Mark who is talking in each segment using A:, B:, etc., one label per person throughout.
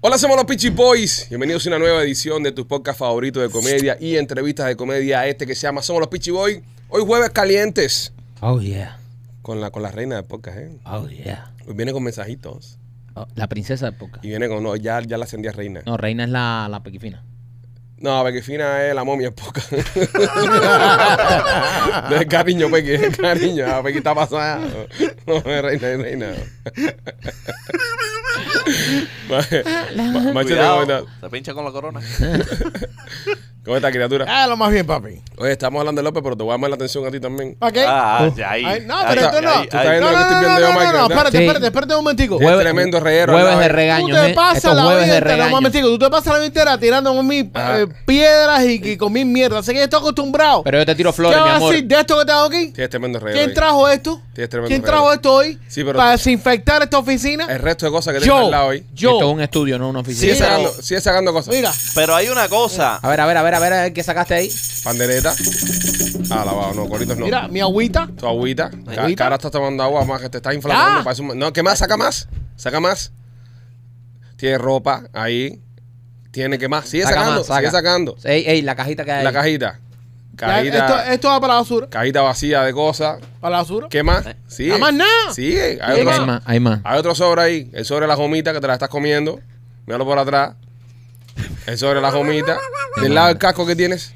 A: Hola, somos los Pichi Boys. Bienvenidos a una nueva edición de tus podcast favoritos de comedia y entrevistas de comedia. Este que se llama Somos los Pichi Boys. Hoy jueves calientes
B: Oh yeah,
A: con la, con la reina de podcast, ¿eh?
B: oh yeah.
A: Hoy viene con mensajitos
B: Oh, la princesa de poca.
A: y viene con. No, ya, ya la ascendí a reina.
B: No, reina es la, la pequifina.
A: No, porque fina es la momia de podcast. de cariño, Peque, cariño. Ah, Peque está pasada. No, es reina, es reina. Ma- Machete, ¿cómo está?
C: Cuidado, se pincha con la corona.
A: ¿Cómo está, criatura?
D: Ah, lo más bien, papi.
A: Oye, estamos hablando de López, pero te voy a llamar la atención a ti también.
D: ¿Para qué?
C: Ah, ya ahí.
D: Ay, no,
C: Ahí,
D: pero tú
C: ahí,
D: no.
C: ahí,
D: Tú
A: estás
C: ahí.
D: No,
A: viendo
D: no,
A: lo que estoy
D: no,
A: viendo
D: no,
A: yo,
D: no,
A: Michael,
D: no,
A: ¿verdad?
D: espérate,
B: Sí.
D: espérate, espérate un momentico.
A: Es tremendo reguero.
B: Jueves
A: ¿no?
B: de
D: Tú
B: regaño.
D: te pasas la vida
B: de
D: entera, un
B: regaño.
D: momentico, tú te pasas la vida entera tirando con mis
A: Ajá.
D: eh, piedras y, y con mis mierdas. Así que yo estoy acostumbrado.
B: Pero yo te tiro
D: ¿Qué
B: flores, mi
D: vas a
B: amor.
D: decir de esto que te hago aquí?
A: Sí, es tremendo reguero.
D: ¿Quién trajo esto?
A: Tienes tremendo
D: ¿Quién
A: reguero.
D: trajo esto hoy?
A: Sí, pero-
D: Para desinfectar esta oficina.
A: El resto de cosas que tienes
D: Yo,
A: al lado ahí.
B: Esto es
D: yo.
B: un estudio, no una
A: Sigue
B: oficina.
C: Sí, pero-
A: sacando, sigue sacando cosas.
D: Mira,
C: Pero hay una cosa.
B: A ver, a ver, a ver, a ver, a ver, ¿qué sacaste ahí?
A: Pandereta. Ah, lavado, no, coritos no.
D: mira, mi agüita.
A: Tu agüita. Ca-
D: Agüita. Ah.
A: Cara estás tomando agua más que te estás inflamando.
D: Ya.
A: parece un- No, ¿qué más? Saca más. Saca más. Tiene ropa ahí. Tiene que más. Sigue
B: Saca
A: sacando.
B: más, saca.
A: Sigue sacando.
B: Ey, ey, la cajita que hay.
A: La
B: ahí.
A: cajita.
D: Ya,
A: Cajita,
D: Esto, esto va para la basura.
A: cajita vacía de cosas.
D: Para la basura.
A: ¿Qué más? Sigue.
D: Eh. Nada más nada.
A: Sigue. Hay
B: Hay
A: otro,
D: Venga.
A: so-
B: más, hay más.
A: hay otro sobre ahí. El sobre de las gomitas que te la estás comiendo. Míralo por atrás. El sobre de las gomitas. Del lado del casco que tienes.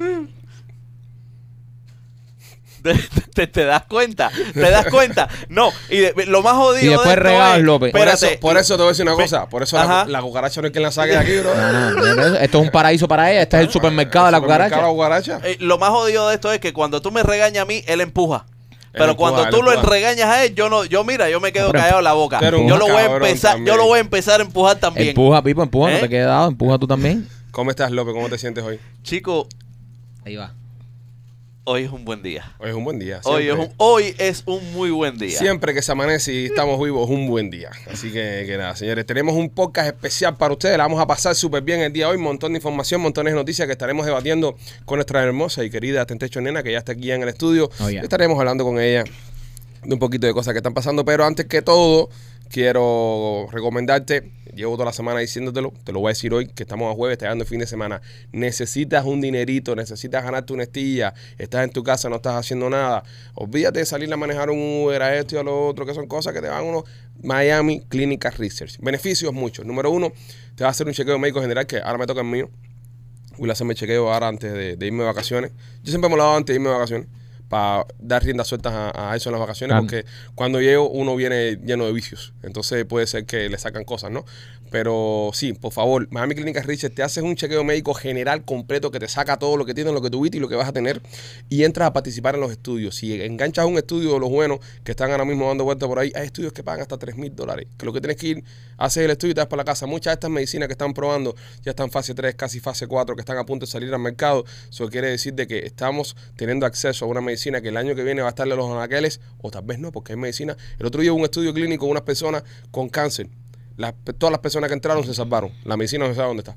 C: Te, te- te das cuenta. Te das cuenta. No. Y de- lo más jodido.
B: Y después
C: de esto
B: regalas,
C: es-
B: López.
A: Por
C: Espérate,
A: eso, por eso te voy a decir una
C: Ve-
A: cosa. Por eso la,
C: Ajá.
A: la cucaracha no hay quien la saque de aquí, bro.
B: No, no, no, no, Esto es un paraíso para ella. Este es el supermercado de la
A: Supermercado
B: cucaracha.
A: cucaracha.
C: eh, lo más jodido de esto es que cuando tú me regañas a mí, él empuja. Pero
A: empuja,
C: cuando
A: él
C: tú lo
A: empuja.
C: regañas a él, yo no, yo mira, yo me quedo
B: Pero
C: callado la boca.
A: pero
C: Yo lo voy a
A: cabrón
C: empezar, yo
A: también.
C: lo voy a empezar a empujar también.
B: Empuja, Pipo, empuja. No
C: ¿Eh?
B: te quedes dado. Empuja tú también.
A: ¿Cómo estás, López? ¿Cómo te sientes hoy?
C: Chico,
B: Ahí va.
C: hoy es un buen día.
A: Hoy es un buen día.
C: Hoy es,
A: siempre.
C: un, hoy es un muy buen día.
A: Siempre que se amanece y estamos vivos es un buen día. Así que, que nada, señores, tenemos un podcast especial para ustedes. La vamos a pasar súper bien el día de hoy. Montón de información, montones de noticias que estaremos debatiendo con nuestra hermosa y querida Tentecho Nena, que ya está aquí en el estudio.
B: Oh, yeah.
A: Estaremos hablando con ella de un poquito de cosas que están pasando. Pero antes que todo, quiero recomendarte, llevo toda la semana diciéndotelo, te lo voy a decir hoy, que estamos a jueves, está llegando el fin de semana. Necesitas un dinerito, necesitas ganarte una estilla, estás en tu casa, no estás haciendo nada. Olvídate de salir a manejar un Uber, a esto y a lo otro, que son cosas que te van uno. Miami Clinical Research. Beneficios muchos. Número uno, te vas a hacer un chequeo médico general, que ahora me toca el mío. Voy a hacerme chequeo ahora antes de, de irme de vacaciones. Yo siempre me lo hago antes de irme de vacaciones para dar riendas sueltas a, a eso en las vacaciones,
B: Claro.
A: porque cuando llego uno viene lleno de vicios. Entonces puede ser que le sacan cosas, ¿no? Pero sí, por favor, Miami Clinic Research, te haces un chequeo médico general completo que te saca todo lo que tienes, lo que tuviste y lo que vas a tener, y entras a participar en los estudios. Si enganchas un estudio de los buenos que están ahora mismo dando vuelta por ahí, hay estudios que pagan hasta 3 mil dólares. Que lo que tienes que ir, haces el estudio y te vas para la casa. Muchas de estas medicinas que están probando ya están fase 3, casi fase 4, que están a punto de salir al mercado. Eso quiere decir de que estamos teniendo acceso a una medicina que el año que viene va a estarle a los anaqueles, o tal vez no, porque hay medicina. El otro día hubo un estudio clínico de unas personas con cáncer. Las- todas las personas que entraron se salvaron. La medicina no sabe dónde está.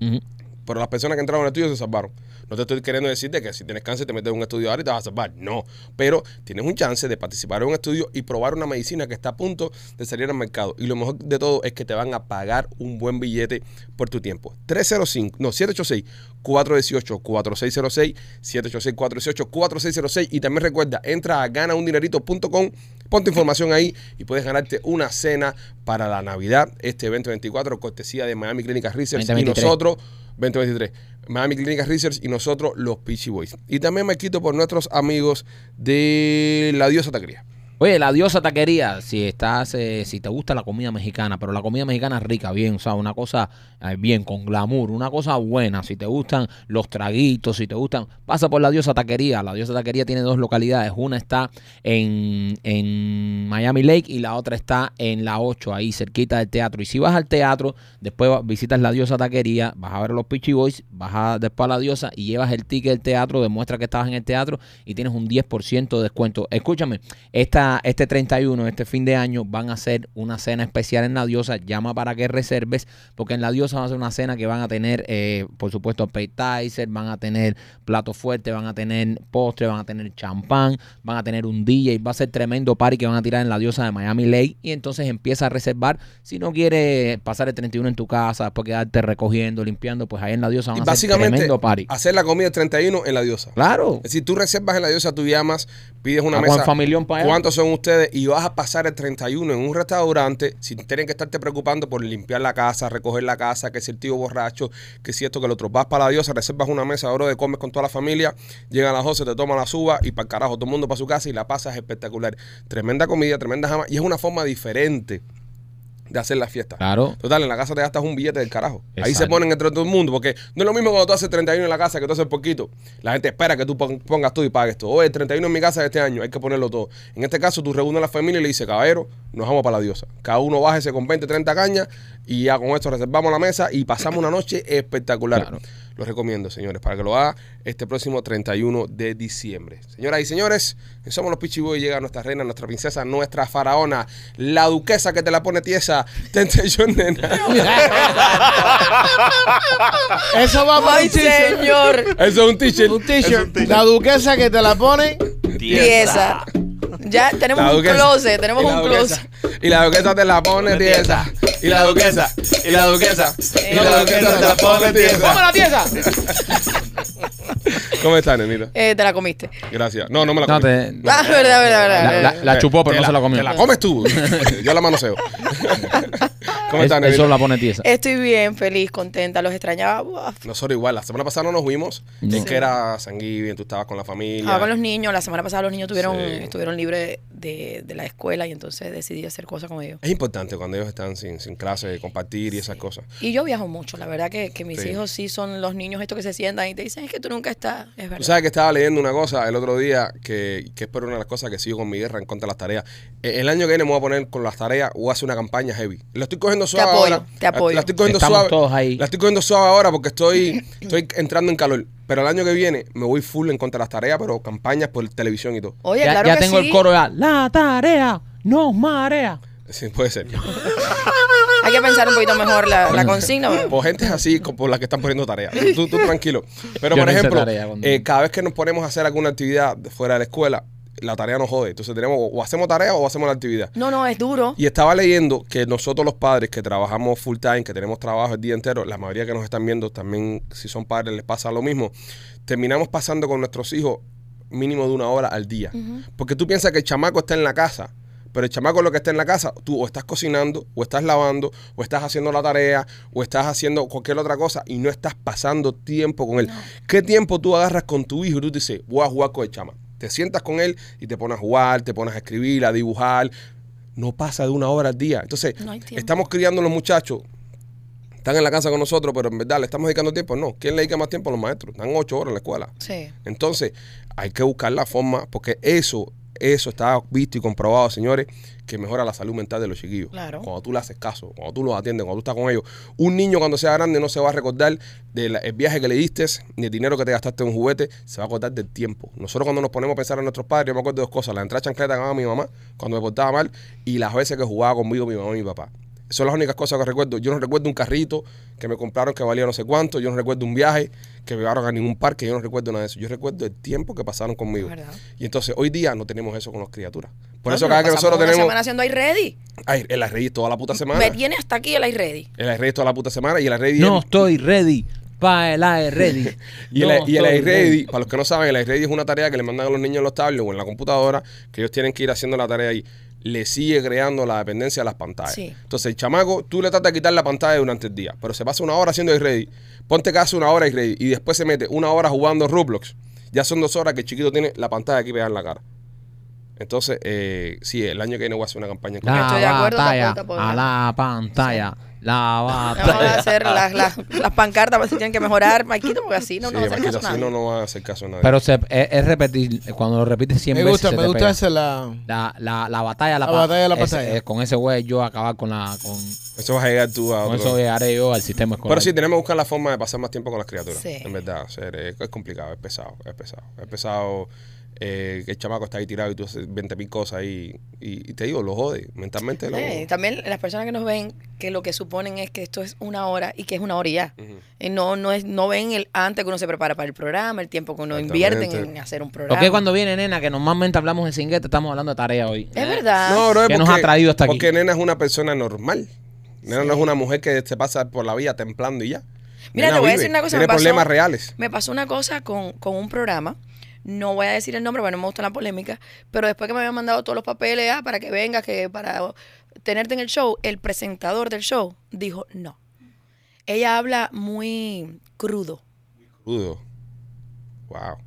B: Ujú.
A: Pero las personas que entraron al estudio se salvaron. No te estoy queriendo decir de que si tienes cáncer te metes en un estudio ahora y te vas a salvar. No. Pero tienes un chance de participar en un estudio y probar una medicina que está a punto de salir al mercado. Y lo mejor de todo es que te van a pagar un buen billete por tu tiempo. 305, no, 786 418 4606 786 418 4606 y también recuerda, entra a ganaundinerito.com Pon tu información ahí y puedes ganarte una cena para la Navidad, este evento 24, cortesía de Miami Clinic Research. Y
B: 2023.
A: nosotros nosotros, 2023. Miami Clinic Research y nosotros los Peachy Boys. Y también me quito por nuestros amigos de la diosa taquería.
B: Oye, la diosa taquería, si estás, eh, si te gusta la comida mexicana, pero la comida mexicana rica, bien, o sea, una cosa eh, bien, con glamour, una cosa buena, si te gustan los traguitos, si te gustan, pasa por la diosa taquería. La diosa taquería tiene dos localidades, una está en, en Miami Lake y la otra está en la 8, ahí cerquita del teatro. Y si vas al teatro, después va- visitas la diosa taquería, vas a ver a los Peachy Boys, vas a después a la diosa y llevas el ticket del teatro, demuestra que estabas en el teatro y tienes un 10% de descuento. Escúchame, esta esta, este 31, este fin de año, van a hacer una cena especial en La Diosa. Llama para que reserves, porque en La Diosa va a ser una cena que van a tener, eh, por supuesto, appetizer, van a tener plato fuerte, van a tener postre, van a tener champán, van a tener un DJ. Va a ser tremendo party que van a tirar en La Diosa de Miami Lake. Y entonces empieza a reservar. Si no quieres pasar el 31 en tu casa, después quedarte recogiendo, limpiando, pues ahí en La Diosa
A: Y
B: van a hacer
A: básicamente,
B: tremendo party.
A: hacer la comida el 31 en la diosa.
B: Claro.
A: Es decir, tú reservas en la diosa, tú llamas, pides una
B: A Juan
A: mesa.
B: Familión para allá.
A: ¿Cuántos son ustedes? Y vas a pasar el 31 en un restaurante sin tener que estarte preocupando por limpiar la casa, recoger la casa, que si el tío borracho, que si esto, que lo otro. Vas para la diosa, reservas una mesa, bro, de comes con toda la familia, llegan a las 12, te toman la suba y para el carajo, todo el mundo para su casa y la pasas espectacular. Tremenda comida, tremenda jama. Y es una forma diferente de hacer la fiesta.
B: Claro.
A: Total, en la casa te gastas un billete del carajo. Ahí se
B: Exacto.
A: ponen entre todo el mundo, porque no es lo mismo cuando tú haces 31 en la casa que tú haces poquito. La gente espera que tú pon- pongas todo y pagues todo. Oye, 31 en mi casa de este año, hay que ponerlo todo. En este caso, tú reúnes a la familia y le dices, caballero, nos vamos para la diosa. Cada uno bájese con 20, 30 cañas y ya con esto reservamos la mesa y pasamos una noche espectacular.
B: Claro.
A: Los recomiendo, señores, para que lo haga este próximo 31 de diciembre. Señoras y señores, en somos los Pichiboy. Llega nuestra reina, nuestra princesa, nuestra faraona, la duquesa que te la pone tiesa. Tentación, nena.
D: Eso va para
E: ¡Ay,
D: un t-shirt.
E: señor!
A: Eso es un teacher.
D: Un t-shirt. La duquesa que te la pone.
E: Tiesa. Ya tenemos
A: La
E: un
A: duquesa.
E: closet, tenemos
A: Y la
E: un
A: duquesa.
E: closet.
A: Y la duquesa te la pone tiesa. Y la duquesa. Y la duquesa. Y la duquesa te la pone
D: ¡Vamos a
A: tiesa.
D: la tiesa!
A: ¿Cómo estás, nenita?
E: Eh, te la comiste.
A: Gracias. No, no me la
B: No,
A: comí. Eh,
B: te-
E: Ah, verdad, verdad, verdad.
B: la,
E: verdad.
B: la- la chupó, pero
A: Te
B: no se la comió.
A: Te la comes tú. Yo la manoseo. ¿Cómo
B: Es-
A: estás,
B: Eso
A: nenita?
B: la pone tiesa.
E: Estoy bien, feliz, contenta. Los extrañaba. Buah.
A: Nosotros igual, la semana pasada no nos vimos.
B: No.
A: Es que era sanguíneo, tú estabas con la familia.
E: Estaba con los niños. La semana pasada los niños tuvieron,
A: Sí.
E: estuvieron libres de, de la escuela y entonces decidí hacer cosas con ellos.
A: Es importante cuando ellos están sin, sin clase, compartir y esas cosas.
E: Y yo viajo mucho, la verdad que, que mis
A: Sí.
E: hijos sí son los niños estos que se sientan y te dicen, es que tú nunca estás. Es
A: Tú
E: verdad.
A: sabes que estaba leyendo una cosa el otro día que, que es por una de las cosas que sigo con mi guerra en contra de las tareas. E- El año que viene me voy a poner con las tareas o hacer una campaña heavy. Lo estoy cogiendo suave
E: apoyo,
A: ahora.
E: te apoyo.
A: La estoy cogiendo
B: Estamos
A: suave.
B: todos ahí.
A: La estoy cogiendo suave ahora porque estoy, estoy entrando en calor. Pero el año que viene me voy full en contra de las tareas, pero campañas por televisión y todo.
E: Oye,
B: ya
E: claro
B: ya
E: que
B: tengo
E: sí.
B: el coro ya. La tarea nos marea.
A: Sí, puede ser.
E: Hay que pensar un poquito mejor la, la consigna. pero-
A: Por gente así, co- por las que están poniendo tareas. Tú, tú tranquilo. Pero,
B: Yo
A: por
B: no hice
A: ejemplo,
B: tarea cuando-
A: eh, cada vez que nos ponemos a hacer alguna actividad de- fuera de la escuela, la tarea nos jode. Entonces tenemos o hacemos tarea o hacemos la actividad.
E: No, no, es duro.
A: Y estaba leyendo que nosotros los padres que trabajamos full time, que tenemos trabajo el día entero, la mayoría que nos están viendo también, si son padres, les pasa lo mismo. Terminamos pasando con nuestros hijos mínimo de una hora al día. Porque tú piensas que el chamaco está en la casa. Pero el chamaco lo que está en la casa, tú o estás cocinando, o estás lavando, o estás haciendo la tarea, o estás haciendo cualquier otra cosa y no estás pasando tiempo con él. ¿Qué tiempo tú agarras con tu hijo y tú dices, voy a jugar con el chama? Te sientas con él y te pones a jugar, te pones a escribir, a dibujar, no pasa de una hora al día. Entonces,
E: No hay tiempo.
A: estamos criando a los muchachos. Están en la casa con nosotros, pero en verdad le estamos dedicando tiempo. No, ¿quién le dedica más tiempo a los maestros? Están ocho horas en la escuela.
E: Sí.
A: Entonces, hay que buscar la forma, porque eso, eso está visto y comprobado, señores, que mejora la salud mental de los chiquillos.
E: Claro.
A: Cuando tú le haces caso, cuando tú los atiendes, cuando tú estás con ellos. Un niño cuando sea grande no se va a recordar del el viaje que le diste, ni el dinero que te gastaste en un juguete, se va a acordar del tiempo. Nosotros cuando nos ponemos a pensar en nuestros padres, yo me acuerdo de dos cosas, la entrada chancleta que me daba mi mamá cuando me portaba mal y las veces que jugaba conmigo mi mamá y mi papá. Son las únicas cosas que recuerdo. Yo no recuerdo un carrito que me compraron que valía no sé cuánto. Yo no recuerdo un viaje que me llevaron a ningún parque. Yo no recuerdo nada de eso. Yo recuerdo el tiempo que pasaron conmigo.
E: Es verdad.
A: Y entonces hoy día no tenemos eso con las criaturas. Por
E: No,
A: eso
E: pero
A: cada Ah, que
E: pasamos
A: nosotros
E: una
A: tenemos...
E: semana haciendo I ready.
A: Ay, el Arrey toda la puta semana.
E: Me tiene hasta aquí el I ready.
A: El Arrey toda la puta semana y el Arrey...
B: No estoy ready. Pa' el aire ready.
A: Y
B: No
A: el, y el
B: estoy
A: iReady, para los que no saben, el iReady es una tarea que le mandan a los niños en los tablets o en la computadora, que ellos tienen que ir haciendo la tarea ahí. Le sigue creando la dependencia a las pantallas.
E: Sí.
A: Entonces, el chamaco, tú le tratas de quitar la pantalla durante el día, pero se pasa una hora haciendo iReady. Ponte que hace una hora iReady y después se mete una hora jugando Roblox. Ya son dos horas que el chiquito tiene la pantalla aquí pegada en la cara. Entonces, eh, sí, el año que viene voy a hacer una campaña.
B: La
E: Estoy de acuerdo,
B: batalla
E: tampoco, tampoco.
B: a la pantalla. La
E: Vamos
B: batalla.
E: a hacer las, las, las pancartas para si tienen que mejorar, Maquito, porque así no
A: sí,
E: nos va a hacer
A: Marquito,
E: caso
A: así
E: nadie.
A: no, no va a hacer caso a nadie.
B: Pero se- es, es repetir. Cuando lo repites 100
D: Me
B: veces.
D: gusta,
B: se
D: me
B: te
D: gusta
B: pega.
D: esa la.
B: La, la, la batalla, la,
D: La
B: pa-
D: batalla de la
B: ese-
D: pantalla.
B: eh, con ese güey yo acabar con la. Con,
A: eso vas a llegar tú a
B: con
A: otro-
B: eso llegaré yo al sistema escolar.
A: Pero sí, tenemos que buscar la forma de pasar más tiempo con las criaturas.
E: Sí.
A: En verdad, o sea, es, es complicado, es pesado, es pesado. Es pesado eh, que el chamaco está ahí tirado y tú haces 20 mil cosas ahí, y, y te digo, lo jode mentalmente. Lo,
E: Eh, también las personas que nos ven, que lo que suponen es que esto es una hora y que es una hora y ya.
A: Ujú.
E: Eh, No, no, es, no ven el antes que uno se prepara para el programa, el tiempo que uno
A: Exactamente.
E: invierte en hacer un programa.
B: Porque cuando viene nena, que normalmente hablamos de cinguete, estamos hablando de tarea hoy.
E: Es verdad.
A: No, bro,
B: ¿Qué
A: porque-
B: nos ha traído hasta aquí?
A: Porque Nena es una persona normal. Nena no es una mujer que se pasa por la vida templando y ya. Nena
E: Mira, te voy a
A: vive,
E: decir una cosa.
A: Tiene
E: me pasó-
A: problemas reales.
E: Me pasó una cosa con, con un programa. No voy a decir el nombre porque no me gusta la polémica. Pero después que me habían mandado todos los papeles ah, para que vengas, que para tenerte en el show, el presentador del show dijo no. Ella habla muy crudo.
A: Crudo. Wow.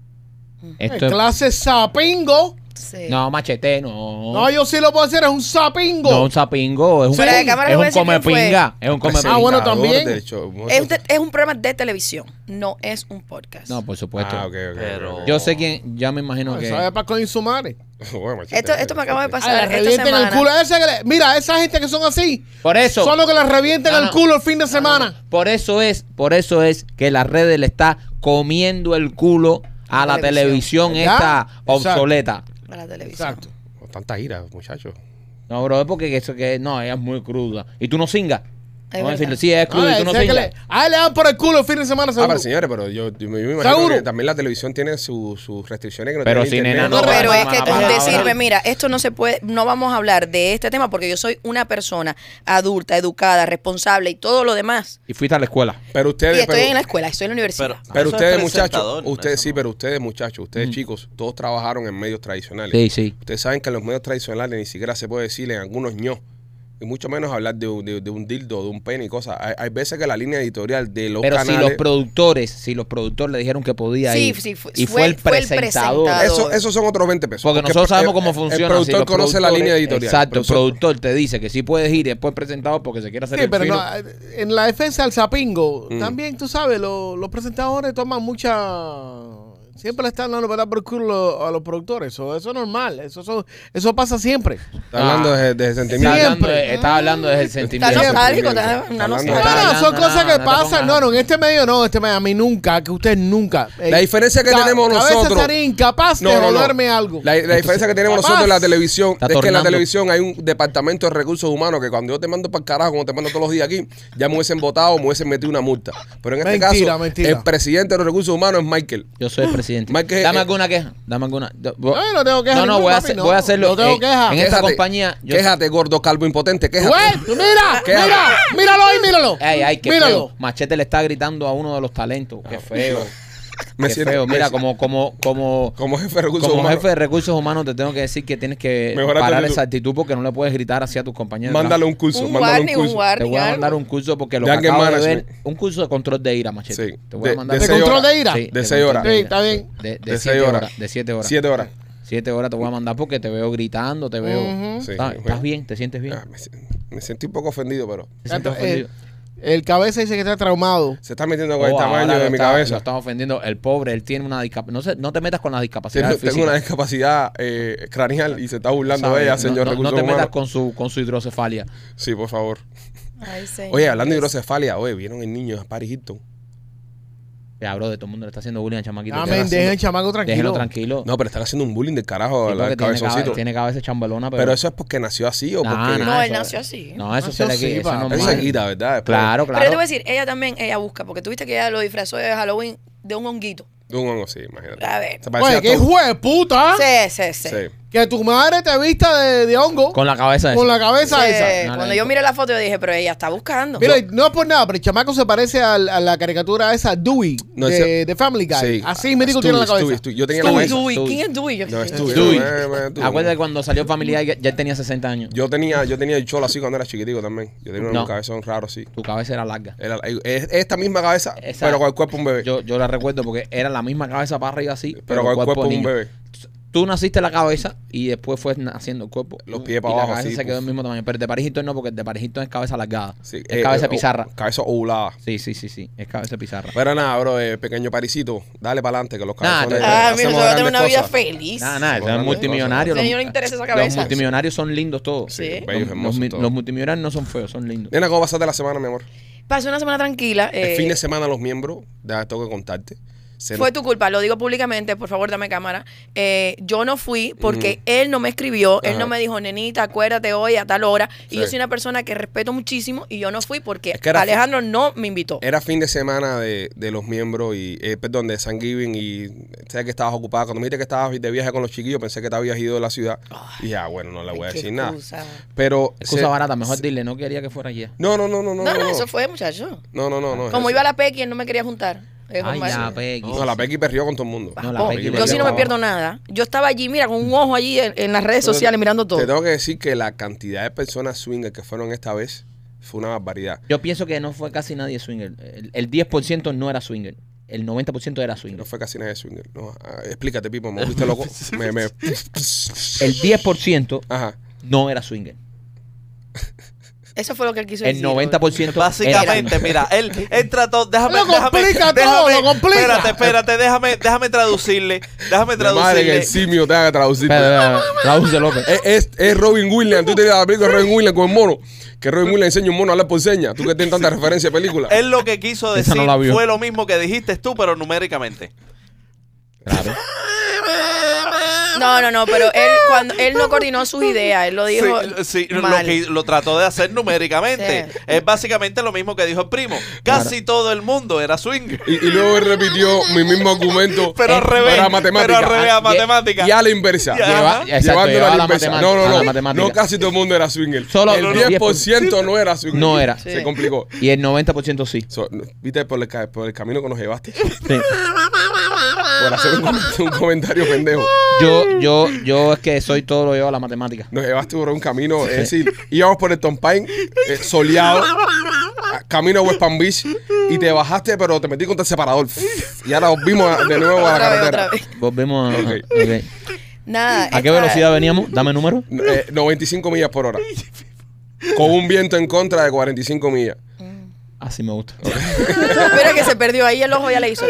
D: eh,
B: Esto es-
D: Clase sapingo.
E: Entonces,
B: No, machete, no.
D: No, yo sí lo puedo decir, es un sapingo.
B: Oh. No, un sapingo. Es un,
E: Fuera de cámara
B: es
E: les voy
B: un
E: a decir quién fue.
B: comepinga. Es un comepinga.
D: Ah, bueno,
A: Presentador
D: también.
A: del show.
E: es, de- es un programa de televisión, no es un podcast.
B: No, por supuesto.
A: Ah, ok, ok, ok,
C: Pero-
A: ok.
B: Yo sé quién, ya me imagino que.
D: Pues, ¿Sabes para con Insumare?
A: Bueno, machete,
E: Esto- esto me acaba de pasar.
D: Ah, le
E: esta
D: revienten el
E: semana.
D: culo a ese que le- Mira, esa gente que son así.
B: Por eso.
D: Son los que le revienten
B: No,
D: el
B: no.
D: culo el fin de semana.
B: Por eso es, por eso es que la red le está comiendo el culo a la televisión,
E: Televisión.
D: ¿Ya?
B: esta obsoleta.
E: A la televisión.
D: Exacto.
A: Tanta ira, muchachos.
B: No, bro, es porque eso que no, ella es muy cruda. Y tú no singas.
E: Es
B: Vamos a
E: verdad.
B: decirle, sí, es
D: A
B: cruda y tú no
D: le,
B: singas.
D: a él le dan por el culo el fin de semana,
A: Ah,
D: seguro.
A: pero señores, pero yo, yo me imagino
D: Seguro.
A: que también la televisión tiene su- sus restricciones. Que no
B: Pero
A: tiene
B: si
A: internet.
B: nena
E: No,
B: no,
E: pero
B: no,
E: es
B: no,
E: que
B: no,
E: tú
B: no, no,
E: decirme,
B: no.
E: mira, esto no se puede, no vamos a hablar de este tema porque yo soy una persona adulta, educada, responsable y todo lo demás.
B: Y fuiste a la escuela.
A: Pero
E: Y
A: ustedes...
E: estoy
A: pero-
E: en la escuela, estoy en la universidad.
C: Pero-
A: Pero
C: Eso es
A: ustedes, muchachos,
C: presentador,
A: ustedes
C: eso
A: sí,
C: no.
A: pero ustedes, muchachos, ustedes chicos, todos trabajaron en medios tradicionales.
B: Mm. Sí, sí.
A: Ustedes saben que en los medios tradicionales ni siquiera se puede decirle en algunos ño. Y mucho menos hablar de, un- de- de un dildo, de un pene y cosas. Hay, hay veces que la línea editorial de los
B: Pero si
A: canales...
B: los productores, si los productores le dijeron que podía
E: Sí,
B: ir.
E: sí, fue-
B: y
E: fue-
B: fue el
E: fue el
B: presentador.
E: presentador.
A: eso, esos son otros 20 pesos.
B: Porque nosotros
A: el-
B: sabemos cómo
A: el-
B: funciona.
A: El productor
B: si los
A: conoce la
B: productores-
A: línea editorial.
B: Exacto, el
A: Pero nosotros-
B: productor te dice que sí puedes ir y después presentado porque se quiere hacer
D: Sí,
B: el
D: pero
B: fino.
D: no, eh, en la defensa del Sapingo,
A: Mm.
D: también tú sabes, lo- los presentadores toman mucha. Siempre le están dando para por culo a los productores. Eso, eso es normal. Eso, eso, eso pasa siempre.
A: Está hablando
B: Ah.
A: de, de
B: Está
A: sentimiento.
B: hablando,
D: siempre. Ah,
B: de- está hablando desde el
E: Está
B: sentimiento.
E: nostálgico,
A: Sentimiento.
E: está una
A: Hablando
D: No,
E: nostalgia.
A: de-
D: no,
B: no,
D: son
B: no,
D: cosas
B: no,
D: que
B: no te
D: pasan.
B: pongas-
D: No, no, en este medio no, este medio a mí nunca, que ustedes nunca. eh,
A: La diferencia que tenemos
D: A
A: nosotros-
D: veces incapaz de robarme algo.
A: La, la diferencia que tenemos nosotros en la
D: Capaz.
A: televisión
B: Está
A: es que en la
B: tornando.
A: televisión hay un departamento de recursos humanos que cuando yo te mando para el carajo, como te mando todos los días aquí, ya me hubiesen votado, me hubiesen metido una multa. Pero en este
D: Mentira,
A: caso,
D: mentira.
A: el presidente de los recursos humanos es Michael.
B: Yo soy el presidente.
A: Mike, eh,
B: dame
A: eh.
B: alguna queja. Dame alguna. Yo-
D: No, yo no tengo queja
B: No, no,
D: ninguna,
B: voy a,
D: papi,
B: hacer-
D: no.
B: voy a hacerlo.
D: No tengo
B: eh,
D: queja.
B: En esta compañía. yo-
A: quéjate, gordo, calvo, impotente, quéjate.
D: ¡Güey! tú Pues, ¡Mira!
A: ¿Qué
D: ¡Mira! ¡Míralo ahí, míralo!
B: Ay, ay, qué
D: ¡Míralo!
B: feo. Machete le está gritando a uno de los talentos. Qué feo.
A: Ah, Me
B: qué
A: siento-
B: feo.
A: me
B: Mira,
A: siento-
B: como, como, como.
A: Como jefe de recursos
B: Como
A: humanos.
B: jefe de recursos humanos te tengo que decir que tienes que
A: Mejorar tu
B: parar
A: actitud.
B: esa actitud porque no le puedes gritar hacia tus compañeros.
A: Mándale un curso,
E: Un
A: mándale
E: warning,
A: un
E: un
A: curso.
E: warning.
B: Te voy a
E: algo.
B: mandar un curso porque lo
A: De
B: que
A: anger
B: acabo de ver,
A: management.
B: un curso de control de ira, machete.
A: Sí.
B: Te voy
A: De-
B: a mandar
A: de
D: ¿De
A: seis
D: control
A: horas.
D: de ira?
B: Sí,
A: de
B: de
A: seis horas.
B: control
D: Sí,
B: de-
D: está bien.
B: De, de
A: De
B: siete
A: seis
B: horas.
A: horas.
B: De siete horas.
A: Siete horas.
B: Siete horas te voy a mandar porque te veo gritando, te veo.
D: Ujú.
A: Sí,
B: ¿Estás,
A: bueno.
B: estás bien? ¿Te sientes bien?
A: Ah, me, si- me sentí un poco ofendido, pero
B: ¿Te sientes
D: Eh,
B: ofendido?
D: el cabeza dice que está traumado.
A: se está metiendo
B: Oh,
A: con el
B: ahora
A: tamaño
B: lo
A: de mi
B: está-
A: cabeza.
B: Lo estás ofendiendo. El pobre, él tiene una discapacidad. No, se- no te metas con la
A: Tengo-
B: discapacidad
A: tengo una discapacidad eh, craneal y se está burlando de ella, señor
B: no,
A: recursos
B: te metas
A: humanos.
B: con su, con su hidrocefalia.
A: Sí, por favor.
E: Ay, señor.
A: Oye, hablando de hidrocefalia, oye, vieron el niño de Paris Hilton.
B: Ya, bro, de todo el mundo le está haciendo bullying al chamaquito.
D: Amén,
A: haciendo-
D: dejen el chamaco tranquilo.
B: Déjelo tranquilo.
A: No, pero están haciendo un bullying del
B: Sí,
A: carajo al
B: porque
A: al
B: tiene,
A: cabezoncito.
B: cabeza, tiene cabeza chambelona, pero.
A: Pero eso es porque nació así o
B: Nah,
A: porque.
B: nah,
E: No, él
B: eso-
E: nació así.
B: No, eso se
D: Nació
B: le
D: así,
B: quita. Eso
D: pa.
B: no es
A: Él
B: normal.
A: se quita, ¿verdad? Después
B: Claro,
E: Pero yo te
B: claro.
E: voy a decir, ella también, ella busca, porque tú viste que ella lo disfrazó de Halloween de un honguito.
A: de un hongo, sí, imagínate.
E: A ver.
A: Se parecía
D: Oye, qué
A: todo.
D: hijo de puta.
E: Sí, sí, sí.
A: Sí.
D: Que tu madre te vista de, de hongo con,
B: Con la cabeza esa.
D: la cabeza
E: Sí,
D: esa.
B: No,
E: Cuando
B: no,
E: yo
B: no.
E: miré la foto, yo dije, pero ella está buscando.
D: Mira, y no es por nada, pero el chamaco se parece al- a, la caricatura esa Dewey
A: No,
D: de,
A: ese-
D: de Family Guy.
A: Sí.
D: Así me dijo tiene la
A: Stewie,
D: cabeza.
A: Stewie, Yo tenía la
E: Dewey,
A: cabeza.
E: Dewey,
B: Dewey.
E: ¿quién es Dewey? Yo-
A: No, Stewie.
B: Dewey.
A: eh, eh, tú.
B: Acuérdate que cuando salió Familia Guy, ya, ya tenía 60 años.
A: Yo tenía, yo tenía el cholo así cuando era chiquitico también. Yo tenía
B: No.
A: un cabezón raro así.
B: Tu cabeza era larga.
A: Era- eh, es- esta misma cabeza,
B: Esa-
A: pero con el cuerpo de un bebé.
B: Yo, yo la recuerdo porque era la misma cabeza para arriba así,
A: pero
B: pero,
A: con el cuerpo de
B: de
A: un
B: niño.
A: bebé.
B: Tú naciste la cabeza y después fue haciendo el cuerpo.
A: Los pies
B: Y
A: para abajo,
B: La cabeza
A: así,
B: se quedó
A: puf.
B: del mismo tamaño. Pero el de París Hilton no, porque el de París Hilton es cabeza alargada.
A: Sí,
B: es
A: eh,
B: cabeza
A: eh, o-
B: pizarra.
A: Cabeza ovulada.
B: Sí, sí, sí, sí. Es cabeza pizarra.
A: Pero nada, bro, eh, pequeño parisito, dale para adelante que los
B: Nah,
A: cabezones
B: te-
E: Ah, mira,
A: hacemos
E: yo voy a tener
A: grandes
E: una vida
A: cosas.
E: feliz.
B: Pues, Nada, nada,
A: Bueno,
B: son multimillonarios.
E: Señor,
B: los-
E: no interesa esa cabeza.
B: Los multimillonarios son lindos todos.
E: Sí.
B: Los-
A: Bellos,
B: los,
A: hermosos
B: mi-
A: todos.
B: los multimillonarios no son feos, son lindos.
A: Nena, ¿cómo pasaste la semana, mi amor?
E: Pasé una semana tranquila. eh,
A: El fin de semana los miembros, ya tengo que contarte, Se
E: Fue
A: no-
E: tu culpa, lo digo públicamente, por favor dame cámara. Eh, yo no fui porque él no me escribió, él
A: Ajá.
E: no me dijo, nenita, acuérdate hoy a tal hora. Y yo
A: Sí.
E: soy una persona que respeto muchísimo y yo no fui porque
A: Es que era- Eh,
E: Alejandro no me invitó.
A: Era fin de semana de, de los miembros y, eh, perdón, de San Giving y sé que estabas ocupada. Cuando me dijiste que estabas de viaje con los chiquillos, pensé que te habías ido de la ciudad. y ya, bueno, no le voy a
E: Ay, qué
A: decir nada.
E: excusa.
A: Pero.
B: Excusa
A: se-
B: barata, mejor dile, no quería que fuera ayer.
A: No, no, no, no, no.
E: No, no, eso fue, muchacho.
A: No, no, no, no. es
E: Como
A: eso.
E: iba la Pequi, él no me quería juntar. Es
B: Ay,
E: normal.
B: la Peggy.
A: No, la Pequi perrió con todo el mundo.
B: No, la
E: Oh,
B: Pequi
E: yo
B: perdió
E: sí no me
B: todo.
E: pierdo nada. Yo estaba allí, mira, con un ojo allí en, en las redes sociales mirando
A: Te
E: todo.
A: tengo que decir que la cantidad de personas swinger que fueron esta vez fue una barbaridad.
B: Yo pienso que no fue casi nadie swinger. El, el 10% no era swinger. El 90% era
A: No
B: swinger.
A: fue casi nada de swinger. No, ah, explícate, Pipo, me viste loco. Me- me-
B: El 10%
A: Ajá.
B: no era swinger.
E: Eso fue lo que él quiso
B: El
E: decir.
B: 90%
C: Básicamente,
B: era swinger.
C: mira, él entra todo, déjame,
D: Lo complica
C: déjame,
D: todo,
C: déjame-
D: lo complica.
C: espérate, espérate, déjame, déjame traducirle, déjame
A: La madre que
C: traducirle.
A: el simio te haga traducir.
B: Espera, espera, espera. Raúl de López.
A: Es, es- es Robin Williams. Tú te la película de Robin Williams con el mono. Que Robin Williams enseña un mono a hablar por señas. Tú que tienes tanta referencia de película.
C: Él lo que quiso
B: Esa
C: decir
B: no la vio.
C: fue lo mismo que dijiste tú, pero numéricamente.
B: Claro.
E: No, no, no, pero él cuando él no coordinó sus ideas, él lo dijo.
C: Sí, sí, lo,
E: mal.
C: que, lo trató de hacer numéricamente.
E: Sí.
C: Es básicamente lo mismo que dijo el primo. Casi todo el mundo era swing.
A: Y, y luego él repitió mi mismo argumento.
C: Pero al revés,
A: Para matemática.
C: pero al revés, a
A: Ah, ye-
C: matemática.
A: Y a la inversa.
C: Ya.
B: Lleva,
C: Ajá.
B: exacto,
A: Llevándolo
B: llevaba
A: a la
B: la
A: inversa.
B: matemática.
A: No,
B: a
A: no,
B: la
A: no.
B: matemática.
A: No, casi todo el mundo era swinger.
B: Solo
A: el
B: el
A: 10% no era swinger.
B: No era.
A: Se
E: Sí.
A: complicó.
B: Y el 90% sí.
A: So, no, Viste por el, ca- por el camino que nos llevaste.
B: Sí.
A: Por hacer un, com- un comentario pendejo.
B: Yo, yo, yo es que soy todo lo llevo a la matemática.
A: Nos llevaste por un camino, es decir, íbamos por el Tom Pine eh, soleado, a- camino a West Palm Beach, y te bajaste, pero te metí contra el separador. Y ahora volvimos a- de nuevo a la
E: Otra vez,
A: carretera.
E: otra vez.
B: Volvemos a.
A: Ok.
B: ok.
E: Nada.
B: ¿A qué
E: esta-
B: velocidad veníamos? Dame número.
A: Eh, 95 millas por hora. Con un viento en contra de 45 millas.
B: Así Ah, me gusta.
E: Mira que se perdió ahí el ojo, ya le hizo.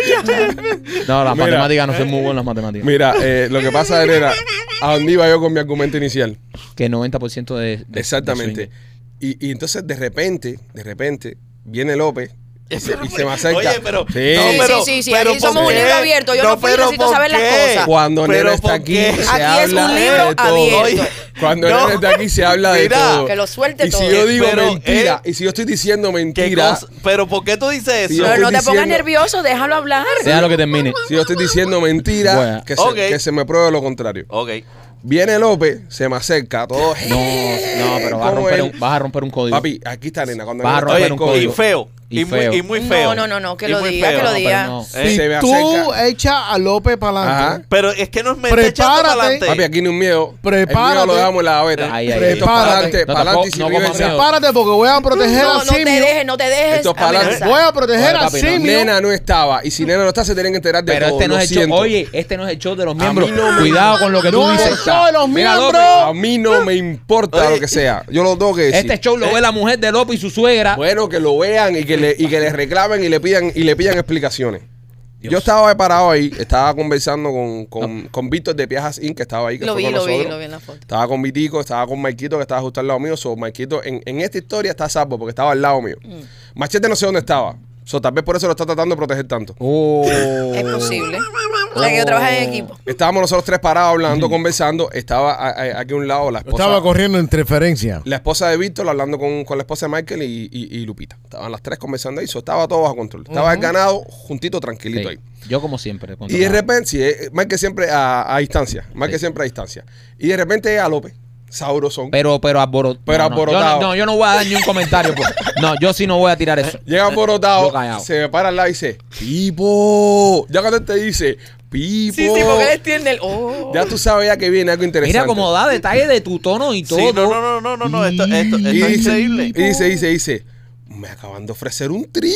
B: No, las
A: Mira.
B: matemáticas no soy muy bueno en las matemáticas.
A: Mira, eh, lo que pasa era, ¿a dónde iba yo con mi argumento inicial?
B: Que el 90% de, de- de
A: Exactamente.
B: swing.
A: Y, y entonces, de repente, de repente, viene López y se, y se me acerca.
C: Oye, pero.
A: Sí.
C: no,
E: Sí, sí,
C: pero-
E: sí, sí,
C: pero
E: aquí
C: ¿por
E: somos un libro
C: qué?
E: abierto, yo no fui,
C: pero
E: necesito
C: ¿por
E: saber las
C: qué?
E: cosas. Ah,
A: Cuando Nero
C: Pero
A: está
C: ¿por
A: aquí,
C: qué?
A: se
E: Aquí es un
A: habla
E: libro
A: de todo.
E: abierto.
A: Cuando
C: No.
A: él está aquí se habla de
C: Mira,
A: todo.
E: que lo suelte
A: y
E: todo.
A: si yo digo
C: Pero,
A: mentira,
C: eh,
A: y si yo estoy diciendo
C: ¿Qué
A: mentira,
C: cosa? Pero ¿por qué tú dices
A: Sí,
C: eso?
E: Pero no te
A: diciendo-
E: pongas nervioso, déjalo hablar.
B: Déjalo que termine.
A: si yo estoy diciendo mentira,
B: Bueno.
A: que, se,
C: Ok.
A: que se me pruebe lo contrario.
C: Ok.
A: Viene López, se me acerca, todo.
B: No, no, pero vas a,
A: ¿Cómo
B: romper
A: él?
B: un, vas a romper un código.
A: Papi, aquí está nena. Cuando
B: Va a
A: Nero está
B: romper
A: aquí,
B: un
A: coño,
C: Oye, y
B: código.
C: feo.
B: Y
C: Y, muy-
B: feo.
C: y muy feo.
E: No, no, no, que
C: Y
E: lo
C: muy
E: diga,
C: feo.
E: que lo
B: No, pero
E: diga.
B: no.
A: Eh,
D: Si
A: se me
D: tú
A: acerca.
D: echas a López para
A: Ajá.
D: adelante.
C: Pero es que no es me está echando
D: Prepárate.
C: para adelante.
A: Papi, aquí no hay miedo. El miedo
D: Prepárate.
A: lo dejamos en la gaveta.
B: Ay, ay,
D: ay.
A: Esto es para
D: Prepárate.
A: adelante,
B: No te
A: para adelante y
B: co-
A: sin
B: no comas
A: vergüenza.
B: miedo.
D: Prepárate porque voy a proteger
E: No,
D: al
E: no te
D: simio.
E: dejes, no te dejes
A: Esto es para adelante.
E: amenazar.
D: voy a proteger
B: Oye,
D: al
B: papi, no,
D: simio.
A: Nena no estaba. Y si Nena no está, se tienen que enterar de
B: Pero
A: todo.
B: este no
A: lo
B: es el show.
A: siento.
B: Oye, este no es el show de los miembros.
A: mí no me-
B: Cuidado con lo que tú
D: No es
B: dices.
D: el show de los
B: Mira,
D: miembros.
B: López,
A: A mí no me importa
C: Oye.
A: lo que sea. Yo lo tengo que decir.
B: Este show lo ve la mujer de López y su suegra.
A: Bueno, que lo vean y que le, y que le reclamen y le pidan y le pidan explicaciones. Yo estaba parado ahí, estaba conversando con, con, con Víctor de Piajas Inc., que estaba ahí, que
E: Lo
A: fue
E: vi,
A: con
E: lo vi,
A: nosotros.
E: lo vi en la foto.
A: Estaba con Vitico, estaba con Maikito, que estaba justo al lado mío. So, Maikito, en, en esta historia está salvo porque estaba al lado mío.
E: Mm.
A: Machete no sé dónde estaba. So, tal vez por eso lo está tratando de proteger tanto.
B: Oh.
E: Es posible. O sea, que yo trabajo en equipo.
A: Estábamos nosotros tres parados hablando, conversando. Estaba a- a- aquí a un lado la esposa.
D: Estaba corriendo interferencia.
A: La esposa de Víctor hablando con, con la esposa de Michael y, y- y Lupita. Estaban las tres conversando ahí. so, estaba todo bajo control. Estaba el ganado juntito,
B: Sí.
A: tranquilito ahí.
B: Yo como siempre.
A: Y de repente, sí, eh, Michael siempre a, a distancia. Michael siempre a distancia. Y de repente a López, saurosón.
B: Pero, pero alborotado.
A: Pero
B: no, no. Yo no-
A: alborotado.
B: No, yo no voy a dar ni un comentario. pues. No, yo sí no voy a tirar eso.
A: Llega
B: Yo
A: borotado,
B: callado.
A: se me para al lado y dice, Pipo. Ya cuando él te dice, Pipo.
E: Sí, sí, porque él extiende el. Oh.
A: Ya tú sabes ya que viene algo interesante.
B: Mira cómo da detalle de tu tono y
C: Sí,
B: todo.
C: no, no, no, no, no, no, Esto, esto, esto
A: Y
C: es
A: dice,
C: increíble.
A: y dice, dice, dice, me acaban de ofrecer un trío.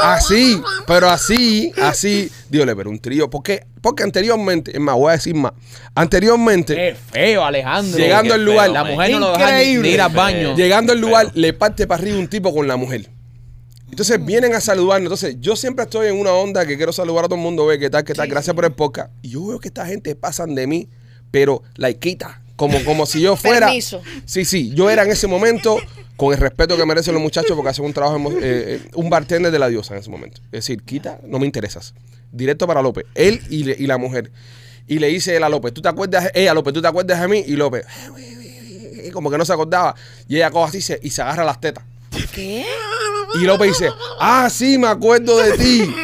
A: Así, pero así, así, dígale, pero un trío, porque, porque anteriormente, es más, voy a decir más, anteriormente,
B: Qué feo, Alejandro.
A: Llegando
B: Qué
A: al lugar,
B: feo, La
C: man.
B: mujer no lo deja ni- ni
D: Increíble.
B: ir al baño.
A: llegando al lugar, le parte para arriba un tipo con la mujer. Entonces vienen a saludarnos. Entonces, yo siempre estoy en una onda que quiero saludar a todo el mundo, ve qué tal, qué tal, gracias por el podcast. Y yo veo que esta gente pasan de mí, pero la quita. Como, como si yo fuera.
E: Permiso.
A: Sí, sí. Yo era en ese momento con el respeto que merecen los muchachos porque hacen un trabajo, emo- eh, eh, un bartender de la diosa en ese momento. Es decir, quita, no me interesas. Directo para López, él y, le- y la mujer. Y le dice él a López, ¿tú te acuerdas? Ella, López, ¿tú te acuerdas de mí? Y López, como que no se acordaba. Y ella coge así se- y se agarra las tetas.
E: ¿Qué?
A: Y López dice, ah, sí, me acuerdo de ti.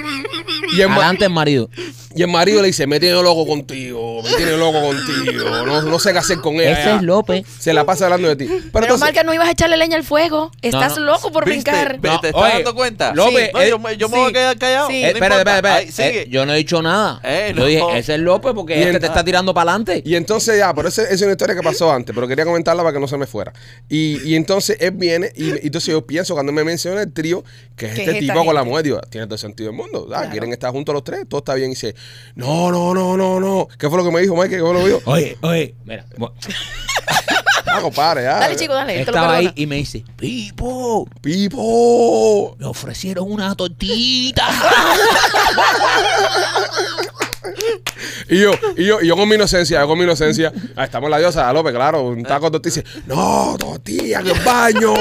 A: Y el, ma-
B: Adelante el marido.
A: y el marido le dice, me tiene loco contigo, me tiene loco contigo, no, no sé qué hacer con ella.
B: Ese es López.
A: Se la pasa hablando de ti. Pero,
E: Pero
A: entonces,
E: mal que no ibas a echarle leña al fuego. Estás
B: no.
E: loco por
C: ¿Viste?
E: brincar.
C: Ve-
B: No,
C: ¿Te estás
B: oye,
C: dando cuenta?
B: López,
C: No, yo
B: eh,
C: me, yo me voy a
E: sí.
C: quedar callado.
E: Sí.
C: no
B: Eh, espérate,
C: importa.
B: espérate,
C: Ahí,
B: espérate.
C: sigue.
B: Eh, yo no he dicho nada.
C: Eh,
B: Yo
C: no.
B: dije, ese es López porque
A: Y
B: este
A: en-
B: te está tirando para adelante.
A: Y entonces, ya, pero ese- esa es una historia que pasó antes, pero quería comentarla para que no se me fuera. Y, y entonces él viene, y, y entonces yo pienso, cuando me menciona el trío, que es
E: Que
A: este
E: es esta
A: tipo con la
E: gente.
A: mujer, digo, tiene todo el sentido del mundo. ¿verdad?
E: Claro.
A: Quieren estar juntos los tres, todo está bien. Y dice, no, no, no, no, no. ¿Qué fue lo que me dijo Mike? ¿Qué fue lo que me dijo?
B: Oye, oye. Mira, bueno,
A: Ah, compadre, ya.
E: Dale, chico, dale. él te lo
B: estaba ahí
E: perdona.
B: y me dice, Pipo,
A: Pipo.
B: me ofrecieron una tortita.
A: Y yo, y yo, y yo con mi inocencia, yo con mi inocencia, ah, estamos en la diosa, López, claro, un taco de tortilla. dice, No, tortilla en el baño.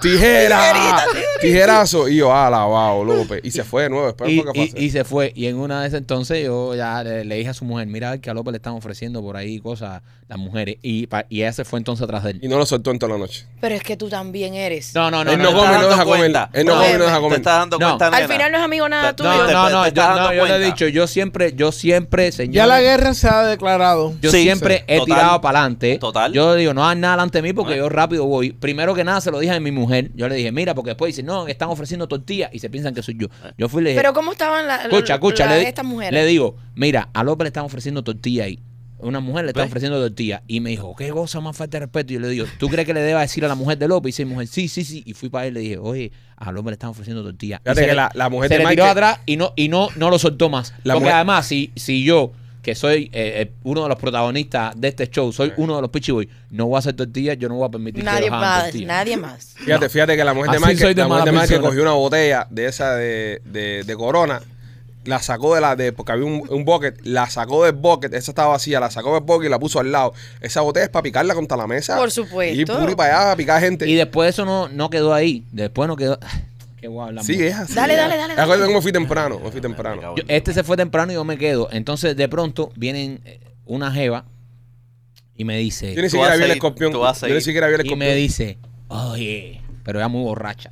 A: Tijera. Tijerazo. Y yo, alabado, López. Y se fue de nuevo, espero
B: Y,
A: que
B: y-
A: pase.
B: y se fue. Y en una de esas entonces yo ya le, le dije a su mujer, mira que a López le están ofreciendo por ahí cosas las mujeres. Y, pa- y ella se fue entonces atrás de él.
A: Y no lo soltó en toda la noche.
E: Pero es que tú también eres.
B: No, no, no.
A: Él
B: no,
A: no
B: no,
A: come,
B: no,
A: no deja comer.
C: cuenta.
A: Él no
E: come, no
A: deja
C: Te
A: comer.
C: estás dando
B: No.
C: cuenta,
B: Al
E: Al
C: nena.
E: final no es amigo nada
C: Te-
E: tuyo.
B: no,
C: te-
B: no,
C: te
B: no,
C: estás
B: yo,
C: dando
B: no, yo le he
C: cuenta.
B: dicho, yo siempre, yo siempre, señor.
D: Ya la guerra se ha declarado.
B: Yo
C: Sí,
B: siempre
C: sí.
B: he
C: Total.
B: tirado para adelante.
C: Total.
B: Yo digo, no hagas nada delante de mí porque
C: Ah.
B: yo rápido voy. Primero que nada se lo dije a mi mujer. Yo le dije, mira, porque después dicen, no, que están ofreciendo tortillas y se piensan que soy yo. Yo fui y le dije,
E: Pero ¿cómo estaban las
B: eh. escucha, escucha, le, di-
E: estas mujeres?
B: le digo, mira, a López le están ofreciendo tortilla ahí. Una mujer le está
C: ¿Ves?
B: ofreciendo tortilla. Y me dijo, qué cosa más falta de respeto. Y yo le digo, ¿tú crees que le deba decir a la mujer de López? Y dice, mujer, sí, sí, sí. Y fui para él y le dije, oye, a López le están ofreciendo tortilla. Y
A: Fíjate
B: se
A: que
B: le-
A: la- la mujer
B: se
A: de
B: le tiró
A: Mike-
B: atrás y no, y no, no lo soltó más.
A: La
B: Porque
A: mujer-
B: además, si, si yo, que soy eh, eh, uno de los protagonistas de este show, soy uno de los Pitchy Boys, no voy a hacer tortilla, yo no voy a permitir que
E: nadie
B: los hagan
E: más,
B: tortilla.
E: nadie más.
A: Fíjate, fíjate que la mujer de
B: Así
A: Mike,
B: soy de
A: la mujer
B: mala
A: de Mike
B: persona.
A: cogió una botella de esa de, de, de Corona, la sacó de la de, porque había un, un bucket, la sacó del bucket, esa estaba vacía, la sacó del bucket y la puso al lado. Esa botella es para picarla contra la mesa.
E: Por supuesto.
A: Y puri para allá a picar gente.
B: Y después eso no, no quedó ahí. Después no quedó. Qué guau, la
A: sí, eh.
B: mujer.
A: es así.
E: Dale,
A: es.
E: dale, dale, dale.
A: Acuérdate cómo fui temprano, me fui temprano.
B: Yo- este se fue temprano y yo me quedo. Entonces, de pronto, vienen eh, una jeva y me
A: Yo
B: dice.
A: ni
C: Tú
A: siquiera
C: vas
A: vi
C: a
A: el
C: ir,
A: escorpión.
C: tú vas a
A: Yo ni
C: ir.
A: siquiera vi el
B: Y me
A: escorpión.
B: dice, oye, pero era muy borracha.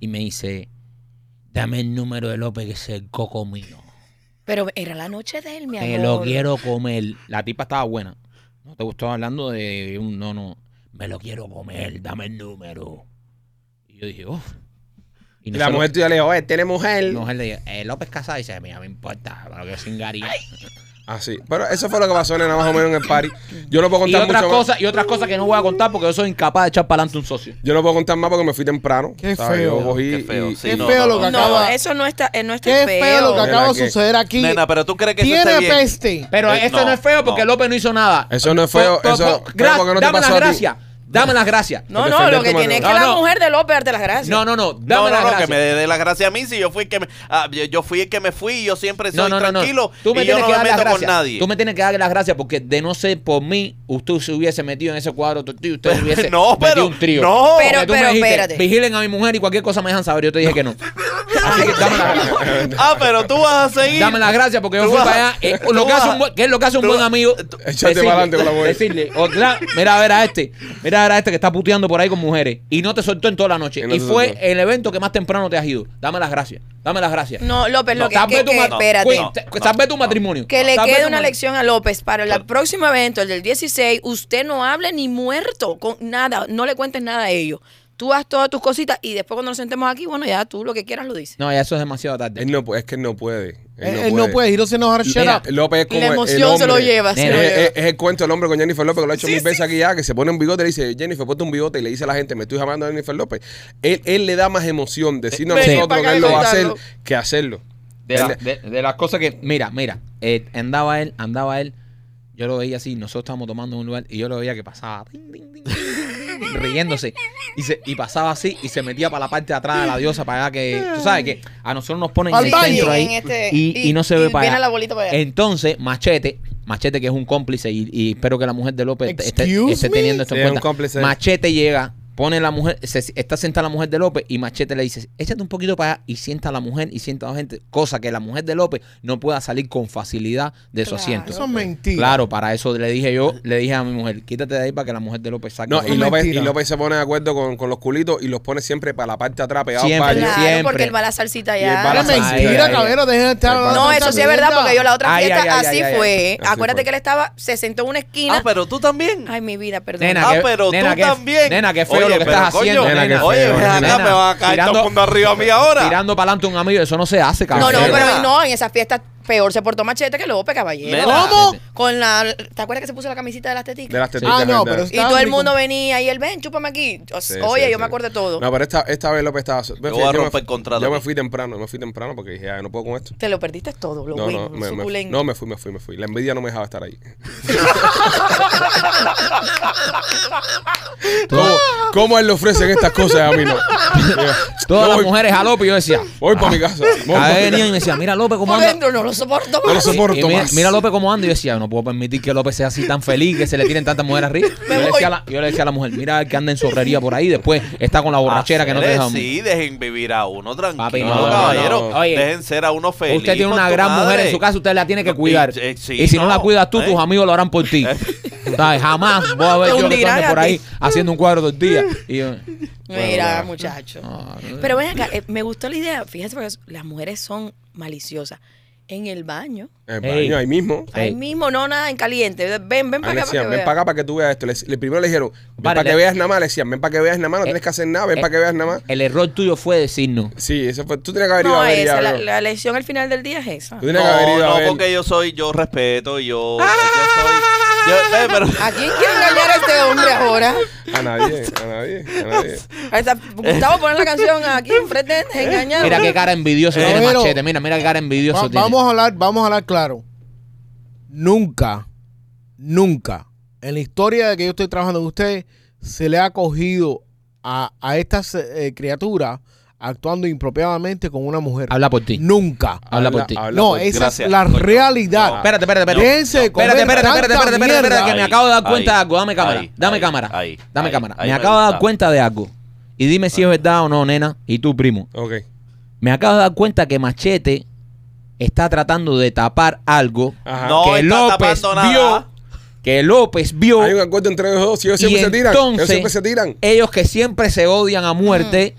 B: Y me dice, dame el número de López que se coco mío.
E: Pero era la noche de él, mi
B: Que
E: amor.
B: lo quiero comer. La tipa estaba buena. No te gustó hablando de un no, no. Me lo quiero comer, dame el número. Y yo dije, uff.
A: Y la mujer tuya le dijo, oye, tiene mujer.
B: La mujer le dice, eh, López Casada dice, mira, me importa, pero que cingaría.
A: Así. Pero eso fue lo que pasó, nena, más o menos en el party. Yo no puedo
B: Y
A: contar
B: otras,
A: mucho más.
B: cosas, y otras cosas que no voy a contar porque yo soy incapaz de echar para adelante un socio.
A: Yo no puedo contar más porque me fui temprano.
D: Qué
A: ¿sabes?
D: feo.
A: Yo cogí
C: Qué feo,
A: y-
C: sí,
D: Qué
C: no, no,
D: feo lo que
C: no,
E: No,
D: acaba.
E: eso no está, eh, no está
D: Qué feo lo que
A: Nena,
D: acaba de
A: ¿qué?
D: suceder aquí.
C: Nena, pero tú crees que eso
D: Tiene
C: esté bien.
D: peste.
B: Pero
C: Eh,
B: eso
C: no,
B: no, es feo porque
C: no.
B: López no hizo nada.
A: Eso no es feo, eso-
B: gra-
A: feo porque no te pasó
B: dame las
A: a ti.
B: gracias. Dame las gracias.
E: No,
A: Porque
E: no,
A: defender
E: lo que
A: tu
E: tiene es que
B: matrimonio. No,
E: la
B: no.
E: mujer de López darte las gracias.
B: No, no, no.
C: No,
B: Dame las
C: no, no, que
B: gracias.
C: me dé la gracia a mí si yo fui el que me, ah, yo, yo fui el que me fui y yo siempre soy
B: No, no, no, no.
C: tranquilo
B: Tú me
C: y yo
B: tienes
C: no
B: que
C: me
B: dar las
C: meto con
B: gracias.
C: nadie.
B: Tú me tienes que dar las gracias porque de no ser por mí, usted se hubiese metido en ese cuadro tortillo, usted se hubiese
C: no,
B: metido
C: pero-
B: un trío.
C: no.
B: Porque
E: Pero,
B: tú me
E: pero,
B: dijiste,
E: espérate.
B: Vigilen a mi mujer y cualquier cosa me dejan saber. Yo te dije que no. Así que dame las gracias.
C: Ah, pero tú vas a seguir.
B: Dame las gracias porque yo
C: Tú
B: fui
C: vas-
B: para allá. Eh,
C: tú
B: lo que hace
C: vas-
B: un buen, ¿Qué es lo que hace un
C: tú-
B: buen amigo?
C: tú-
A: Echarte para adelante con la mujer.
B: Decirle, o cla- mira a ver a este, mira a ver a este que está puteando por ahí con mujeres y no te soltó en toda la noche.
A: Y no
B: Y
A: te
B: fue
A: soltó.
B: el evento que más temprano te has ido. Dame las gracias, dame las gracias.
E: No, López, lo que,
B: Tal
E: que-
B: vez tu
E: que-
B: ma-
E: espérate.
B: Cuí- te- tal vez tu matrimonio.
E: Que le
B: Tal vez
E: quede
B: tu
E: una
B: matrimonio.
E: lección a López para el
C: Claro.
E: próximo evento, el del 16. Usted no hable ni muerto con nada. No le cuentes nada a ellos. Tú haz todas tus cositas y después cuando nos sentemos aquí, bueno, ya tú lo que quieras lo dices.
B: No, ya eso es demasiado tarde.
A: Él no puede, es que él no puede.
D: Él, él no puede. He doesn't know how to shut
B: Mira,
D: up.
A: López es como
E: La
A: el- el
E: emoción
A: hombre.
E: se lo lleva, se
A: Es,
B: lo
E: lleva.
A: es- es el cuento del hombre con Jennifer López, que lo ha hecho mil veces aquí ya, que se pone un bigote y le dice, Jennifer, ponte un bigote y le dice a la gente, me estoy llamando a Jennifer López. Él, él le da más emoción decirnos a
E: Vení
A: nosotros
E: para
A: lo
E: acá
A: que él
E: y
A: lo va a hacer
E: contarlo.
A: que hacerlo.
B: De, la-
A: Él-
B: de- de las cosas que. Mira, mira. eh, andaba él, andaba él. Yo lo veía así. Nosotros estábamos tomando en un lugar y yo lo veía que pasaba. tin, tin, tin, tin, tin, tin, riéndose. Y, se, y pasaba así y se metía para la parte de atrás de la diosa para allá que. Tú sabes que a nosotros nos ponen en
D: Al
B: el
D: baño.
B: centro ahí.
E: En este-
B: y, y no se ve para
E: viene
B: allá.
E: la bolita para allá.
B: Entonces, Machete, Machete que es un cómplice y, y espero que la mujer de López esté,
D: Excuse
B: esté
D: me.
B: teniendo esto en
A: Sí, es un
B: cuenta.
A: cómplice.
B: Machete llega pone la mujer, se- está sentada la mujer de López y Machete le dice, échate un poquito para allá y sienta a la mujer y sienta a la gente, cosa que la mujer de López no pueda salir con facilidad de su
E: Claro.
B: asiento.
D: Eso es mentira.
B: Claro, para eso le dije yo, le dije a mi mujer, quítate de ahí para que la mujer de López saque.
A: No,
B: la
A: y
B: mano".
A: López, y
D: Ah, mentira.
A: López se pone de acuerdo con, con los culitos y los pone siempre para la parte atrás, pegado al
B: Siempre.
A: baño.
E: Claro,
B: siempre.
E: porque él va a la salsita
A: Y él va
E: ya.
A: a la
D: Es mentira,
B: Ay, ay,
D: cabrero, dejen de estar
A: No,
D: hablando
E: No,
D: tanta
E: eso sí es verdad,
D: mierda.
E: porque yo la otra
B: Ay,
E: fiesta
B: ay, ay,
E: así
B: ay, ay.
E: fue.
A: Así
E: Acuérdate
A: fue.
E: que él estaba, se sentó en una esquina.
C: Ah, pero tú también.
E: Ay, mi vida, perdón.
B: Nena,
C: ah,
B: qué-
C: pero
B: nena,
C: tú
B: qué-
C: también.
B: nena, qué feo lo que
C: pero
B: estás haciendo,
A: nena, qué
C: oye,
A: feo,
C: ven acá,
B: nena.
C: me van a caer
B: Tirando-
C: todo el mundo arriba a mí ahora.
B: Tirando para adelante un amigo, eso no se hace,
E: no,
B: cabrón.
E: no,
C: Nena.
E: pero no, en esa fiesta peor se portó machete que López, caballero.
C: Nena.
D: ¿Cómo?
E: Con la, ¿Te acuerdas que se puso la camisita de las teticas?
A: De las tetas,
D: Ah,
A: ¿verdad?
D: no, pero es-
E: y todo el
D: Estaba
E: mundo
D: rico.
E: venía y él, ven, chúpame aquí. O-
A: Sí,
E: Oye,
A: sí,
E: yo
A: sí.
E: me acuerdo de todo.
A: No, pero esta, esta vez López estaba. Yo
C: voy a romper el contrato
A: Yo me
C: aquí.
A: fui temprano, me fui temprano porque dije, ah, no puedo con esto.
E: Te lo perdiste todo, lo
A: No,
E: bueno,
A: no, me, me-
E: suculento.
A: no, me fui, me fui, me fui. La envidia no me dejaba estar ahí. ¿Cómo, cómo a él le ofrecen estas cosas a mí no? Mira,
B: Todas
A: no
B: las
A: voy-
B: mujeres a López, yo decía.
A: Voy para mi casa. voy
B: Cada
A: pa'
B: vez
A: mi
B: venían y me decían, mira López cómo
E: Por
B: anda.
E: dentro no lo soporto
A: No lo
E: más.
A: soporto.
B: Y mira,
A: más.
B: mira López cómo anda. Y yo decía, no puedo permitir que López sea así tan feliz, que se le tiren tantas mujeres arriba. Yo
E: Me
B: le,
E: voy.
B: decía a la, yo le decía a la mujer, mira el que anda en zorrería por ahí, después está con la borrachera que no te
C: Hacer,
B: deja dormir.
C: Ah, Sí, dejen vivir a uno tranquilo,
B: Papi,
A: no, no, no,
C: caballero.
B: no. Oye,
C: dejen ser a uno feliz.
B: Usted tiene
C: con
B: una
C: tu
B: gran mujer
C: madre.
B: en su casa, usted la tiene que
C: No,
B: cuidar.
C: y- eh, sí,
B: y si no, la
C: no,
B: cuidas tú,
C: ¿eh?
B: tus amigos lo harán por ti. ¿Sabes? Jamás voy a ver yo
E: Te
B: que tú
E: hundirán
B: andes por
E: a
B: ahí
E: ti.
B: haciendo un cuadro del día. Y yo,
E: Mira, muchacho. Pero ven acá, eh, me gustó la idea. Fíjense, porque las mujeres son maliciosas. En el baño,
A: En el
B: Ey.
A: baño, Eh, ahí mismo.
E: ahí
B: Ey.
E: mismo, no nada en caliente. Ven, ven
A: Ahí
E: para
A: le
E: acá. para
A: decían,
E: que
A: ven
E: veas.
A: para acá para que tú veas esto. Le- le- primero le dijeron, ven
B: Vale,
A: para que
B: le-
A: veas nada más. Le decían, ven para que veas nada más, no tienes que hacer nada, ven
B: eh,
A: para que veas nada más.
B: el error tuyo fue decirnos.
A: Sí, eso fue. Tú tenías que haber ido
E: No,
A: a ver
E: esa,
A: ya,
E: la,
A: bro.
E: la lección al final del día es esa.
A: Tú tenías que haber
C: No,
A: ido a
C: no,
A: ver.
C: porque yo soy, yo respeto, yo, yo soy. yo- eh, pero-
E: ¿A quién quiere engañar a este hombre ahora?
A: A nadie, a nadie, a nadie.
E: Ahí está, Gustavo, poner la canción ¿A quién pretendes engañar?
B: Mira qué cara envidioso tiene
D: Pero-
B: Machete. Mira, mira qué cara envidioso
D: Eh, Va-
B: tiene.
D: vamos a hablar, vamos a hablar claro. Nunca, nunca, en la historia de que yo estoy trabajando con ustedes, se le ha cogido a, a estas eh, criaturas actuando impropiadamente con una mujer.
B: Habla por ti.
D: Nunca.
B: Habla por ti.
D: no,
A: por ti.
D: esa
C: Gracias,
D: es la
C: coño.
D: realidad.
C: No,
B: Espérate, espérate, espérate.
D: Déjense de comer
B: Espérate, espérate,
D: tanta
B: espérate, espérate, espérate, espérate,
D: mierda.
B: que me acabo de dar
C: Ahí,
B: cuenta de algo. Dame cámara,
C: ahí,
B: dame
C: ahí,
B: cámara,
C: ahí,
B: dame
C: ahí,
B: cámara.
C: ahí
B: me
C: me
B: acabo de dar
C: gusta.
B: cuenta de algo. Y dime si es verdad o no, nena. Y tú, primo.
A: Ok.
B: Me acabo de dar cuenta que Machete está tratando de tapar algo
A: Ajá.
C: No
B: que
C: está
B: López
C: tapando nada.
B: vio. Que López vio.
A: Hay un acuerdo entre ellos dos. Si ellos
B: Y
A: siempre se tiran, ellos
B: entonces,
A: siempre se tiran.
B: ellos que siempre se odian a muerte.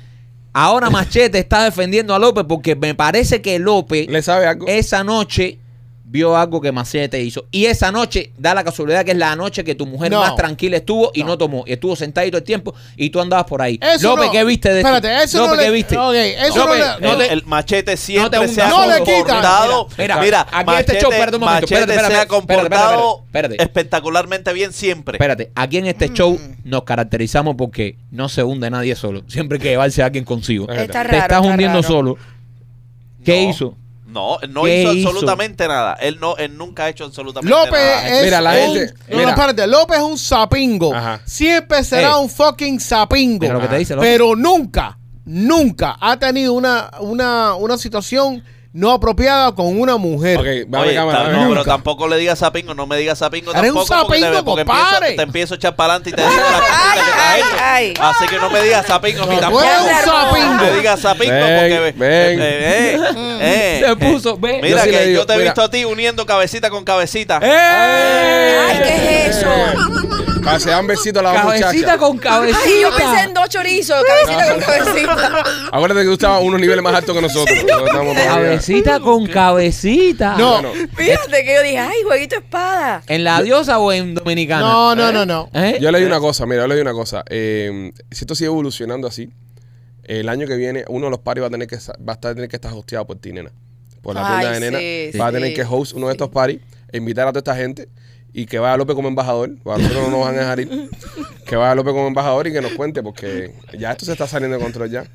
B: Ahora Machete está defendiendo a López porque me parece que López
A: ¿Le sabe algo?
B: esa noche vio algo que Machete hizo. Y esa noche, da la casualidad que es la noche que tu mujer
D: No.
B: más tranquila estuvo y no, tomó. Y estuvo sentadito el tiempo y tú andabas por ahí.
D: Eso
B: López,
D: no.
B: ¿qué viste de esto?
D: Espérate, eso
B: López,
D: no le-
B: ¿qué viste?
D: Ok, eso no
B: López,
D: le-
B: no
C: el,
B: te-
C: el machete siempre
B: no te
C: se ha
B: hundas. No le
D: quitas.
C: comportado.
B: Mira,
C: Mira,
B: mira, aquí este
C: machete,
B: show, espérate un momento,
C: Machete
B: espérate, espérate,
C: se ha
B: espérate, espérate,
C: comportado
B: espérate, espérate.
C: espectacularmente bien siempre.
B: Espérate, aquí en este show nos caracterizamos porque no se hunde nadie solo. Siempre hay que llevarse a alguien consigo.
A: Está
B: Te
E: raro,
B: estás
E: está
B: hundiendo
E: raro.
B: solo. ¿Qué
C: No.
B: hizo?
C: No, él no
B: ¿Qué
C: hizo,
B: hizo?
C: absolutamente nada. Él no, él nunca ha hecho absolutamente
D: López
C: nada.
D: es
A: Mira, la
D: un,
A: gente-
D: no,
A: mira.
D: espérate, López es un sapingo.
A: Ajá.
D: Siempre será
B: Ey.
D: un fucking sapingo.
B: Mira lo que te dice, López.
D: Pero nunca, nunca ha tenido una, una, una situación no apropiada con una mujer.
A: Ok, vamos
C: Oye,
A: a cámara.
C: ta-
A: eh, dame
C: no,
A: cámara.
C: pero tampoco le digas sapingo, no me digas sapingo
D: Eres un
C: tampoco. porque te-
D: sapingo,
C: porque
D: compadre.
C: empiezo, te empiezo a echar para adelante y te digo la puta
E: ay,
C: que te has
E: ay,
C: hecho.
E: ay.
C: Así que no me digas sapingo ni
D: No,
C: tampoco.
D: tú eres
E: un sapingo.
C: No me digas sapingo
A: Ven,
C: porque.
A: ven.
C: eh, eh, eh,
B: Se puso, ve.
C: Mira,
A: Yo sí
C: que
A: le digo,
C: yo te he
A: mira. ¡Eh!
C: visto a ti uniendo cabecita con cabecita.
B: ¡Eh!
E: Ay, ¿qué es eso?
A: Ah, se dan besito a la
B: Cabecita
A: muchacha.
B: con cabecita.
E: Ay, yo pensé en dos chorizos, cabecita con cabecita.
A: Acuérdate que tú estabas unos niveles más altos que nosotros. Nosotros estábamos todavía-
B: Cabecita con cabecita.
D: No.
A: Bueno,
E: Fíjate que yo dije, ay, jueguito de espada.
B: ¿En la diosa o en dominicana?
D: no, no, no, no.
B: ¿Eh?
A: yo le digo una cosa, mira, yo le digo una cosa. Eh, si esto sigue evolucionando así, el año que viene uno de los paris va a tener que sa- va a estar- tener que estar hosteado por ti, nena. Por la tienda
E: Ay,
A: de nena.
E: sí,
A: va a
E: sí,
A: tener que host uno de estos paris, e invitar a toda esta gente y que vaya López como embajador. A nosotros no nos van a dejar ir. Que vaya López como embajador y que nos cuente, porque ya esto se está saliendo de control ya.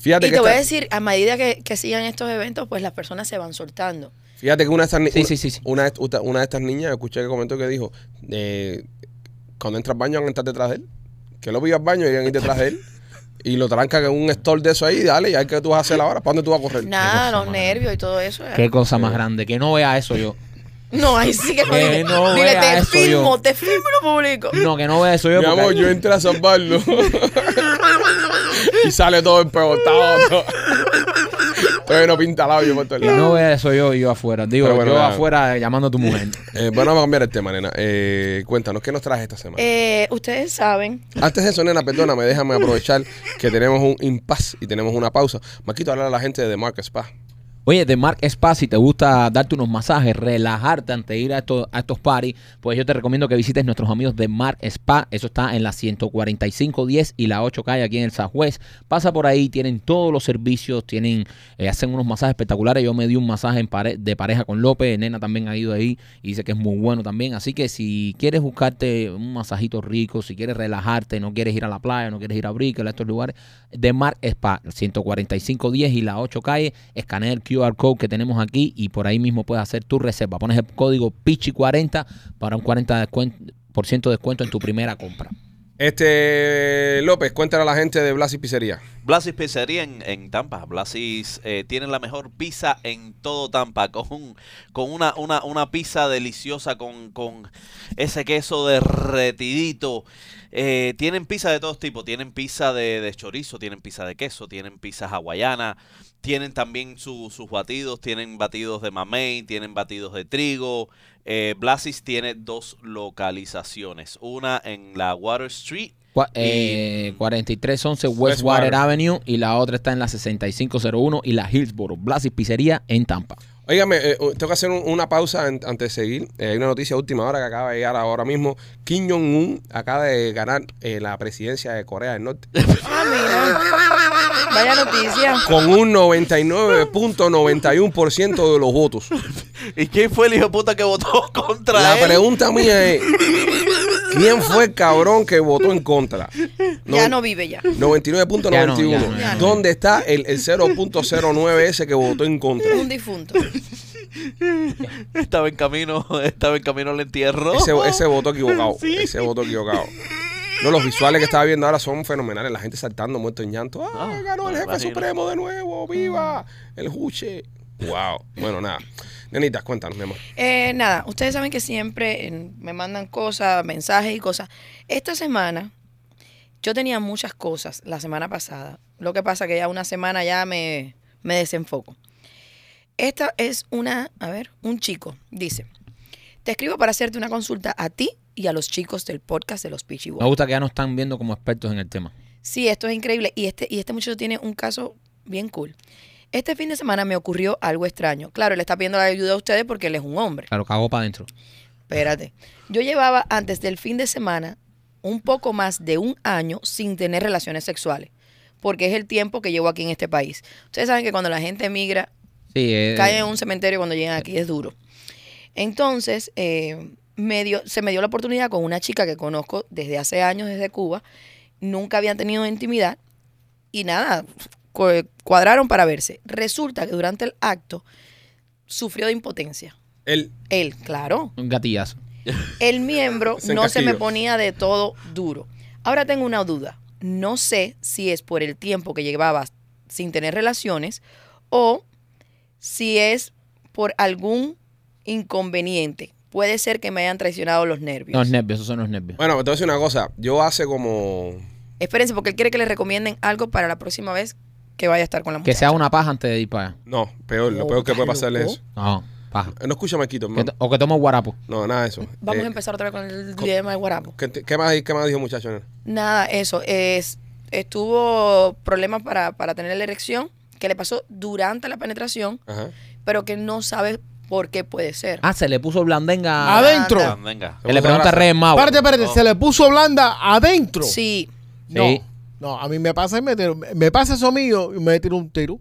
A: Fíjate
E: Y
A: que
E: te voy a
A: esta-
E: decir, a medida que, que sigan estos eventos, pues las personas se van soltando.
A: Fíjate que una de estas ni-
B: Sí,
A: una-
B: sí, sí, sí.
A: Una, de, esta- una de estas niñas, escuché que comentó que dijo, eh, cuando entra al baño van a entrar detrás de él. Que lo pida al baño y van a ir detrás de él. Y lo tranca en un store de eso ahí, dale, y hay que tú vas a hacer ahora, ¿para dónde tú vas a correr?
E: Nada,
B: cosa
E: los
B: más
E: nervios y todo eso. eh.
B: Qué cosa más grande. Que no vea eso yo.
E: No, ahí sí que no.
B: Que
E: dile,
B: Eh, no
E: dile,
B: vea
E: te
B: eso
E: filmo,
B: yo".
E: te filmo y lo publico.
B: No, que no vea eso yo.
A: Mi
B: porque-
A: amor, yo entré a salvarlo. y sale todo empebotado. Todavía no pinta labio por todo el
B: que
A: lado.
B: no vea eso yo y yo afuera. Digo,
A: Pero bueno,
B: yo
A: nada.
B: afuera llamando a tu mujer.
A: Eh, bueno, vamos a cambiar el tema, nena. Eh, cuéntanos, ¿qué nos traes esta semana?
E: Eh, ustedes saben.
A: Antes de eso, nena, perdóname, déjame aprovechar que tenemos un impasse y tenemos una pausa. Marquito, hablar a la gente de The Market Spa.
B: Oye, de Mark Spa, si te gusta darte unos masajes, relajarte antes de ir a estos, a estos parties, pues yo te recomiendo que visites nuestros amigos de Mark Spa. Eso está en la 14510 y la 8 calle aquí en el Sajuez. Pasa por ahí, tienen todos los servicios, tienen, eh, hacen unos masajes espectaculares. Yo me di un masaje en pare- de pareja con López, Nena también ha ido ahí y dice que es muy bueno también. Así que si quieres buscarte un masajito rico, si quieres relajarte, no quieres ir a la playa, no quieres ir a Brickell, a estos lugares, de Mar Spa, 14510 y la 8 calle, escanea el QR code que tenemos aquí y por ahí mismo puedes hacer tu reserva. Pones el código PICHI40 para un 40% descuen- por ciento de descuento en tu primera compra.
A: Este, López, cuéntale a la gente de Blas y Pizzería.
C: Blasis Pizzería en, en Tampa. Blasis eh, tiene la mejor pizza en todo Tampa. Con, un- con una, una, una pizza deliciosa con, con ese queso derretidito. Eh, tienen pizza de todos tipos. Tienen pizza de, de chorizo, tienen pizza de queso, tienen pizza hawaiana. Tienen también su- sus batidos. Tienen batidos de mamey, tienen batidos de trigo. Eh, Blasis tiene dos localizaciones. Una en la Water Street.
B: Cua- eh, 4311
A: Westwater.
B: Westwater Avenue y la otra está en la 6501 y la Hillsboro, Blas y Pizzería en Tampa.
A: Óigame, eh, tengo que hacer un- una pausa an- antes de seguir. Eh, hay una noticia de última hora que acaba de llegar ahora mismo. Kim Jong-un acaba de ganar eh, la presidencia de Corea del Norte
E: Ah, mira. Vaya noticia.
A: con un 99.91% de los votos.
C: ¿Y quién fue el hijo de puta que votó contra
A: La
C: él?
A: pregunta mía es, ¿quién fue el cabrón que votó en contra?
E: Ya no vive ya.
A: 99.91.
B: Ya no, ya no, ya no.
A: ¿Dónde está el, el 0.09 ese que votó en contra?
E: Un difunto.
C: Estaba en camino, estaba en camino al entierro.
A: Ese, ese voto equivocado. Ese voto equivocado. No, los visuales que estaba viendo ahora son fenomenales. La gente saltando, muerto en llanto. ¡Ah,
C: Ah,
A: ganó el
C: me
A: jefe
C: imagino.
A: supremo de nuevo! ¡Viva! ¡El juche! ¡Wow! Bueno, nada. Nenitas, cuéntanos, mi amor.
E: Eh, nada, ustedes saben que siempre eh, me mandan cosas, mensajes y cosas. Esta semana yo tenía muchas cosas la semana pasada. Lo que pasa que ya una semana ya me, me desenfoco. Esta es una, a ver, un chico. Dice, te escribo para hacerte una consulta a ti y a los chicos del podcast de los Peachy
B: Me gusta que ya nos están viendo como expertos en el tema.
E: Sí, esto es increíble. Y este, y este muchacho tiene un caso bien cool. Este fin de semana me ocurrió algo extraño. Claro, él está pidiendo la ayuda a ustedes porque él es un hombre.
B: Claro, cago para adentro.
E: Espérate. Yo llevaba antes del fin de semana un poco más de un año sin tener relaciones sexuales, porque es el tiempo que llevo aquí en este país. Ustedes saben que cuando la gente emigra,
B: Sí, eh,
E: cae en un cementerio cuando llegan aquí, es duro. Entonces, eh, me dio- se me dio la oportunidad con una chica que conozco desde hace años, desde Cuba. Nunca habían tenido intimidad y nada, cu- cuadraron para verse. Resulta que durante el acto sufrió de impotencia.
A: El,
E: Él, claro
B: un gatillazo.
E: el miembro
A: Se
E: no se me
A: encasquilló.
E: ponía de todo duro. Ahora tengo una duda. No sé si es por el tiempo que llevaba sin tener relaciones o si es por algún inconveniente. Puede ser que me hayan traicionado los nervios.
B: Los nervios, esos son los nervios.
A: bueno, te voy a decir una cosa. Yo hace como...
E: Espérense, porque él quiere que le recomienden algo para la próxima vez que vaya a estar con la mujer.
B: Que sea una paja antes de ir para allá.
A: No, peor. Lo peor que puede pasarle es eso.
B: No, paja.
A: No escucha, Marquito.
B: Que
A: hermano.
B: to- o que tome guarapo.
A: No, nada de eso.
E: Vamos
A: Eh,
E: a empezar otra vez con el dilema de guarapo.
A: ¿qué, te- qué más, ¿Qué más dijo, muchacho? nena?
E: Nada, eso. Es, estuvo problemas para, para tener la erección que le pasó durante la penetración
A: Ajá.
E: pero que no sabes por qué puede ser.
B: Ah, se le puso blandenga.
E: Ah,
D: Adentro.
C: Venga, venga.
B: Que le pregunta a Rey Mau.
D: Espérate, espérate.
C: No.
D: Se le puso blanda adentro.
E: Sí.
D: No.
B: Sí.
D: No, a mí me pasa y me tiro. Me pasa eso mío y me tiro un tiro.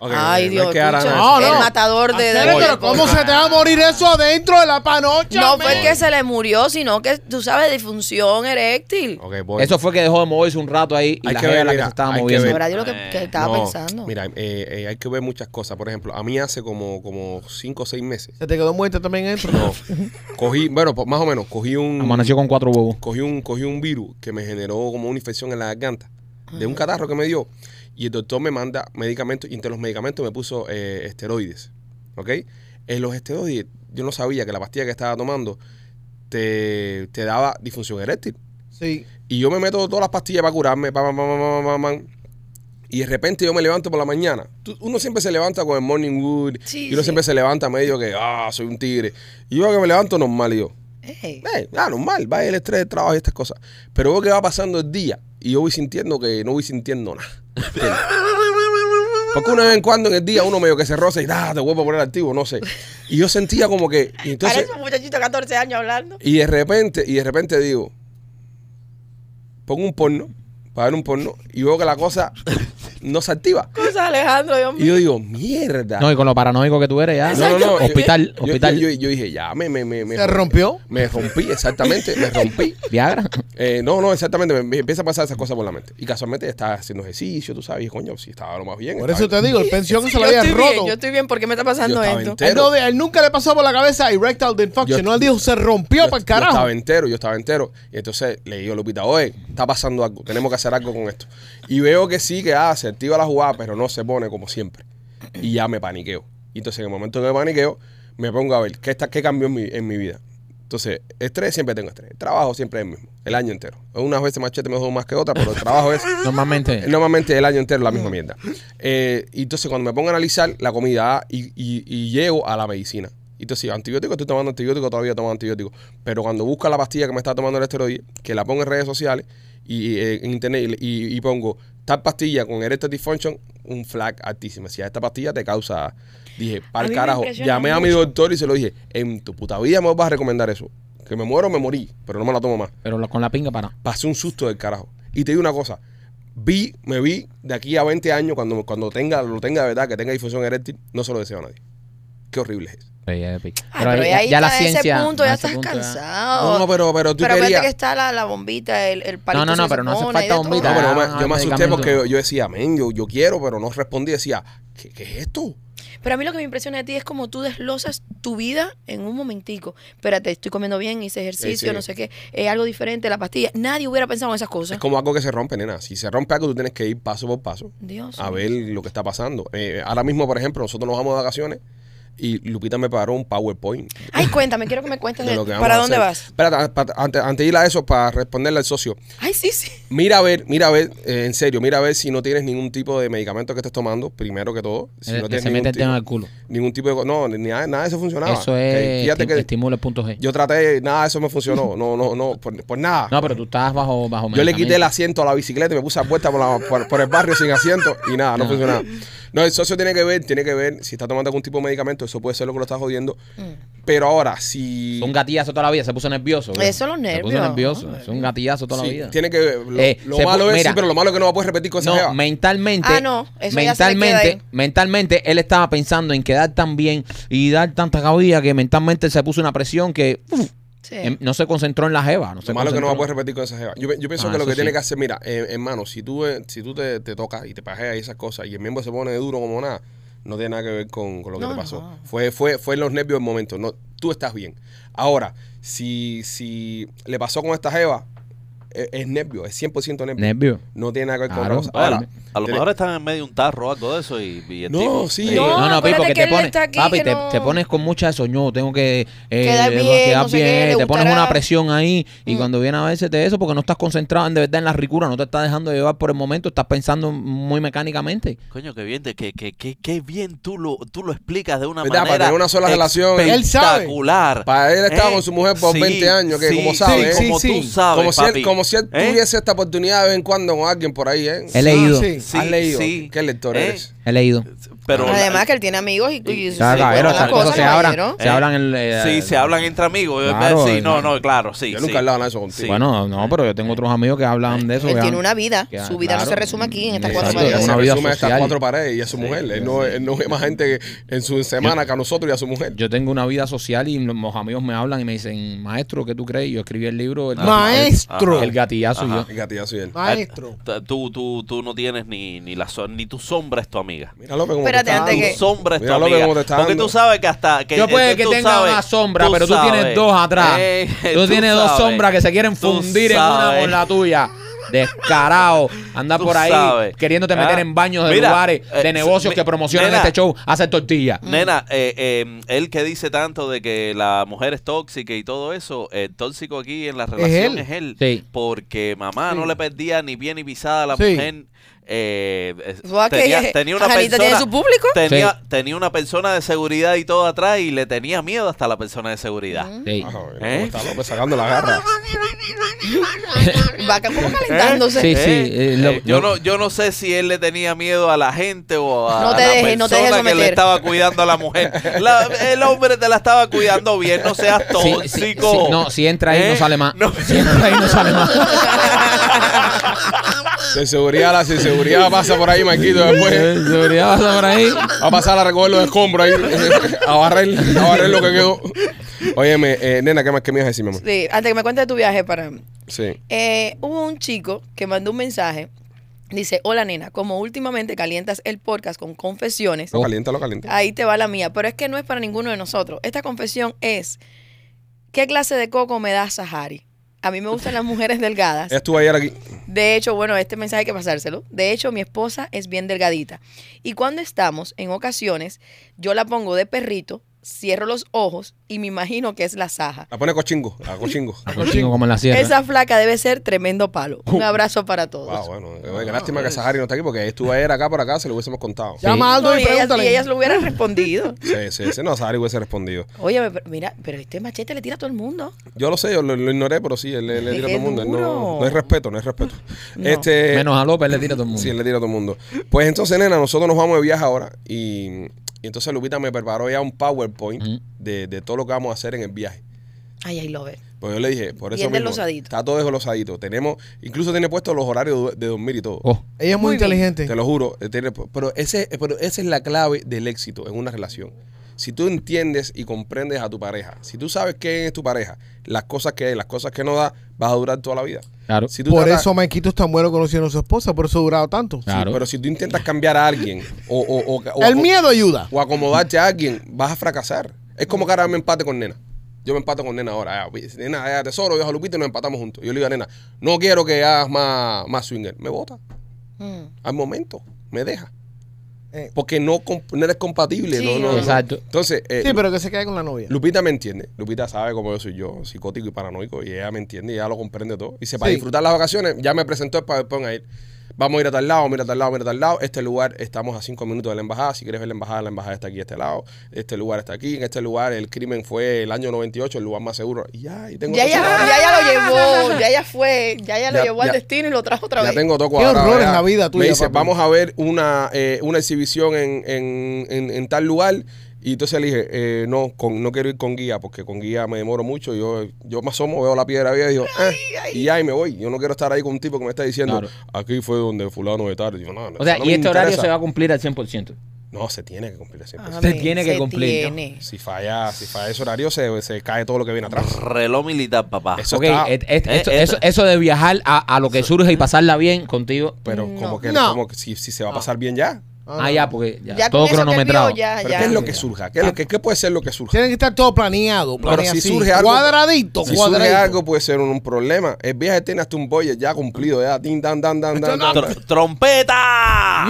A: Ok,
E: Ay,
A: ok, no Ah,
E: Dios,
A: es que ahora
E: escucha,
A: nada.
D: No, no.
E: el matador de...
D: Acero,
E: de-
D: pero ¿cómo se te va a morir eso adentro de la panocha?
E: no
D: men?
E: fue que se le murió, sino que, tú sabes, disfunción eréctil.
A: Ok, voy.
B: Eso fue que dejó de moverse un rato ahí y
A: Hay
B: la
A: que
B: jeva
A: ver,
B: la que
A: mira,
B: se estaba
A: hay que
B: moviendo.
A: ver.
E: Sabrá Dios lo que, que estaba
A: Eh, No,
E: pensando.
A: Mira, eh, eh, hay que ver muchas cosas. Por ejemplo, a mí hace como, como cinco o seis meses.
D: Se te quedó muerta también dentro.
A: No, cogí, bueno, pues, más o menos, cogí un,
B: Amaneció con cuatro huevos.
A: cogí un, cogí un virus que me generó como una infección en la garganta de un catarro que me dio. Y el doctor me manda medicamentos y entre los medicamentos me puso eh, esteroides. ¿Ok? En los esteroides, yo no sabía que la pastilla que estaba tomando te, te daba disfunción eréctil.
D: Sí.
A: Y yo me meto todas las pastillas para curarme, pam, pam, pam, pam, pam, pam, pam. y de repente yo me levanto por la mañana. Tú- uno siempre se levanta con el morning wood,
E: Sí,
A: y uno
E: sí.
A: siempre se levanta medio que, ah, soy un tigre. Y yo que me levanto normal, y yo,
E: Ey.
A: eh, ah, normal, va el estrés de trabajo y estas cosas. Pero veo que va pasando el día y yo voy sintiendo que no voy sintiendo nada. ¿Entiendes? Porque una vez en cuando en el día uno medio que se roza y ah, te vuelvo a poner activo, no sé. Y yo sentía como que. y entonces,
E: Parece un muchachito de 14 años hablando.
A: y de repente, y de repente digo, pongo un porno, para ver un porno, y veo que la cosa no se activa.
E: Cosas Alejandro, Dios
A: Y
E: mío.
A: yo digo, mierda.
B: No, y con lo paranoico que tú eres ya.
A: No, no, no, yo-
B: Hospital,
A: yo-
B: hospital.
A: Yo, yo- yo dije, ya, me, me, me, me
D: ¿Se rompió?
A: Me rompí, exactamente, me rompí.
B: Viagra.
A: Eh, no, no, exactamente. Me, me empieza a pasar esas cosas por la mente. Y casualmente estaba haciendo ejercicio, tú sabes, y coño, si estaba lo más bien.
D: Por
A: estaba
D: eso te digo, el pensión que se
E: yo
D: lo había
E: estoy
D: roto.
E: bien, yo estoy bien. ¿Por qué me está pasando
A: Yo estaba
E: esto?
A: entero.
D: Él, no- él nunca le pasó por la cabeza erectile dysfunction.
A: Yo-
D: no, él dijo, se rompió
A: bien.
D: para el
A: Yo
D: carajo. Ah,
A: estaba entero, yo estaba entero. Y entonces le digo a Lupita, oye, está pasando algo, tenemos que hacer algo con esto. Y veo que sí, que ah, se activa la jugada, pero no se pone como siempre. Y ya me paniqueo. Y entonces en el momento que me paniqueo, me pongo a ver qué, está, qué cambió en mi, en mi vida. Entonces, estrés siempre tengo estrés. El trabajo siempre es el mismo, el año entero. Unas veces machete me jode más que otras, pero el trabajo es
B: Normalmente.
A: Normalmente el año entero la misma mierda. Eh, y entonces cuando me pongo a analizar la comida ah, y, y- y llego a la medicina. Entonces, antibiótico, estoy tomando antibiótico, todavía tomo antibiótico. Pero cuando busca la pastilla que me está tomando el esteroide, que la pongo en redes sociales y eh, en internet y, y- y pongo tal pastilla con erectile dysfunction, un flag altísimo. Si esta pastilla te causa, dije,
E: A
A: pal
E: mí me
A: carajo.
E: impresiona
A: Llamé a mi
E: mucho.
A: doctor y se lo dije, en tu puta vida me vas a recomendar eso. Que me muero, me morí, pero no me la tomo más
B: Pero lo- con la pinga para.
A: pasé un susto del carajo. Y te digo una cosa, vi, me vi de aquí a 20 años, cuando, cuando tenga, lo tenga de verdad, que tenga difusión eréctil, no se lo deseo a nadie. Qué horrible es.
E: Ah, pero, ahí ya está ese punto, ya estás cansado.
A: No, no, pero, pero tú
E: Oh, Pero aparte
A: querías...
E: que está la, la bombita, el, el palito.
B: No, no, no,
E: se
B: pero no hace
E: hormona y
B: falta
E: de todo.
A: No,
B: bombita.
A: pero yo me-
B: Ah,
A: yo me asusté
B: medicamento.
A: porque yo, yo decía, amén, yo, yo quiero, pero no respondí. Decía, ¿qué, qué es esto?
E: Pero a mí lo que me impresiona de ti es como tú deslosas tu vida en un momentico. Espérate, estoy comiendo bien, hice ejercicio,
A: sí.
E: no sé qué, eh, algo diferente, la pastilla. Nadie hubiera pensado en esas
A: Es
E: cosas.
A: como algo que se rompe, nena. Si se rompe algo, tú tienes que ir paso por paso
E: Dios.
A: a ver lo que está pasando. Eh, ahora mismo, por ejemplo, nosotros nos vamos de vacaciones y Lupita me preparó un PowerPoint
E: Ay, cuéntame, quiero que me cuentes
A: de
E: de-
A: lo que vamos
E: para
A: a
E: dónde
A: hacer.
E: vas.
A: Espérate, a- pa- antes, antes de ir a eso, para responderle al socio.
E: Ay, sí, sí.
A: Mira a ver, mira a ver, eh, en serio, mira a ver si no tienes ningún tipo de medicamento que estés tomando, primero que todo. Si no
B: Eh, que
A: tienes
B: se mete
A: ningún,
B: el dedo en
A: tipo,
B: el culo.
A: ningún tipo de... co- No, ni nada, nada de eso funcionaba.
B: Eso
A: Que
B: es
A: fíjate
B: esti-
A: que
B: estimule.g.
A: yo traté, nada de eso me funcionó. No, no, no, por, por nada.
B: No, pero tú estás bajo bajo
A: Ah, yo le quité el
B: medicamento.
A: asiento a la bicicleta y me puse a vuelta por, la- por- por el barrio sin asiento y nada, no, funcionaba. No, el socio tiene que ver, tiene que ver si está tomando algún tipo de medicamento, eso puede ser lo que lo está jodiendo. Pero ahora, si...
B: Un gatillazo toda la vida, se puso nervioso. güey.
E: Eso los
B: Se puso
E: nervios.
B: nervioso.
E: Hombre.
B: Es un gatillazo toda la
A: sí,
B: vida.
A: tiene que ver. Lo,
B: Eh,
A: lo
B: se pu-
A: malo es, sí,
B: mira.
A: pero lo malo es que no va a poder repetir cosas.
B: No, mentalmente.
E: Ah, no, eso ya se le
B: mentalmente,
E: queda ahí.
B: mentalmente, él estaba pensando en quedar tan bien y dar tanta cabida que mentalmente se puso una presión que uf,
E: Sí.
B: em, no se concentró en la jeva. No se
A: Lo malo es que no va a poder
B: concentró.
A: repetir con esa jeva. Yo, pe- yo pienso
B: Ah,
A: que lo
B: eso
A: que tiene
B: sí.
A: que hacer, mira, eh, hermano, si tú, eh, si tú te, te tocas y te pajeas y esas cosas y el miembro se pone duro como nada, no tiene nada que ver con, con lo que
E: No,
A: te pasó.
E: no.
A: Fue, fue, fue en los nervios del momento. No, tú estás bien. Ahora, si, si le pasó con esta jeva, eh, es, nervio, es 100% nervio.
B: Nervio.
A: no tiene nada que ver con
B: Claro.
A: otra cosa.
C: Oye,
A: Ahora,
C: a lo
A: tiene-
C: mejor están en medio de un tarro o algo de eso y, y el
A: Ah, No,
C: tipo-
A: sí.
C: Eh,
E: No,
B: No, no, Pi,
E: acuérdate
B: porque
E: que
B: te
E: él
B: pones,
E: está aquí,
B: papi,
E: que
B: te,
E: no-
B: te pones con mucha eso, yo tengo que eh,
E: Quedar
B: eh,
E: bien,
B: quedar
E: no sé qué,
B: bien,
E: le
B: te pones
E: gustará.
B: una presión ahí y
E: Mm.
B: cuando viene a veces te eso, porque no estás concentrado en, de verdad en la ricura, no te estás dejando llevar por el momento, estás pensando muy mecánicamente.
C: Coño, qué bien, te- que, que, que, qué bien tú lo, tú lo explicas de una
A: ¿Verdad? Para
C: manera
A: tener una sola relación.
D: Él sabe.
C: espectacular. Eh,
A: Para él estaba con su mujer por
C: sí,
A: 20 años, que
C: sí,
A: como sabe,
D: sí,
A: ¿eh?
C: como
D: sí,
C: tú
D: sí.
C: sabes,
A: como, si él,
C: papi.
A: como si él
C: ¿Eh?
A: tuviese esta oportunidad de vez en cuando con alguien por ahí, ¿eh?
B: He leído,
D: sí.
C: Sí,
A: ¿Has leído?
C: sí.
A: ¿Qué lector
C: ¿Eh?
A: eres?
B: he leído.
C: Pero la-
E: Además que él tiene amigos y, y
C: Sí,
B: Claro,
C: sí,
B: caballero,
C: bueno,
E: cuentan
B: esas
E: las
C: la
B: cosas
E: cosas,
B: se hablan,
E: caballero.
B: se
C: Eh,
B: hablan en, eh,
C: sí, se hablan entre amigos. eh,
B: Claro,
C: sí, no,
B: hermano.
C: no, claro, sí.
A: Yo
C: sí. Eh,
A: nunca he hablado nada de eso contigo.
B: Bueno, no, pero yo tengo otros amigos que hablan de eso.
E: Él
B: que
E: tiene
B: han-
E: una vida.
B: que-
E: Su vida no
B: claro.
E: se resume aquí en estas
A: Exacto,
E: cuatro
B: Exacto,
A: ella
B: es
E: paredes.
A: se
B: una vida
A: resume a estas
B: social.
A: cuatro paredes y a su mujer. Él no, él no ve más gente que en su semana que a nosotros y a su mujer.
B: Yo tengo una vida social y los amigos me hablan y me dicen, maestro, ¿qué tú crees? Y Yo escribí el libro, el,
D: Maestro.
B: Ah, el Ah. gatillazo y
C: Ajá.
B: yo.
A: El gatillazo y él.
D: Maestro.
C: T- Tú, tú, tú no tienes ni, ni la so- ni tu sombra es tu amiga.
A: Mira López como
E: Espérate,
C: Tu
E: antes que-
C: sombra es tu
A: Mira, López,
C: amiga.
A: cómo te Ah, está
C: Porque
A: dando.
C: tú sabes que hasta que
B: Yo puede
C: eh,
B: que
C: tú
B: tenga
C: sabes,
B: una sombra,
C: tú
B: pero tú
C: sabes.
B: tienes dos atrás.
C: Eh,
B: tú, tienes dos
C: sabes.
B: sombras que se quieren
C: Tú
B: fundir en una
C: sabes.
B: con la tuya. descarado, anda
C: Tú
B: por ahí
C: sabes.
B: queriéndote
C: Ah,
B: meter en baños de
C: mira,
B: lugares, de
C: eh,
B: negocios
C: mi-
B: que promocionan
C: nena.
B: este show, hacer tortilla.
C: Nena, eh, eh, él que dice tanto de que la mujer es tóxica y todo eso, el tóxico aquí en la relación
D: él.
C: es él.
B: Sí.
C: Porque mamá
D: Sí.
C: no le perdía ni pie ni pisada a la
D: Sí.
C: mujer. eh, eh,
E: Fue que
C: tenía, tenía una
E: Anita tiene
C: persona
E: su público.
C: tenía,
B: Sí.
C: tenía una persona de seguridad y todo atrás y le tenía miedo hasta la persona de seguridad.
B: Sí.
A: Ajá, mira,
C: ¿Eh?
A: ¿Cómo está López sacando la garra?
E: Va como calentándose.
B: Sí, sí, eh, lo-
C: Eh, yo,
B: lo-
C: no, yo no sé si él le tenía miedo a la gente o a
E: No te
C: la
E: dejes, no te dejes
C: persona que le
E: someter.
C: estaba cuidando a la mujer. La- el hombre te la estaba cuidando bien, no seas
B: Sí,
C: tóxico.
B: sí, sí, no, si entra ahí no
C: ¿Eh?
B: sale más.
C: No.
B: Si entra ahí no sale más.
A: Sin seguridad, la sin seguridad pasa por ahí, Marquito,
B: Pues,
A: después.
B: Seguridad pasa por ahí.
A: Eh, Va a pasar a recoger los escombros ahí. A barrer, a barrer lo que quedó. Óyeme, eh, nena, ¿qué más que me ibas a decir, mi amor?
E: Sí, antes que me cuentes de tu viaje para
A: Sí.
E: Eh, hubo un chico que mandó un mensaje. Dice, hola nena, como últimamente calientas el podcast con confesiones,
C: Oh.
A: Lo calienta, lo calienta.
E: ahí te va la mía, pero es que no es para ninguno de nosotros. Esta confesión es, ¿qué clase de coco me da Sahari? A mí me gustan las mujeres delgadas.
A: Ella estuvo ayer aquí.
E: De hecho, bueno, este mensaje hay que pasárselo. De hecho, mi esposa es bien delgadita. Y cuando estamos, en ocasiones, yo la pongo de perrito, cierro los ojos y me imagino que es la saja.
A: La pone a cochingo, a cochingo.
B: Cochingo como en la sierra.
E: Esa flaca debe ser tremendo palo. Un abrazo para
A: Wow,
E: todos.
A: bueno, eh,
E: Ah,
A: qué lástima que
E: pues.
A: Sahari no está aquí porque estuvo ayer acá por acá, se lo hubiésemos contado.
B: Sí.
D: Llama a Aldo
E: No,
D: y,
E: y, ellas,
D: pregúntale.
E: y ellas lo hubieran respondido.
A: Sí, sí, sí. No, Sahari hubiese respondido.
E: Oye, pero mira, pero este machete le tira a todo el mundo.
A: Yo lo sé, yo lo, lo ignoré, pero sí, él le, le
E: Es
A: tira a
E: que
A: todo el mundo. Él No,
E: duro.
A: no hay respeto, no hay respeto.
E: No.
A: Este,
B: Menos a López le tira a todo el mundo.
A: Sí, él le tira a todo el mundo. Pues entonces, nena, nosotros nos vamos de viaje ahora y, y entonces Lupita me preparó ya un PowerPoint
B: Ujú.
A: de, de todo lo que vamos a hacer en el viaje.
E: Ay, ay, lo ve.
A: Pues yo le dije, por eso
E: Bien
A: mismo,
E: desglosadito.
A: está todo desglosadito. Tenemos, incluso tiene puestos los horarios de dormir y todo.
B: Oh,
D: Ella es muy,
E: Muy bien.
D: inteligente.
A: Te lo juro. eh, tiene- pero, ese, pero esa es la clave del éxito en una relación. Si tú entiendes y comprendes a tu pareja, si tú sabes quién es tu pareja, las cosas que es, las cosas que no da, vas a durar toda la vida.
B: claro.
A: Si tú
D: Por
A: tratas-
D: eso Maikito es tan bueno conociendo a su esposa, por eso ha durado tanto.
A: Sí,
B: Claro.
A: pero si tú intentas cambiar a alguien o, o- o- o-
D: El
A: o-
D: miedo ayuda.
A: o acomodarte a alguien, vas a fracasar. Es como que ahora me empate con nena. Yo me empato con nena ahora. Ah, oye, nena, ya, tesoro, viejo Lupita y nos empatamos juntos. Yo le digo a nena, no quiero que hagas más, más swinger. Me vota.
E: Mm.
A: Al momento, me deja.
D: Eh.
A: Porque no, comp- no eres compatible.
E: Sí,
A: no, no, no.
B: Exacto.
A: Entonces, eh,
D: Sí, pero que se quede con la novia.
A: Lupita me entiende. Lupita sabe cómo yo soy yo, psicótico y paranoico, y ella me entiende y ella lo comprende todo. Dice, para
D: Sí.
A: disfrutar las vacaciones, ya me presentó el PowerPoint a ir. Vamos a ir a tal lado, mira a tal lado, mira a tal lado. Este lugar, estamos a cinco minutos de la embajada. Si quieres ver la embajada, la embajada está aquí, a este lado. Este lugar está aquí. En este lugar, el crimen fue el año 98, el lugar más seguro. Y ya, y tengo
E: Ya
A: todo
E: ella,
A: cuadrado.
E: ya ella lo llevó, ya ella fue, ya ella lo
A: Ya-
E: llevó al
A: ya-
E: destino y lo trajo otra
A: Ya
E: vez.
A: tengo todo
D: Qué
A: cuadrado.
D: horror es
A: ya.
D: la vida tuya,
A: Me dice,
D: papi.
A: vamos a ver una, eh, una exhibición en, en- en- en tal lugar. Y entonces le dije, eh, no, con, no quiero ir con guía, porque con guía me demoro mucho. Yo, yo me asomo, veo la piedra vieja y digo, ah, y ahí me voy. Yo no quiero estar ahí con un tipo que me está diciendo,
B: Claro.
A: aquí fue donde fulano de tarde. Digo, no, no,
B: O sea,
A: no
B: y
A: me
B: este horario
A: interesa.
B: se va a cumplir al 100%.
A: No, se tiene que cumplir ese
E: Amén,
B: Se tiene que cumplir, ¿no?
E: Ah, tiene.
A: Si falla, si falla ese horario, se, se cae todo lo que viene atrás.
C: Reloj militar, papá.
A: Eso
B: Ah, Ok,
A: está-
B: et- et-
C: Eh,
B: esto-
C: eh,
B: eso, eso de viajar a, a lo que surge y pasarla bien contigo.
A: Pero como
E: No.
A: que,
D: No.
A: como que si, si se va a pasar bien ya.
B: Ah, ya, porque ya,
E: Mm. Ya con
B: todo
E: eso que él
B: cronometrado.
E: vio, ya,
A: Pero
E: Ah, ya. Ah.
A: ¿qué es lo que surja? ¿Qué, es lo que, ¿Qué puede ser lo que surja?
D: Tiene que estar todo planeado.
A: Pero
D: planeado
A: si
D: así.
A: surge algo-
D: Cuadradito,
A: Si surge
D: cuadradito.
A: algo puede ser un, un problema. El viaje tiene hasta un boyer ya cumplido, ya. Din, dan, dan, dan, dan, dan.
C: Tr- ¡Trompeta!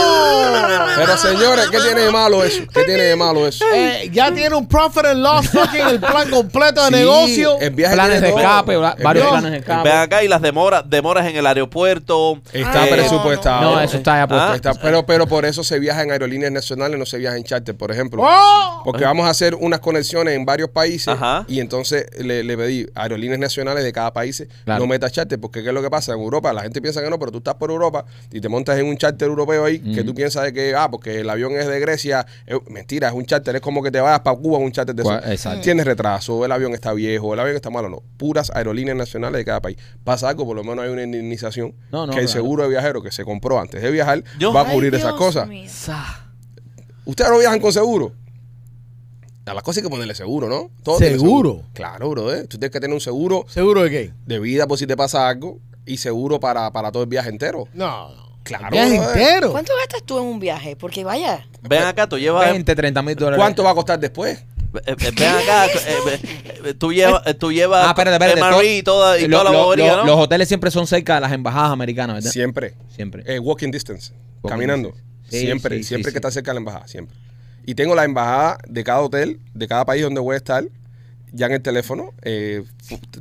D: ¡Yo!
A: Pero señores, ¿qué tiene de malo eso? ¿Qué tiene de malo eso?
D: Eh, ya tiene un profit and loss fucking el plan completo de
A: Sí, eh,
D: negocio.
A: El viaje
B: planes de
A: tiene todo.
B: escape, va-
A: El
B: varios
A: viaje-
B: planes de escape.
C: Ven acá y las demoras, demoras en el aeropuerto. Eh,
A: Está
E: Ay, no,
A: presupuestado.
B: No, eso está ya puesto.
C: Ah.
A: Está- pero, pero por eso se viaja en aerolíneas nacionales, no se viaja en charter, por ejemplo.
D: ¡Oh!
A: Porque vamos a hacer unas conexiones en varios países
C: Ajá.
A: y entonces le, le pedí a aerolíneas nacionales de cada país
B: Claro.
A: no metas charter, porque qué es lo que pasa en Europa, la gente piensa que no, pero tú estás por Europa y te montas en un charter europeo ahí que tú piensas de que, ah, porque el avión es de Grecia, eh, mentira, es un charter, es como que te vayas para Cuba en un charter de
B: Cua-
A: eso.
B: exacto.
A: Tienes retraso, el avión está viejo, el avión está malo, no, puras aerolíneas nacionales de cada país. Pasa algo, por lo menos hay una indemnización
B: No, no,
A: que el
B: claro.
A: seguro de viajero que se compró antes de viajar
C: Yo-
A: va a
E: Ay,
A: cubrir esas
E: Dios
A: cosas.
E: mío.
C: Sa.
A: ¿Ustedes no viajan con seguro? A las cosas hay que ponerle seguro, ¿no? tiene
D: ¿Seguro?
A: Claro, bro. Tú tienes que tener un seguro
D: ¿Seguro de qué?
A: de vida por si te pasa algo y seguro para, para todo el viaje entero.
D: No, no.
A: Claro.
D: El viaje
A: brother.
D: entero.
E: ¿Cuánto gastas tú en un viaje? Porque vaya,
C: Ven acá, tú llevas.
B: 20, 30 mil dólares.
A: ¿Cuánto va a costar después?
C: Eh, eh, ven acá, eh, eh, eh, tú llevas eh, tú llevas
B: Ah, espérate, espérate.
C: MRE y toda, y
B: lo-
C: toda la
B: lo-
C: bobería,
B: lo-
C: ¿no?
B: Los hoteles siempre son cerca de las embajadas americanas, ¿verdad?
A: Siempre.
B: Siempre.
A: Eh, walking distance.
B: Walking
A: caminando.
B: distance. Sí,
A: siempre,
B: sí, sí,
A: siempre
B: sí.
A: que está cerca de la embajada, siempre. Y tengo la embajada de cada hotel, de cada país donde voy a estar, ya en el teléfono, eh,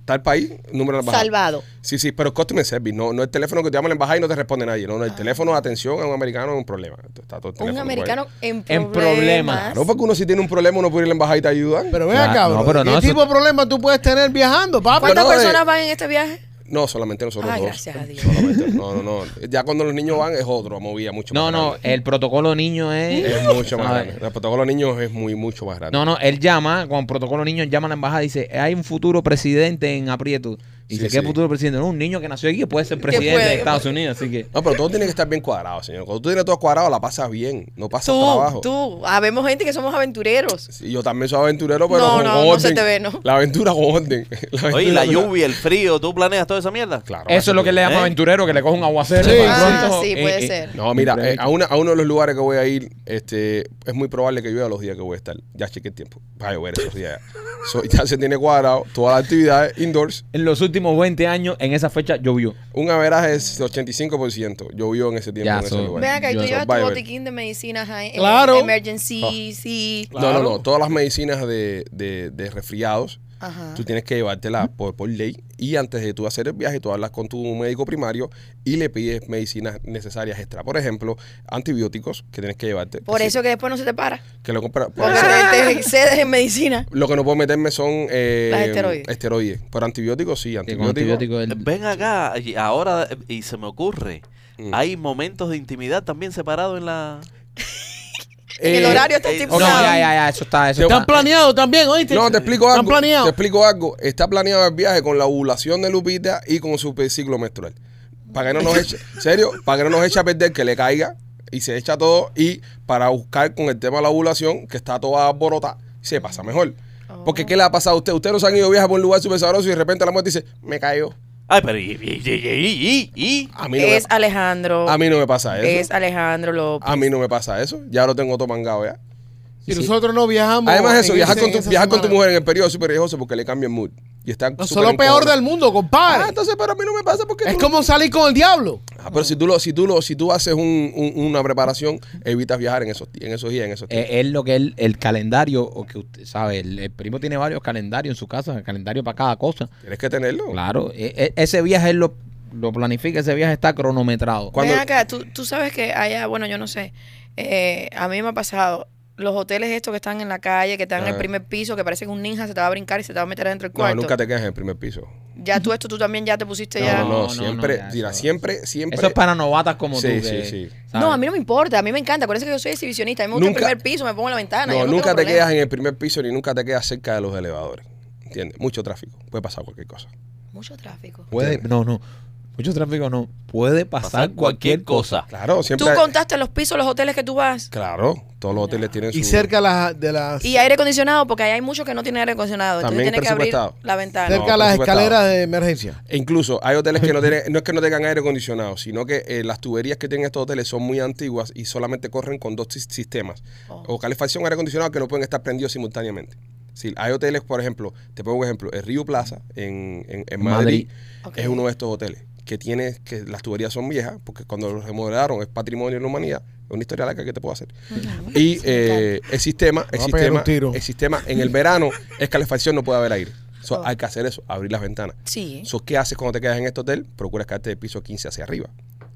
A: tal país, número de la embajada.
E: Salvado.
A: Sí, sí, pero customer service, no, no el teléfono que te llama a la embajada y no te responde nadie. No, no, el teléfono, atención, a un americano es un problema. Está todo el teléfono
E: Ah. Un
A: por ahí.
E: americano en
B: En
E: problemas.
B: problemas.
A: No, porque uno si tiene un problema, uno puede ir a la embajada y te ayudan.
D: Pero ven
B: Claro, no,
D: acá, bro,
B: pero
D: ¿Qué
B: no, eso-
D: tipo de problema tú puedes tener viajando, papi?
E: ¿Cuántas
A: Bueno, no,
E: personas
A: eh,
E: van en este viaje?
A: no, solamente nosotros
E: Ay,
A: dos.
E: gracias a Dios.
A: Solamente- No, no, no. Ya cuando los niños van es otro, movía mucho
B: No,
A: más
B: no,
A: grande.
B: el protocolo niño es.
A: Es mucho más
B: ¿sabes?
A: grande. El protocolo de niños es muy, mucho más grande.
B: No, no, él llama, con protocolo niño, llama a la embajada y dice, hay un futuro presidente en aprieto. Y
A: Sí,
B: dice, ¿qué
A: sí.
B: futuro presidente? No, un niño que nació aquí que puede ser presidente
E: puede,
B: de
E: que
B: Estados Unidos, así que...
A: No, pero todo tiene que estar bien cuadrado, señor. Cuando tú tienes todo cuadrado, la pasas bien. No pasas
E: Tú,
A: trabajo.
E: tú. Habemos gente que somos aventureros.
A: Sí, yo también soy aventurero, pero
E: No,
A: con
E: no,
A: orden.
E: no se te ve, ¿no?
A: La aventura con orden.
C: Oye,
A: aventura
C: la
A: con-
C: lluvia, el frío, ¿tú planeas toda esa mierda?
A: Claro.
B: Eso es lo que le llama
C: ¿Eh?
B: aventurero, que le coge un aguacero.
D: Sí.
B: para
E: Ah,
B: pronto,
E: sí, puede ser.
A: No, mira, eh, a, una- a uno de los lugares que voy a ir, este, es muy probable que llueva los días que voy a estar. Ya chequé el tiempo. Va a llover esos días. So, ya se tiene cuadrado todas las actividades indoors.
B: En los últimos 20 años, en esa fecha, llovió.
A: Un averaje es 85%. Llovió en ese tiempo
B: Ya,
A: en ese
B: so-
A: lugar.
E: Ven acá, y tú
B: yo-
A: So,
E: llevas
A: va a
E: tu
A: llover.
E: botiquín de medicinas ahí.
D: Claro.
E: Emergency,
A: Ah.
E: sí.
A: No, no,
D: Claro.
A: no. Todas las medicinas de, de- de resfriados,
B: Ah.
E: Ajá.
A: tú tienes que llevártelas por, por ley. Y antes de tú hacer el viaje, tú hablas con tu médico primario y le pides medicinas necesarias extra. Por ejemplo, antibióticos que tienes que llevarte.
E: Por
A: Sí,
E: eso que después no se te para.
A: Que lo compra- por
E: Por
A: eso-
E: eso que te excedes en medicina.
A: Lo que no puedo meterme son eh,
E: Las esteroides.
A: esteroides. Por antibióticos, sí,
B: Que con
A: antibióticos.
B: antibiótico él-
C: Eh, Ven acá, y ahora, eh, y se me ocurre,
A: Mm.
C: hay momentos de intimidad también separados en la...
E: En el
A: Eh,
E: horario está
C: eh,
E: el tipo.
B: No,
E: sabe.
B: ya, ya, ya, eso está, eso
A: Te
B: está.
D: Están planeados también, ¿oíste?
A: No, te explico algo.
D: Están planeados.
A: Te explico algo. Está planeado el viaje con la ovulación de Lupita y con su pe- ciclo menstrual. Para que no nos eche, serio, para que no nos eche a perder, que le caiga y se echa todo. Y para buscar con el tema de la ovulación, que está toda borota, se pasa mejor. Porque ¿qué le ha pasado a usted? Ustedes no se han ido viaje por un lugar súper sabroso y de repente la muerte dice, me cayó.
C: Ay, pero y, y- y- y- y- y-
A: A mí no,
E: Es
A: me,
E: Alejandro.
A: a mí no me pasa
E: Es
A: eso. Ah,
E: Alejandro López.
A: A mí no me pasa eso. Ya lo tengo todo mangado ya.
D: Si nosotros no viajamos.
A: Además de eso,
D: en
A: viajar,
D: ese-
A: con
D: en
A: tu,
D: esa
A: viajar con tu
D: semana.
A: mujer en el periodo es súper riesgoso porque le cambia el mood. Y están
D: No, eso
A: súper
D: es lo peor
A: encojonados.
D: del mundo,
A: Ah,
D: compadre.
A: entonces, pero a mí no me pasa porque
D: Es
A: tú-
D: como salir con el diablo.
A: Ah, pero si tú lo, si tú lo, si tú haces un- un- una preparación, evitas viajar en esos, ti- en esos días, en esos
B: Eh,
A: tiempos.
B: Es lo que él, el calendario, o que usted sabe, el, el primo tiene varios calendarios en su casa, el calendario para cada cosa.
A: Tienes que tenerlo.
B: Claro, e- e- ese viaje él lo, lo planifica, ese viaje está cronometrado.
A: Cuando-
E: Ven acá, tú, tú sabes que allá, bueno, yo no sé, eh, a mí me ha pasado, los hoteles estos que están en la calle, que están en el
A: Ah.
E: primer piso, que parece que un ninja se te va a brincar y se te va a meter adentro del
A: No,
E: cuarto.
A: nunca te quedas en el primer piso.
E: Ya tú esto, tú también ya te pusiste
A: No,
E: ya...
A: no,
E: No,
A: no,
B: No, no,
A: siempre,
B: no, ya,
A: mira,
B: eso-
A: siempre, siempre.
B: Eso es para novatas como
A: Sí,
B: tú.
A: sí,
B: que-
A: sí.
B: ¿sabes?
E: a mí no me importa, a mí me encanta, acuérdense que yo soy exhibicionista, a mí me gusta
A: Nunca-
E: el primer piso, me pongo en la
A: no,
E: ventana. yo
A: nunca
E: tengo
A: te
E: problema.
A: quedas en el primer piso ni nunca te quedas cerca de los elevadores. ¿Entiendes? Mucho tráfico. Puede pasar cualquier cosa.
E: Mucho tráfico.
B: Puede, no, no. Mucho tráfico no. Puede pasar,
C: Pasar
B: cualquier cosa.
A: Claro,
E: Tú
A: siempre. hay-
E: contaste los pisos, los hoteles que tú vas.
A: Claro, todos los hoteles tienen
D: Y
A: su-
D: cerca la- de las.
E: Y aire acondicionado, porque ahí hay muchos que no tienen aire acondicionado. Entonces
A: También
E: tienes que abrir
A: presupuestado.
E: la ventana.
A: No,
D: Cerca de las
A: presupuestado.
D: escaleras de emergencia.
A: E incluso hay hoteles que no tienen, no es que no tengan aire acondicionado, sino que eh, las tuberías que tienen estos hoteles son muy antiguas y solamente corren con dos sis- sistemas.
E: Oh.
A: O calefacción, aire acondicionado que no pueden estar prendidos simultáneamente. Sí, hay hoteles, por ejemplo, te pongo un ejemplo, el Río Plaza en, en- en Madrid,
B: Madrid.
E: Ok.
A: es uno de estos hoteles que tiene, que las tuberías son viejas, porque cuando los remodelaron es patrimonio de la humanidad, es una historia larga que te puedo hacer. Y eh, el sistema, el
D: Vamos a pegar un
A: sistema,
D: tiro.
A: el sistema en el verano es calefacción, no puede haber aire. So,
E: Oh.
A: Hay que hacer eso, abrir las ventanas.
E: Sí.
A: So, ¿Qué haces cuando te quedas en este hotel? Procuras quedarte del piso 15 hacia arriba.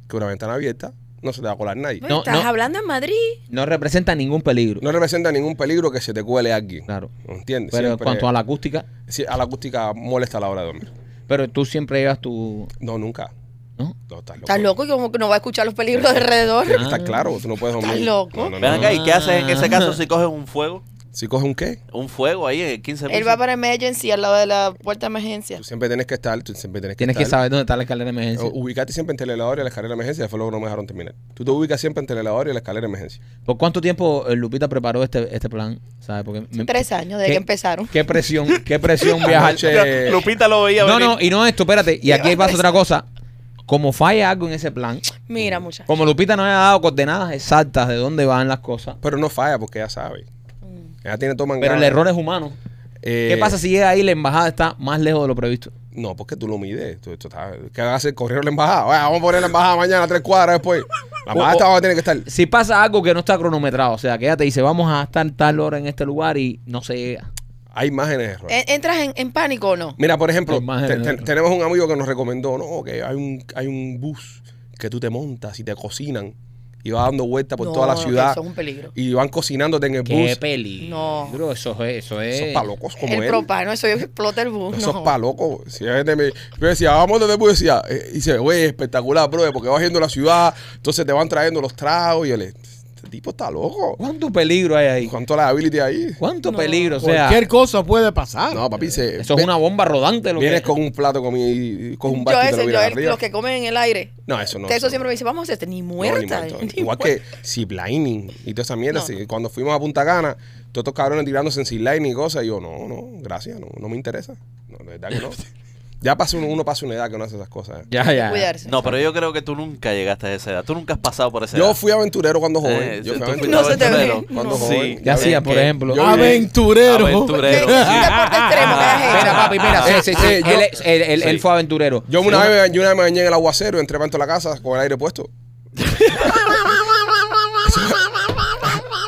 A: Que una ventana abierta no se te va a colar nadie.
E: Bueno,
B: No,
E: estás
B: no.
E: hablando en Madrid.
B: No representa ningún peligro.
A: No representa ningún peligro que se te cuele alguien.
B: Claro.
A: ¿Entiendes?
B: Pero en
A: Siempre-
B: cuanto a la acústica,
A: Sí, a la acústica molesta a la hora de dormir.
B: pero tú siempre llevas tu.
A: No, nunca.
B: ¿no?
A: No, estás loco.
E: Estás loco y como que no va a escuchar los peligros de alrededor.
A: Tienes que estar claro, tú no puedes dormir.
E: Estás loco.
A: No, no, no,
C: Ven acá,
A: no.
C: ¿y qué haces en ese caso si coges un fuego?
A: Si coges un qué,
C: Un fuego ahí en el 15
E: Él va para emergency al lado de la puerta de emergencia.
A: tú siempre tienes que estar, tú siempre tienes que Oh.
B: Tienes que
A: estar-
B: saber dónde está la escalera de emergencia.
A: O- Ubicarte siempre entre el elevador y la escalera de emergencia, fue lo que no me dejaron terminar. Tú te ubicas siempre entre el elevador y la escalera de emergencia.
B: ¿Por cuánto tiempo eh, Lupita preparó este, este plan? ¿Sabes? Porque me-
E: Tres años desde
B: ¿Qué?
E: que empezaron.
B: ¿Qué presión, qué presión viajar?
A: Anoche-
C: Pero Lupita lo veía
B: No,
C: venir.
B: no, y no esto, espérate. Y aquí pasa otra cosa. Como falla algo en ese plan,
E: Mira, muchachos.
B: como Lupita no le ha dado coordenadas exactas de dónde van las cosas,
E: Mm.
A: Pero no falla porque ya sabe. Ella tiene todo mangado.
B: Pero el error es humano.
A: Eh,
B: ¿Qué pasa si llega ahí y la embajada está más lejos de lo previsto?
A: No, porque tú lo mides. Tú, tú estás- ¿Qué hace? Correr la embajada. Vaya, vamos a poner la embajada mañana, tres cuadras después. La embajada
B: O-
A: esta va a tener que estar.
B: Si pasa algo que no está cronometrado, o sea, que ella te dice, vamos a estar tal hora en este lugar y no se llega.
A: Hay márgenes de error.
E: ¿En- ¿E-, ¿Entras en, en pánico o no?
A: Mira, por ejemplo,
B: Hay márgenes
A: te-
B: de
A: te-
B: error.
A: tenemos un amigo que nos recomendó, no, que hay un, hay un bus que tú te montas y te cocinan y vas dando vueltas por
E: No,
A: toda la
E: que
A: ciudad
E: Eso es un peligro.
A: y van cocinándote en el
B: Qué
A: bus.
B: peli.
E: No.
B: Eso es, eso es.
A: Eso es para locos como
E: El
A: él.
E: propano, eso explota el bus.
A: Eso es
E: no.
A: pa' loco. Si la gente me, yo decía, vamos donde te decía, eh, y dice, güey, espectacular, bro, porque vas yendo a la ciudad, entonces te van trayendo los tragos y el este tipo está loco.
B: ¿Cuánto peligro hay ahí?
A: ¿Cuánto la ability ahí?
B: ¿Cuánto peligro? O sea,
D: Cualquier cosa puede pasar.
A: No, papi, se,
B: eso es una bomba rodante. Lo
A: vienes
B: que-
A: con un plato de comida y con un
E: yo
A: bate y te lo
E: ese, yo
A: miras
E: el-
A: arriba.
E: los que comen en el aire.
A: No, eso no.
E: que eso
A: no.
E: siempre me dice, vamos a hacerte ni muerta.
A: No, ni muerto.
E: ni
A: Igual
E: muerta.
A: que ziplining y toda esa mierda.
E: No,
A: si- Cuando fuimos a Punta Cana, todos estos cabrones tirándose en ziplining y cosas. Y yo, no, no, gracias, no, no me interesa. No, de verdad que no. Ya pasa uno, uno pasa una edad que no hace esas cosas.
B: Ya, ya.
E: Cuidarse.
C: No, pero yo creo que tú nunca llegaste a esa edad. Tú nunca has pasado por esa edad.
A: Yo fui aventurero cuando joven.
C: Eh,
A: yo
C: tú
A: fui aventurero.
C: fuiste
E: No se te ve.
C: aventurero.
A: Cuando
C: Sí.
A: joven.
B: ¿Qué hacías, por
C: Que-
B: ejemplo?
D: Ah,
A: yo-
D: aventurero.
C: Aventurero.
E: ¿Qué-
C: sí.
E: qué deporte extremo que has hecho?
B: Mira, Ah, papi, mira. Sí, sí, sí.
A: Sí, yo-
B: Él, es- él- él- él
C: sí.
B: fue aventurero.
A: Yo una, vez, me- yo una vez me bañé en el aguacero, entré para dentro de la casa con el aire puesto.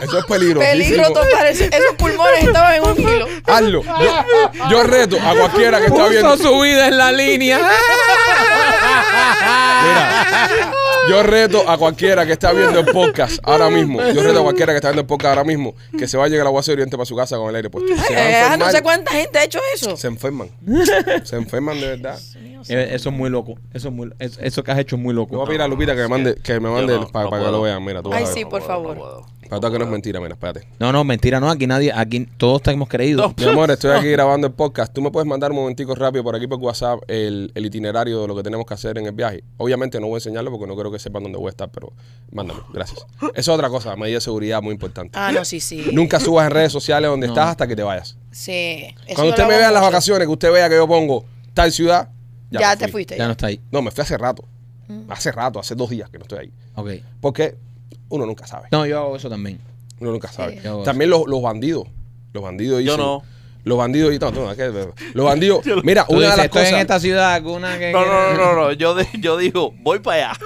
A: Eso es peligrosísimo.
E: Peligro total. es- Esos pulmones estaban en un kilo.
A: Hazlo. Yo, yo reto a cualquiera que está viendo.
B: Puso su vida en la línea.
A: Mira, yo reto a cualquiera que está viendo el podcast ahora mismo. Yo reto a cualquiera que está viendo el podcast ahora mismo que se vaya al aguacero y entre para su casa con el aire puesto. Se, van a
E: Eh, ah, no
A: enfermar.
E: sé cuánta gente ha hecho eso.
A: se enferman. Se enferman de verdad.
B: Eh, Eso es muy loco. Eso, es muy, eso, eso que has hecho es muy
A: Yo voy
B: loco.
A: a pedir a Lupita que me mande, que me
C: Yo
A: mande
C: no,
A: el- para,
C: no
A: para que
C: puedo.
A: lo vean. Mira, tú vas
E: Ay,
A: a ver.
E: sí, por
C: puedo,
E: favor.
C: puedo.
A: Para todo que no es mentira, mira, espérate.
B: No, no, mentira, no. Aquí nadie, aquí todos te hemos creído.
A: Mi amor, estoy aquí grabando el podcast. ¿Tú me puedes mandar un momentico rápido por aquí por WhatsApp el, el itinerario de lo que tenemos que hacer en el viaje? Obviamente no voy a enseñarlo porque no creo que sepan dónde voy a estar, pero mándame. Gracias. Eso es otra cosa, medida de seguridad muy importante.
E: Ah, no, sí, sí.
A: Nunca subas en redes sociales donde estás hasta que te vayas.
E: Sí. Eso
A: Cuando
E: no
A: usted
E: lo
A: me
E: hago
A: vea en las
E: mucho.
A: vacaciones, que usted vea que yo pongo tal ciudad,
E: Ya,
A: ya, me
E: te
A: fui.
E: fuiste. Mm.
B: Ya no está ahí.
A: No, me fui hace rato. Hace rato, hace dos días que no estoy ahí.
B: Ok.
A: Porque uno nunca sabe.
B: No, yo hago eso también.
A: Uno nunca sabe.
B: Yo-
A: También los, los bandidos. Los bandidos
C: Yo
A: dicen.
C: no.
A: Los bandidos y no, no, es que- Los bandidos. Mira,
B: Tú
A: Ah, una de
B: dices,
A: las
B: estoy
A: cosas.
B: en esta ciudad alguna que...
C: No,
B: que-
C: no, no, no, no. Yo, di- yo digo, voy para allá.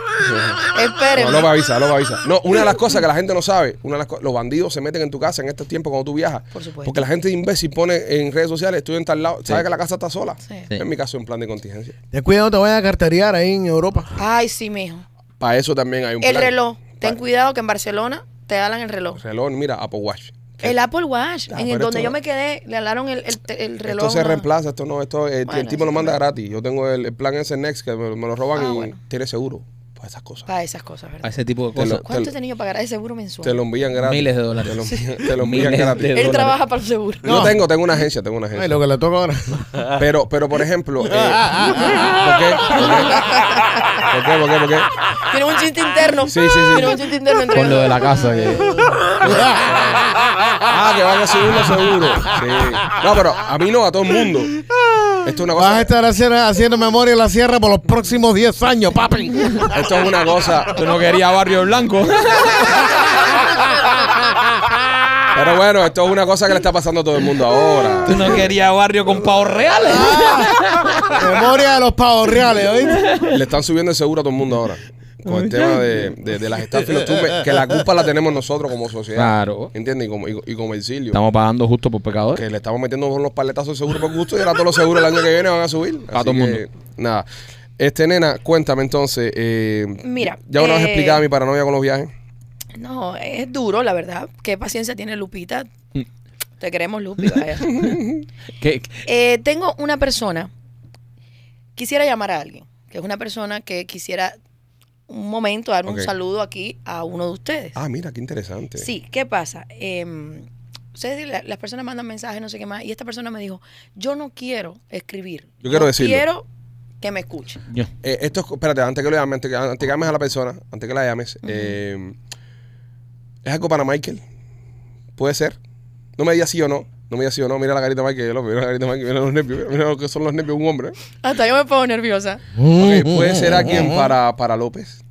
E: Espérenme.
A: No, no me avisa, no me avisa. No, una de las cosas que la gente no sabe, una de las co- los bandidos se meten en tu casa en estos tiempos cuando tú viajas.
E: Por supuesto.
A: Porque la gente imbécil pone en redes sociales, estoy en tal lado, sabe que la casa está sola.
E: Sí.
B: Sí.
A: En mi caso, un plan de contingencia.
D: Ten cuidado, no te vayan a carterear ahí en Europa.
E: Ay, sí, mijo.
A: Para eso también hay un
E: El
A: plan.
E: reloj. Ten
A: Pa-
E: cuidado que en Barcelona te alan el reloj.
A: Reloj, mira, Apple Watch.
E: El Apple Watch,
A: Ah,
E: en el
A: pero esto-
E: donde yo me quedé, le alaron el, el, te- el reloj.
A: Esto se
E: a-
A: reemplaza, esto no, esto eh, el, el
E: Bueno,
A: tipo
E: eso
A: lo manda
E: también.
A: gratis. Yo tengo el, el plan ese Next que me, me lo roban
E: Ah,
A: y
E: bueno.
A: tiene seguro. Para esas cosas.
E: Para esas cosas,
B: A
E: ¿verdad?
B: ese tipo de
A: Te lo-
B: cosas.
E: ¿Cuánto
A: te-
E: tenía que pagar de seguro mensual?
A: Te lo envían gratis.
B: Miles de dólares.
A: Te lo,
B: Sí.
A: envían- te lo envían
B: Miles de
A: gratis.
E: Él
B: dólares.
E: trabaja para el seguro.
A: Yo
D: No.
A: tengo, tengo una agencia, tengo una
D: Ay,
A: agencia.
D: lo que le toca ahora.
A: Pero, pero por ejemplo, eh, ¿por
B: Ah,
A: qué? ¿Por qué? ¿Por qué? ¿Por qué?
E: Tiene un chiste interno.
A: Sí, sí, sí.
E: Tiene un chiste interno entre
B: Con lo de
E: los
B: la casa que...
A: Ah, que van a subirlo seguro. Sí. No, pero a mí no, a todo el mundo. Esto es una
D: Vas a
A: cosa.
D: estar haciendo, haciendo memoria en la sierra por los próximos 10 años, papi.
A: Esto es una cosa.
B: Tú no querías Barrio Blanco.
A: Pero bueno, esto es una cosa que le está pasando a todo el mundo ahora.
B: Tú no querías Barrio con pavos reales.
D: memoria de los pavos reales, ¿oíste?
A: Le están subiendo el seguro a todo el mundo ahora. Con el tema de, de, de las estafas y los tumbes, que la culpa la tenemos nosotros como sociedad.
B: Claro.
A: ¿Entiendes? Y como, y, y como el Silvio.
B: Estamos pagando justo por pecadores.
A: que le estamos metiendo con los paletazos de seguro por gusto y ahora todos los seguros el año que viene van a subir.
B: A
A: Así
B: todo el
A: que, Nada. Este, nena, cuéntame entonces. eh,
E: Mira,
A: Ya una vez
E: eh,
A: explicada mi paranoia con los viajes.
E: No, es duro, la verdad. Qué paciencia tiene Lupita.
B: Mm.
E: Te queremos, Lupi. vaya.
B: Que-
E: Eh, tengo una persona. Quisiera llamar a alguien. Que es una persona que quisiera un momento dar
A: Ok.
E: un saludo aquí a uno de ustedes.
A: Ah, mira, qué interesante.
E: Sí, ¿qué pasa? Em, ustedes, la- las personas mandan mensajes, no sé qué más, y esta persona me dijo, yo no quiero escribir.
A: Yo quiero decirlo.
E: Quiero que me escuchen.
B: Yo.
A: Eh, esto, es- espérate, antes que lo llames, antes que, antes que llames a la persona, antes que la llames, eh, es algo para Michael. Puede ser. No me digas sí o no. No me digas sí o no. Mira la carita de Michael, mira la carita de Michael, mira los nervios, mira, mira lo que son los nervios de un
E: Ah,
A: hombre.
E: Hasta yo me pongo nerviosa.
A: Ok, puede ser alguien para, para López.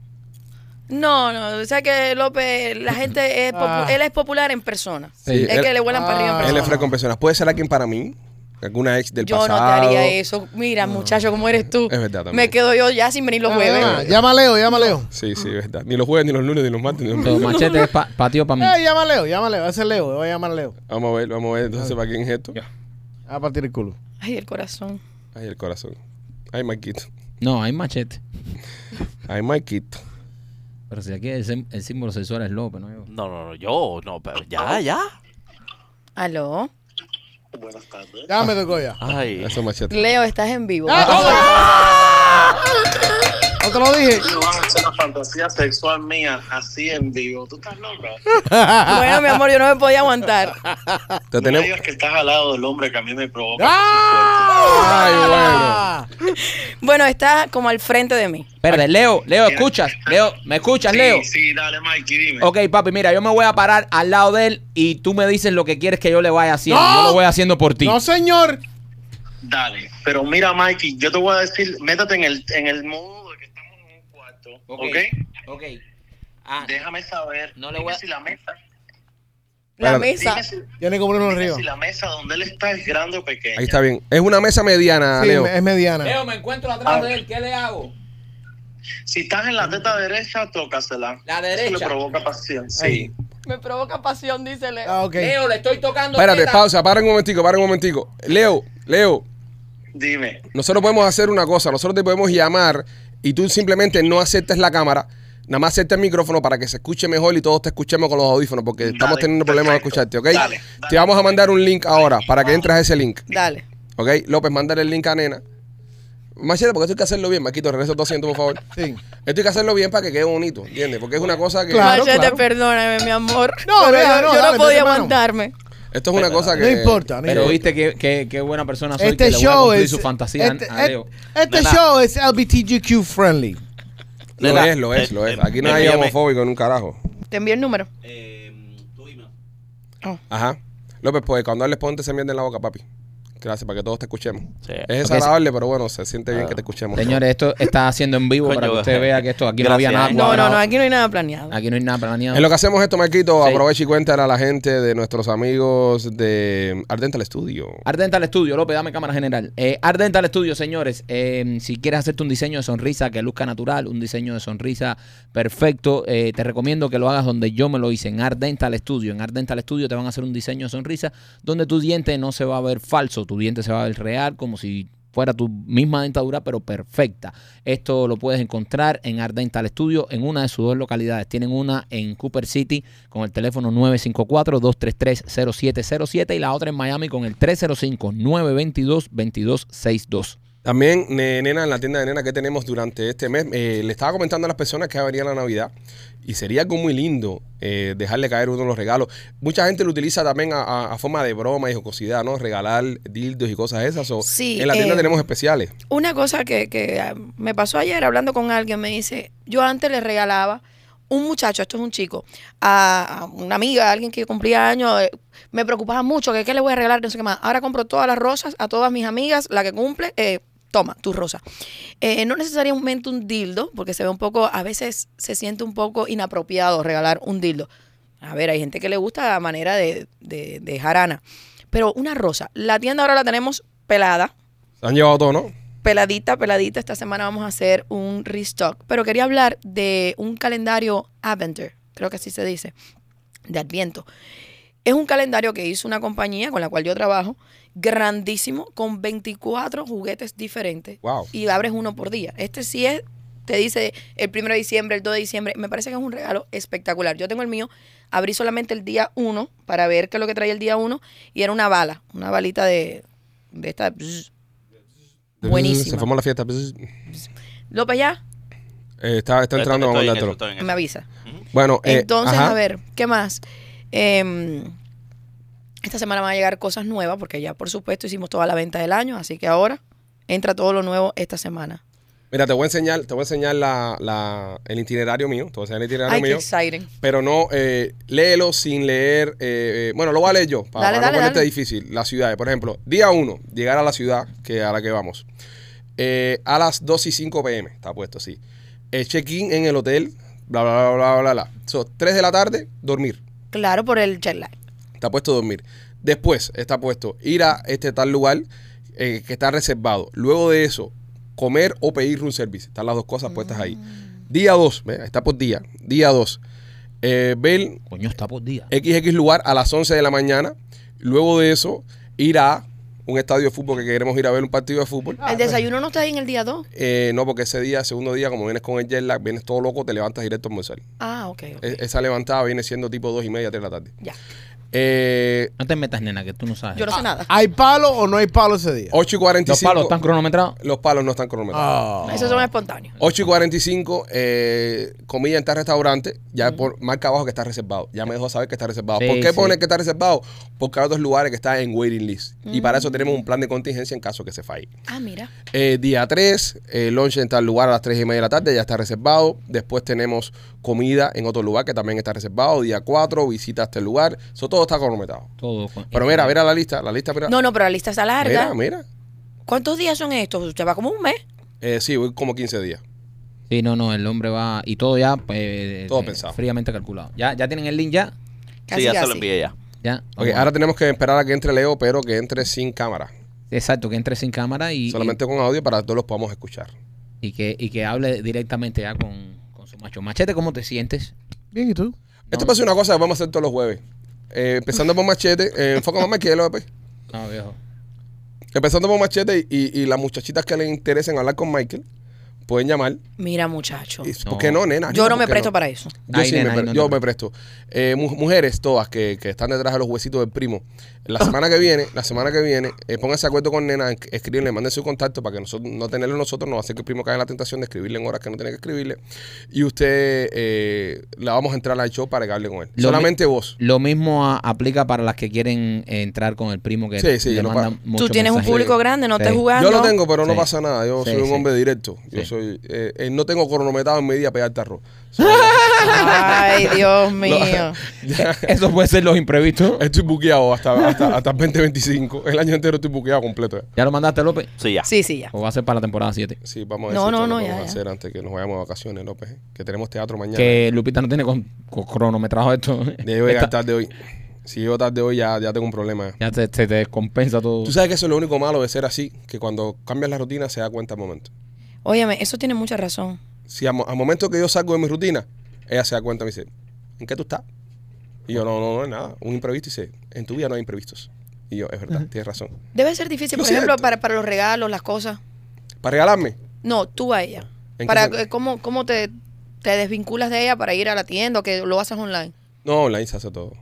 E: No, no, o sea que López, la gente es popu-
D: Ah.
E: él es popular en persona.
A: Sí,
E: es
A: él-
E: que le vuelan para arriba en
D: Ah.
A: Él
E: persona.
A: es fresco en personas. ¿Puede ser alguien para mí? ¿Alguna ex del
E: yo
A: pasado?
E: no te haría eso. Mira, muchacho, ¿cómo eres tú?
A: Es verdad también.
E: Me quedo yo ya sin venir los jueves.
D: Ah, llama a Leo, llama a Leo.
A: Sí, sí, es verdad. Ni los jueves, ni los lunes, ni los martes, ni los
B: Pero machete es pa- patio para mí.
D: Eh, llama a Leo, llama a Leo. Ese es Leo, voy a llamar a Leo.
A: Vamos a ver, vamos a ver entonces para quién es esto.
D: A partir el culo.
E: Ay, el corazón.
A: Ay, el corazón. Ay, Marquito.
B: No, hay machete.
A: Ay, Marquito.
B: Pero si aquí el, sim- el símbolo sexual es López, ¿no? yo.
C: No, no, no, yo, no, pero ya, ya.
E: Aló.
D: Ya me tocó ya.
C: Ay,
A: Eso machete.
E: Leo, estás en vivo.
D: ¿No te lo dije?
F: Tú vas a hacer la fantasía sexual mía así en vivo. Tú estás loca.
E: Bueno, mi amor, yo no me podía aguantar.
A: Te
F: No me
A: tenemos.
F: digas que estás al lado del hombre que a mí me provoca.
D: ¡Ah! ¡Ay, bueno!
E: Bueno, estás como al frente de mí.
B: Espérate, Leo, Leo, escuchas. Leo, ¿me escuchas,
F: sí,
B: Leo?
F: sí, dale, Mikey, dime.
B: Ok, papi, mira, yo me voy a parar al lado de él y tú me dices lo que quieres que yo le vaya haciendo.
D: ¡No!
B: Yo lo voy haciendo por ti.
D: No, señor.
F: Dale. Pero mira, Mikey, yo te voy a decir, métete en el, en el modo de que estamos en un cuarto. ¿Ok?
B: Ok. Ah,
F: Déjame saber.
B: No le voy a-
F: Dime si la mesa.
E: La
A: Espérate.
E: mesa.
F: Dime, si,
D: Tiene como unos
F: dime
D: ríos.
F: si la mesa donde él está es grande o pequeña.
A: Ahí está bien. Es una mesa mediana,
D: Sí,
A: Leo.
D: es mediana.
B: Leo, me encuentro atrás de él. ¿Qué le hago?
F: Si estás en la teta derecha, tócasela.
B: La
F: Eso
B: derecha.
F: le provoca pasión. Sí.
D: Ay.
E: Me provoca pasión, dice Leo.
D: Ah, ok.
B: Leo, le estoy tocando.
A: Espérate,
B: teta.
A: pausa, para un momentico, para un momentico. Leo, Leo,
F: Dime.
A: nosotros podemos hacer una cosa, nosotros te podemos llamar y tú simplemente no aceptes la cámara, nada más aceptes el micrófono para que se escuche mejor y todos te escuchemos con los audífonos porque estamos
F: Dale,
A: teniendo problemas de escucharte,
F: perfecto.
A: ¿ok?
F: Dale, dale.
A: te vamos a mandar un link ahora para que entres a ese link,
E: Dale.
A: ¿ok? López, mándale el link a Nena. Machete, porque esto hay que hacerlo bien, Maquito, regreso 200, por favor.
D: Sí.
A: Esto hay que hacerlo bien para que quede bonito, ¿entiendes? Porque es una cosa que...
D: Claro,
E: Machete,
D: claro.
E: perdóname, mi amor.
D: No,
E: Pero
D: no,
E: yo,
D: no,
E: yo
D: dale,
E: podía
D: mete mano.
E: aguantarme.
A: Esto es una cosa que...
D: No importa, no
B: Pero
D: importa.
B: viste qué, qué, qué buena persona soy
D: Este
B: que le voy a
D: show
B: cumplir
D: es.
B: su fantasía
D: Este,
B: a Leo.
D: este- este
C: Nena.
D: show es LBTGQ friendly.
A: Lo
C: Nena,
A: es, lo es,
C: eh,
A: lo es.
C: eh,
A: Aquí no hay
C: envíame-
A: homofóbico en un carajo.
E: Te envié el número.
B: Eh,
A: Ajá. López, pues cuando hables ponte ese mierda en la boca, papi. Gracias, para que todos te escuchemos.
C: Sí.
A: Es desagradable, pero bueno, se siente bien que te escuchemos.
B: Ah, Señores, esto está haciendo en vivo
C: Coño,
B: para que usted
C: güey.
B: vea que esto aquí no
C: Gracias,
B: había nada
C: eh.
E: No, no,
B: cuadrado.
E: no, aquí no hay nada planeado.
B: Aquí no hay nada planeado.
A: En lo que hacemos esto, Marquito,
B: Sí.
A: aprovecha y cuéntale a la gente de nuestros amigos de Ardental Studio.
B: Ardental Studio, López, dame cámara general. Eh, Ardental Studio, señores, eh, si quieres hacerte un diseño de sonrisa que luzca natural, un diseño de sonrisa perfecto, eh, te recomiendo que lo hagas donde yo me lo hice, en Ardental Studio. En Ardental Studio te van a hacer un diseño de sonrisa donde tu diente no se va a ver falso, tu diente se va a ver real, como si fuera tu misma dentadura, pero perfecta. Esto lo puedes encontrar en Ardental Studio en una de sus dos localidades. Tienen una en Cooper City con el teléfono 954-233-0707 y la otra en Miami con el 305-922-2262.
A: También, ne- nena, en la tienda de nena que tenemos durante este mes, eh, le estaba comentando a las personas que venía la Navidad y sería algo muy lindo eh, dejarle caer uno de los regalos. Mucha gente lo utiliza también a, a- a forma de broma y jocosidad, ¿no? Regalar dildos y cosas esas. O
E: Sí,
A: en la tienda
E: eh,
A: tenemos especiales.
E: Una cosa que, que, ah, me pasó ayer hablando con alguien, me dice, yo antes le regalaba un muchacho, esto es un chico, a, a una amiga, a alguien que cumplía años, eh, me preocupaba mucho, que qué le voy a regalar, no sé qué más. Ahora compro todas las rosas a todas mis amigas, la que cumple, eh, toma, tu rosa. Eh, no necesariamente un dildo, porque se ve un poco, a veces se siente un poco inapropiado regalar un dildo. A ver, hay gente que le gusta la manera de, de, de jarana. Pero una rosa, la tienda ahora la tenemos pelada,
A: Se han llevado todo, ¿no?
E: peladita, peladita, esta semana vamos a hacer un restock. Pero quería hablar de un calendario Adventure, creo que así se dice, de Adviento. Es un calendario que hizo una compañía con la cual yo trabajo, grandísimo, con 24 juguetes diferentes.
A: Wow.
E: Y abres uno por día. Este sí es, te dice el 1 de diciembre, el 2 de diciembre. Me parece que es un regalo espectacular. Yo tengo el mío, abrí solamente el día 1 para ver qué es lo que traía el día 1 y era una bala, una balita de, de esta. Buenísima.
A: Se formó la fiesta. pues,
E: López ya,
A: Eh, está, está entrando, vamos a
C: Estoy en eso,
A: mandártelo.
C: estoy en eso.
E: me avisa.
A: Bueno, eh,
E: Entonces,
A: ajá.
E: a ver, ¿qué más? Eh, esta semana van a llegar cosas nuevas, porque ya, por supuesto, hicimos toda la venta del año, así que ahora entra todo lo nuevo esta semana.
A: Mira, te voy a enseñar, te voy a enseñar la, la- el itinerario mío. Te voy a enseñar el itinerario
E: Ay, qué
A: mío.
E: exciting.
A: Pero no, eh, léelo sin leer. eh, eh, bueno, lo voy a leer yo, para, para
E: Dale,
A: no
E: dale,
A: ponerte
E: dale.
A: difícil. Las ciudades, por ejemplo, día uno, llegar a la ciudad que a la que vamos. Eh, a las 2 y 5 pm, está puesto así. Eh, Check-in en el hotel, bla, bla, bla, bla, bla, bla. So, 3 de la tarde, dormir.
E: Claro, por el jet lag.
A: Está puesto a dormir. Después está puesto ir a este tal lugar eh, que está reservado. Luego de eso, comer o pedir room service. Están las dos cosas puestas ahí. Día 2, está por día. Día 2. ver
B: Coño, está por día.
A: XX lugar a las 11 de la mañana. Luego de eso, ir a un estadio de fútbol que queremos ir a ver un partido de fútbol.
C: Ah,
E: El
C: pues.
E: desayuno no está ahí en el día 2.
A: Eh, no, porque ese día, segundo día, como vienes con el jet lag, vienes todo loco, te levantas directo a almorzar.
E: Ah, ok. ok.
A: E- Esa levantada viene siendo tipo 2 y media, 3 de la tarde.
E: ya.
A: Eh,
B: No te metas, nena, que tú no sabes.
E: Yo
C: Ah.
E: no sé nada.
D: ¿Hay palo o no hay palo ese día?
A: 8 y
B: Los
A: 45.
B: palos están cronometrados.
A: Los palos no están
B: Oh.
A: cronometrados.
D: Ah.
E: Esos son espontáneos.
A: 8 y 45, eh, comida en tal restaurante, ya por marca abajo que está reservado. Ya me dejó saber que está reservado.
B: Sí,
A: ¿Por qué
B: sí.
A: pone que está reservado? Porque hay otros lugares que están en waiting list. Y para eso tenemos un plan de contingencia en caso que se falle.
E: Ah, mira.
A: Eh, día 3, eh, lunch en tal lugar a las 3 y media de la tarde, ya está reservado. Después tenemos comida en otro lugar que también está reservado. Día 4, visita a este lugar. Eso todo está cronometrado.
B: Todo. con-
A: Pero mira, mira la lista, la lista, mira.
E: No, no, pero la lista está larga.
A: Ah. mira, mira.
E: ¿Cuántos días son estos? Usted va como un mes.
A: Eh, sí, voy como 15 días.
B: Sí, no, no, el hombre va. Y todo ya. eh,
A: Todo
B: eh,
A: pensado.
B: Fríamente calculado. ¿Ya, ya tienen el link ya?
E: Casi,
C: sí, ya se
E: casi.
C: lo envié ya.
B: Ya.
A: Ok,
B: Vamos.
A: ahora tenemos que esperar a que entre Leo, pero que entre sin cámara.
B: Exacto, que entre sin cámara y,
A: Solamente con audio para que todos los podamos escuchar.
B: y, y que, y que hable directamente ya con, con su macho. Machete, ¿cómo te sientes?
D: Bien, ¿y tú?
A: Esto pasa una cosa que vamos a hacer todos los jueves. Eh, empezando por Machete, eh, enfoca más que López.
B: No, viejo.
A: Empezando por Machete y, y las muchachitas que les interesen hablar con Michael, pueden llamar.
E: Mira, muchacho.
A: Y- ¿Por qué no, nena?
E: Yo no me
A: ¿Por qué
E: presto para eso.
A: Yo
B: Ay,
A: sí
B: nena,
A: me,
B: ay,
A: pre-
B: no te
A: yo
B: pre-
A: me presto. Eh, mu- mujeres todas que, que están detrás de los huesitos del primo.
B: Oh.
A: La semana que viene, la semana que viene, eh, pónganse de acuerdo con nena, en- escríbenle, manden su contacto para que nosotros no tenerlo nosotros, no hace que el primo caiga en la tentación de escribirle en horas que no tiene que escribirle. Y usted eh, la vamos a entrar al show para que hable con él.
B: Lo
A: Solamente vos.
B: Lo mismo a- aplica para las que quieren eh, entrar con el primo que
A: Sí, sí,
B: le
A: lo
B: mandan
A: pa-
B: muchos
E: Tú tienes
B: mensajes.
E: un público grande, no te
B: Sí.
E: jugando.
A: Yo lo tengo, pero no
B: Sí.
A: pasa nada. Yo
B: Sí,
A: soy un
B: sí.
A: hombre directo. Yo
B: Sí.
A: soy, eh, eh, no tengo cronometrado en mi día pegar tarro.
E: Ay, Dios mío.
B: Eso puede ser los imprevistos.
A: Estoy buqueado hasta, hasta, hasta el 2025. El año entero estoy buqueado completo.
B: ¿Ya lo mandaste, López?
C: Sí, ya.
E: Sí, sí, ya.
B: ¿O va a ser para la temporada 7?
A: Sí, vamos a ver
E: No,
A: si
E: no,
A: esto
E: no,
A: lo
E: ya,
A: podemos
E: ya.
A: hacer antes que nos vayamos de vacaciones, López. ¿eh? Que tenemos teatro mañana.
B: Que Lupita no tiene con, con cronometrado esto.
A: Debo llegar
B: Esta-
A: tarde hoy. Si llego tarde hoy, ya, ya tengo un problema.
B: ya te, te- te descompensa todo.
A: Tú sabes que eso es lo único malo de ser así, que cuando cambias la rutina se da cuenta al momento.
E: Óyeme, eso tiene mucha razón.
A: Si al, mo- al momento que yo salgo de mi rutina, ella se da cuenta y me dice, ¿en qué tú estás? Y yo, no, no, no, en nada. Un imprevisto. Y dice, en tu vida no hay imprevistos. Y yo, es verdad, tienes razón.
E: Debe ser difícil,
A: Lo
E: por ejemplo,
A: siento.
E: para, para los regalos, las cosas.
A: ¿Para regalarme?
E: No, tú a ella.
A: ¿En qué
E: Para
A: sentido?
E: eh, cómo, cómo te, te desvinculas de ella para ir a la tienda o que lo haces online.
A: No, online se hace todo.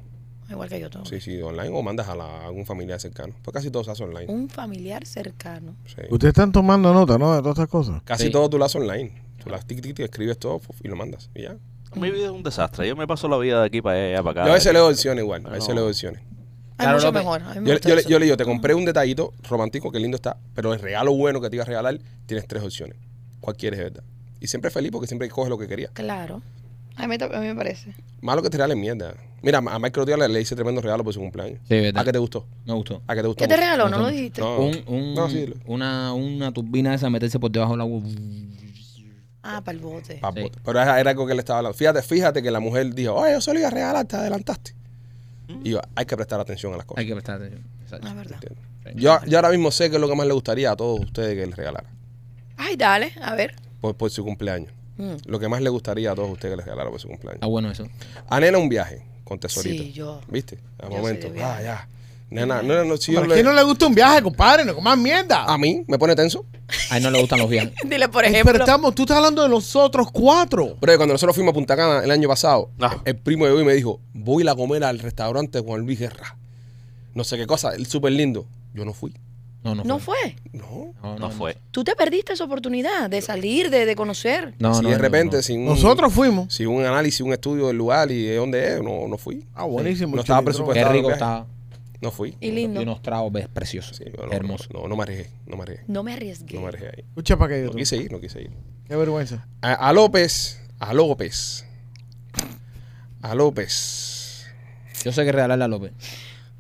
E: Igual que yo todo.
A: Sí, sí, online o mandas a, la- a algún familiar cercano. Pues casi todo se hace online.
E: Un familiar cercano.
A: Sí.
D: Ustedes están tomando nota, ¿no? De todas estas cosas.
A: Casi
B: Sí.
A: todo tú lo haces online. Tú las tic, tic, tic, escribes todo puf, y lo mandas. Y ya.
C: Mi vida es un desastre. Yo me paso la vida de aquí para allá, para
A: Yo
C: acá.
A: a veces leo opciones igual. A veces
C: No.
A: leo opciones.
E: Hay
B: Claro,
E: mucho
B: López.
E: mejor. A mí me
A: Yo,
E: gusta
A: yo le-
E: eso.
A: yo le digo, te compré un detallito romántico, que lindo está, pero el regalo bueno que te iba a regalar, tienes tres opciones. ¿Cuál quieres, de verdad? Y siempre feliz porque siempre coges lo que querías.
E: Claro. A mí, ta- a mí me parece.
A: Malo que te regalen mierda. Mira, a Michael Díaz le, le hice tremendo regalo por su cumpleaños.
B: Sí, verdad.
A: ¿A qué te gustó?
B: Me gustó.
A: ¿A qué te gustó?
E: ¿Qué te
A: mucho?
E: regaló? No
B: No,
E: lo
B: no.
E: dijiste.
A: No.
B: Un, un-
A: No, sí, lo-
B: una, una turbina esa meterse por debajo del agua.
E: Ah, para el bote.
A: Papo.
B: Sí.
A: Pero era, era algo que le estaba hablando. Fíjate, fíjate que la mujer dijo, oye, yo se lo iba a regalar, te adelantaste. Y yo, hay que prestar atención a las cosas.
B: Mm. Hay que prestar atención. Exacto.
E: Ah, verdad.
A: Yo, yo ahora mismo sé que es lo que más le gustaría a todos ustedes que les regalara
E: Ay, dale, a ver.
A: por, por su cumpleaños.
E: Mm.
A: Lo que más le gustaría a todos ustedes que les regalara por su cumpleaños.
B: Está bueno eso.
A: A Nena un viaje con tesorito.
E: Sí, yo.
A: ¿Viste? Al
E: Yo
A: momento.
E: soy de
A: Ah,
E: viaje.
A: ya. Nena, no, no, no, si yo
D: ¿Para
A: le-
D: quién no le gusta un viaje, compadre? No comas mierda.
A: A mí me pone tenso.
B: A él no le gustan los viajes.
E: Dile, por
D: Eh,
E: ejemplo.
D: Pero estamos, tú estás hablando de los otros cuatro.
A: Pero cuando nosotros fuimos a Punta Cana el año pasado,
C: Ah.
A: el primo llegó y me dijo, voy a comer al restaurante Juan Luis Guerra. No sé qué cosa, el súper lindo. Yo no fui.
B: No, no fue.
E: no fue.
A: No.
C: No fue.
E: Tú te perdiste esa oportunidad de salir, de, de conocer.
B: No,
A: si
B: no,
A: de
B: no,
A: repente,
B: no.
A: sin un,
D: Nosotros fuimos.
A: sin un análisis, un estudio del lugar y de dónde es, no, no fui.
D: Ah, buenísimo.
A: No pues, estaba
D: chilindrón.
A: presupuestado.
B: Qué rico
A: viaje.
B: estaba.
A: No fui.
E: Y
B: Y
E: lindo.
B: unos tragos ves, preciosos.
A: Sí, pero no,
B: Hermoso.
A: No, no, me arriesgué, no me arriesgué.
E: No me arriesgué.
A: No me arriesgué ahí.
D: Escucha para que
A: No
D: yo.
A: quise ir, no quise ir.
D: Qué vergüenza.
A: A, a López, a López, a López.
B: Yo sé que regalarle a López.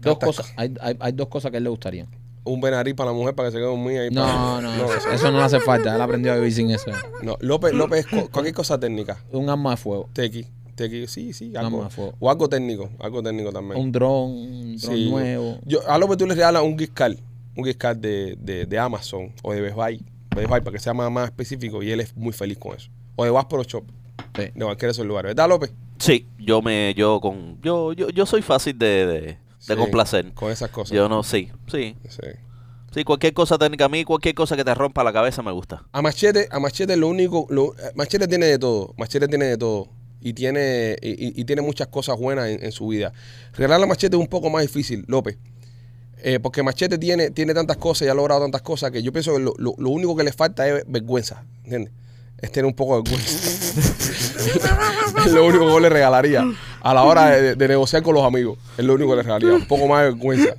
B: Dos
A: Tantas
B: cosas, hay, hay- hay dos cosas que a él le gustaría.
A: un Benarí para la mujer para que se quede dormida ahí.
B: No,
A: para-
B: no,
A: no,
B: eso,
A: eso-
B: eso no le hace falta. Él aprendió a vivir sin eso.
A: no. López, López, co- cualquier cosa técnica.
B: Un arma de fuego.
A: Tequi, tequi, sí, sí,
B: No,
A: algo.
B: más fuego.
A: O algo técnico, algo técnico también.
B: Un dron, un dron
A: Sí.
B: nuevo.
A: Yo, a López tú le regalas un Giscal, un Giscal de, de, de Amazon o de Best Buy, Best Buy, para que sea más, más específico y él es muy feliz con eso. O de Vaspro Shop,
B: Sí.
A: de cualquier de esos lugares. ¿Verdad, López?
C: Sí, yo me, yo con, yo, yo, yo soy fácil de, de, de
A: Sí,
C: complacer.
A: Con esas cosas.
C: Yo no, sí, sí,
A: Sí.
C: sí, cualquier cosa técnica a mí, cualquier cosa que te rompa la cabeza me gusta.
A: A Machete, a Machete lo único, lo- eh, Machete tiene de todo, Machete tiene de todo y tiene y, y- y tiene muchas cosas buenas en, en su vida. Regalar a Machete es un poco más difícil, López. Eh, porque Machete tiene, tiene tantas cosas y ha logrado tantas cosas que yo pienso que lo, lo- lo único que le falta es vergüenza, ¿entiendes? Es tener un poco de vergüenza. es lo único que yo le regalaría a la hora de, de negociar con los amigos. Es lo único que le regalaría, un poco más de vergüenza.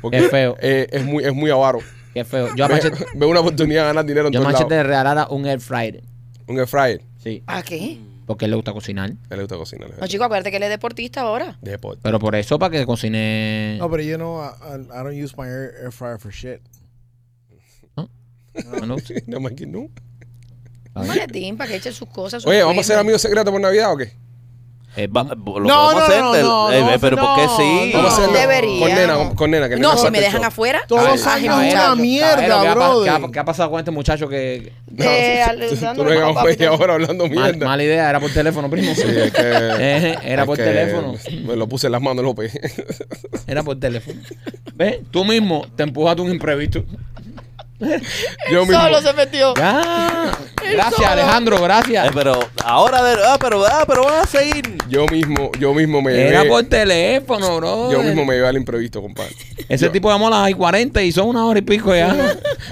A: Porque
B: Es feo.
A: eh, es, muy, es muy avaro.
B: Qué feo. Yo a
A: Ve,
B: Machete,
A: ve una oportunidad de ganar dinero en
B: yo a
A: todos lados.
B: Machete le regalara un air fryer.
A: Un air fryer.
B: Sí.
E: ¿A qué?
A: Mm.
B: Porque él le gusta cocinar.
A: A él le gusta cocinar.
E: No, chico, acuérdate que él es deportista ahora.
A: Deporte.
B: Pero por eso, para que cocine.
D: No, pero yo no, I, I don't use my air, air fryer for shit.
B: Ah, No, no, está
A: No más que no.
E: Un
B: bien.
E: maletín para que eche sus cosas. sus
A: Ah, Oye, ¿vamos a ser
E: prendas.
A: amigos secretos por Navidad o qué?
B: Eh,
C: Va-
B: vamos-
C: lo
D: No,
C: podemos
D: no,
C: hacer,
D: no,
C: te-
D: no,
C: eh,
D: no,
C: eh, pero ¿por qué
D: no,
C: sí?
D: no.
A: Vamos a hacerlo
E: Debería.
A: con nena, con nena. Que
E: No,
A: nos
E: si
A: salte
E: me
A: el
E: dejan
A: show.
E: afuera. ah,
D: Todos
E: ay,
D: los años
E: muchacho.
D: una mierda,
B: Caballero, ¿qué ha pa-
D: brother.
B: ¿qué, ha, qué ha pasado con este muchacho que
E: Eh, al-
A: Tú- Tú
E: dándole
A: no llegas
E: papá,
A: media hora hablando
B: mal-
A: mierda.
B: mala idea? Era por teléfono, primo.
A: Sí, es que-
B: Eh, era
A: es
B: por
A: que
B: teléfono.
A: Me lo puse en las manos, López.
B: Era por teléfono. ¿Ves? Tú mismo te empujaste un imprevisto.
A: Yo mismo.
E: Solo se metió.
B: Ya. Gracias,
E: solo.
B: Alejandro,
C: Eh,
B: gracias.
C: pero ahora, de, ah, pero, ah, pero van a seguir.
A: Yo mismo, yo mismo me llevé.
B: Era por teléfono, bro.
A: Yo mismo me llevé al imprevisto, compadre.
B: Ese
A: Yo-
B: tipo llamó a las 40 y son una hora y pico ya.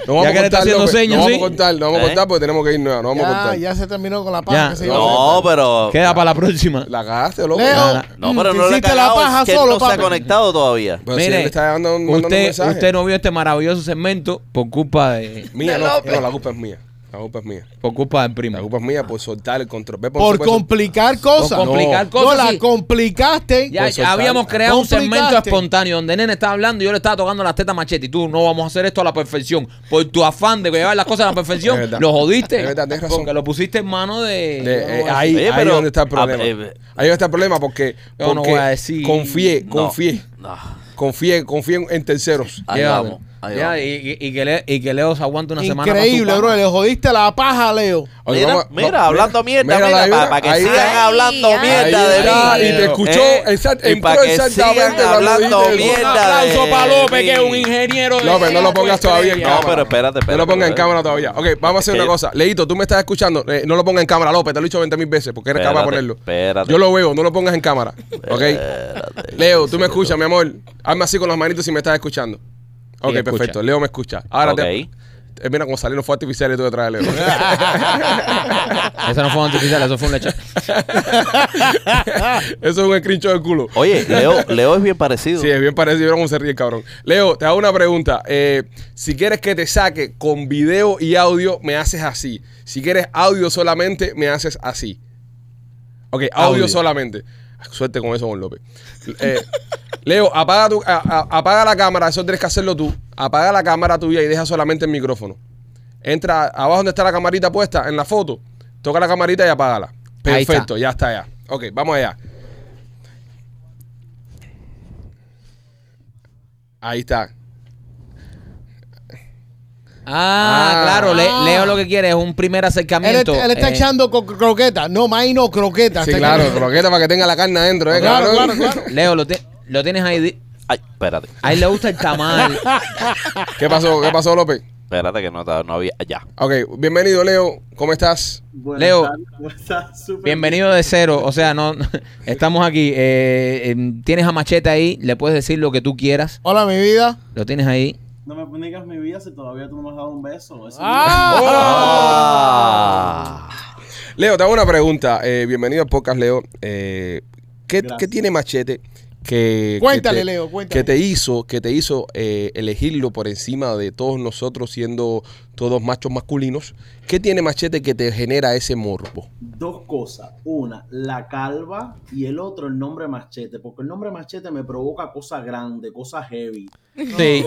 A: No vamos
B: ya que
A: a
B: le está
A: contar,
B: haciendo
A: López. No
B: señas,
A: vamos
B: sí.
A: a contar, no vamos a
C: ¿Eh?
A: contar porque tenemos que irnos. No vamos a
D: Ya,
A: contar.
D: ya se terminó con la
B: Ya.
D: paja. que se iba a
C: No,
D: hacer.
C: pero.
B: Queda para la próxima.
A: La cagaste, López.
D: Leo,
B: Nada.
C: No,
D: mm,
C: pero
D: te
C: no le he
D: hiciste la
C: cagado, es
D: paja
C: que él
D: solo,
C: no se ha
D: papi.
C: conectado todavía.
A: Pero si él le está dando, mandando un
B: usted,
A: mensaje.
B: usted no vio este maravilloso segmento por culpa de
A: Mía,
E: De
A: no,
E: López.
A: no, la culpa es mía. La culpa es mía.
B: por culpa del
A: La
B: primo.
A: culpa es mía por soltar el control. Ve,
D: Por
A: supuesto-
D: complicar
B: Por
D: cosas.
B: complicar
A: No.
D: No,
B: cosas.
D: la
B: sí.
D: complicaste.
B: Ya,
A: Por
B: ya
A: soltar.
B: habíamos creado un
D: Complicaste.
B: segmento espontáneo donde Nene estaba hablando y yo le estaba tocando las tetas machete. Y tú no vamos a hacer esto a la perfección. Por tu afán de llevar las cosas a la perfección,
A: Es verdad.
B: lo jodiste.
A: Es verdad, tienes razón.
B: Porque lo pusiste en mano
A: De-
B: de. no,
A: eh, ahí,
C: Oye,
A: ahí
C: pero-
A: es donde está el problema.
C: ah, eh,
A: ahí está el problema porque,
B: Yo no
A: porque
B: voy a decir-
A: confié,
C: No,
A: confié,
C: No.
A: confié, confié en terceros.
C: Ahí
B: ya,
C: vamos, ahí
B: ya,
C: vamos.
B: Y, y- y que Le- y que Leo se aguante una semana. para su
D: Increíble,
B: pana.
D: bro. Le jodiste la paja, Leo.
A: Oye,
C: mira,
A: vamos a-
C: mira,
A: va-
C: hablando mierda, mira,
A: la
C: para
A: vibra,
C: que
A: ahí
C: sigan
A: está.
C: hablando
E: Ahí
C: mierda
A: Ahí
C: de
A: está,
C: mí.
A: Ah,
C: Eh,
A: y te escuchó, exact-
C: y
A: entró
C: para que
A: exactamente
C: sigan
A: lo que
C: hablando
A: dijiste.
B: Un
C: mierda
B: aplauso
C: de
B: para López, que es un
C: mí.
B: ingeniero. de- pues,
A: López, no lo pongas todavía en
B: No,
A: cámara.
C: pero
A: No
C: espérate,
A: lo
C: espérate,
A: pongas en
C: espérate.
A: cámara todavía. Ok, vamos a hacer
C: Es
A: una
C: que-
A: cosa. Leito, tú me estás escuchando. eh, no lo pongas en cámara, López. Te lo he dicho 20 mil veces porque eres capaz de
C: Espérate,
A: ponerlo.
C: espérate.
A: Yo lo veo, no lo pongas en cámara. Ok.
C: Espérate.
A: Leo, tú me escuchas, mi amor. Hazme así con las manitos si me estás escuchando. Ok,
B: escucha.
A: perfecto. Leo me escucha. Ahora
C: Ok.
A: te. eh, mira, como salieron fue artificial y tú detrás de Leo.
B: Eso no fue un artificial, eso fue un leche.
A: Eso es un screenshot de culo.
C: Oye, Leo, Leo es bien parecido.
A: Sí, es bien parecido. Vieron cómo se ríe el cabrón. Leo, te hago una pregunta. Eh, si quieres que te saque con video y audio, me haces así. Si quieres audio solamente, me haces así. Ok, audio,
B: Audio.
A: solamente. Ah, Suerte con eso, Juan López. Eh, Leo, apaga, tu, a- a- apaga la cámara. Eso tienes que hacerlo tú. Apaga la cámara tuya y deja solamente el micrófono. Entra abajo donde está la camarita puesta, en la foto. Toca la camarita y apágala.
B: Ahí está.
A: Perfecto, ya está ya. Ok, vamos allá. Ahí está. Ah.
B: Ah, claro, Le-
D: Ah.
B: Leo lo que quiere es un primer
D: Él,
B: acercamiento.
D: está- él está
B: eh,
D: echando co- croqueta. No, maíz no, croqueta.
A: Sí,
D: Está
A: claro,
D: echando-
A: croqueta para que tenga la carne adentro, ¿eh?
D: Claro,
A: cabrón?
D: claro, claro.
B: Leo, lo, ti- lo tienes ahí. di-
C: Ay, espérate.
B: A él le gusta el tamal.
A: ¿Qué pasó? ¿Qué pasó, López?
C: Espérate que no, ta- no había. Ya.
A: Ok, bienvenido, Leo. ¿Cómo estás?
G: Buenas
B: Leo,
G: tardes, ¿cómo estás? Súper
B: Bienvenido de cero. O sea, no estamos aquí. eh, em, tienes a Machete ahí. Le puedes decir lo que tú quieras.
D: Hola, mi vida.
B: Lo tienes ahí.
G: bien. No me digas mi vida si todavía tú no me has dado un beso.
D: Ah.
G: Eso
C: Ah.
A: Leo, te hago una pregunta. Eh, bienvenido al podcast, Leo. Eh, ¿qué,
G: Gracias.
A: qué tiene Machete que,
D: Cuéntale,
A: Ah. que te,
D: Leo, cuéntale.
A: que te hizo, que te hizo eh, elegirlo por encima de todos nosotros siendo todos machos masculinos. ¿Qué tiene Machete que te genera ese morbo?
G: Dos cosas. Una, la calva y el otro, el nombre machete. Porque el nombre machete me provoca cosas grandes, cosas heavy.
B: Sí.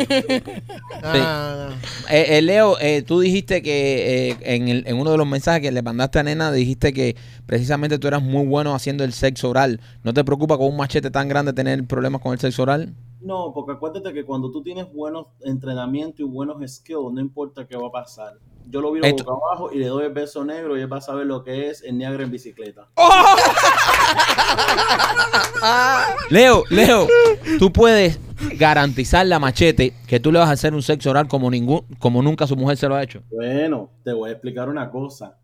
D: Ah,
B: Eh, eh, Leo, eh, tú dijiste que eh, en, el- en uno de los mensajes que le mandaste a Nena, dijiste que precisamente tú eras muy bueno haciendo el sexo oral. ¿No te preocupa con un machete tan grande tener problemas con el sexo oral?
G: No, porque acuérdate que cuando tú tienes buenos entrenamientos y buenos skills, no importa qué va a pasar. Yo lo viro
B: Esto-
G: boca abajo y le doy el beso negro y él va a saber lo que es el negro en bicicleta.
B: Leo, Leo, tú puedes garantizarle a Machete que tú le vas a hacer un sexo oral como ningún, como nunca su mujer se lo ha hecho.
G: Bueno, te voy a explicar una cosa.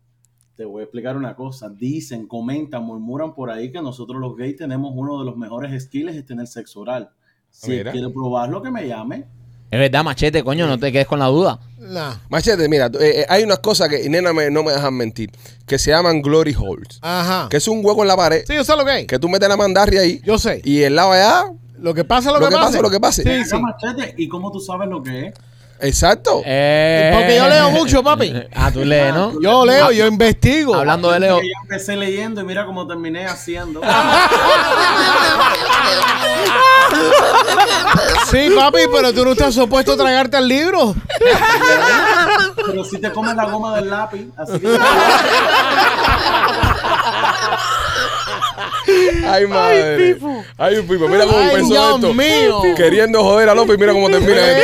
G: Te voy a explicar una cosa. Dicen, comentan, murmuran por ahí que nosotros los gays tenemos uno de los mejores skills es tener sexo oral. Si
A: Mira.
G: quiere probarlo, que me llame.
B: Es verdad, Machete, coño, no te quedes con la duda.
D: nah.
A: Machete, mira, tú- eh, eh, hay unas cosas que, y nena, me- no me dejan mentir, que se llaman glory holes,
D: Ajá.
A: que es un hueco en la pared,
D: Sí, yo sé lo que es.
A: que tú metes la mandarria ahí,
D: Yo sé.
A: y el lado allá,
D: Lo que pasa, lo,
A: lo
D: que,
A: que
D: pasa.
A: pase, lo que pase.
D: Sí, sí.
G: Ya, machete, ¿Y cómo tú sabes lo que es?
A: exacto.
D: Porque yo leo mucho, papi.
B: Eh. Ah, tú lees, ¿no?
D: Yo leo, yo investigo.
B: Hablando de Leo.
G: Que yo empecé leyendo y mira cómo terminé haciendo.
D: Sí, papi, pero tú no estás supuesto a tragarte al libro.
G: Pero si te comes la goma del lápiz, así que
A: Ay, madre. Ay, un pipo. Mira cómo
D: Ay,
A: empezó
D: Dios
A: esto.
D: mío.
A: Queriendo joder a López, mira cómo termina
D: Eh,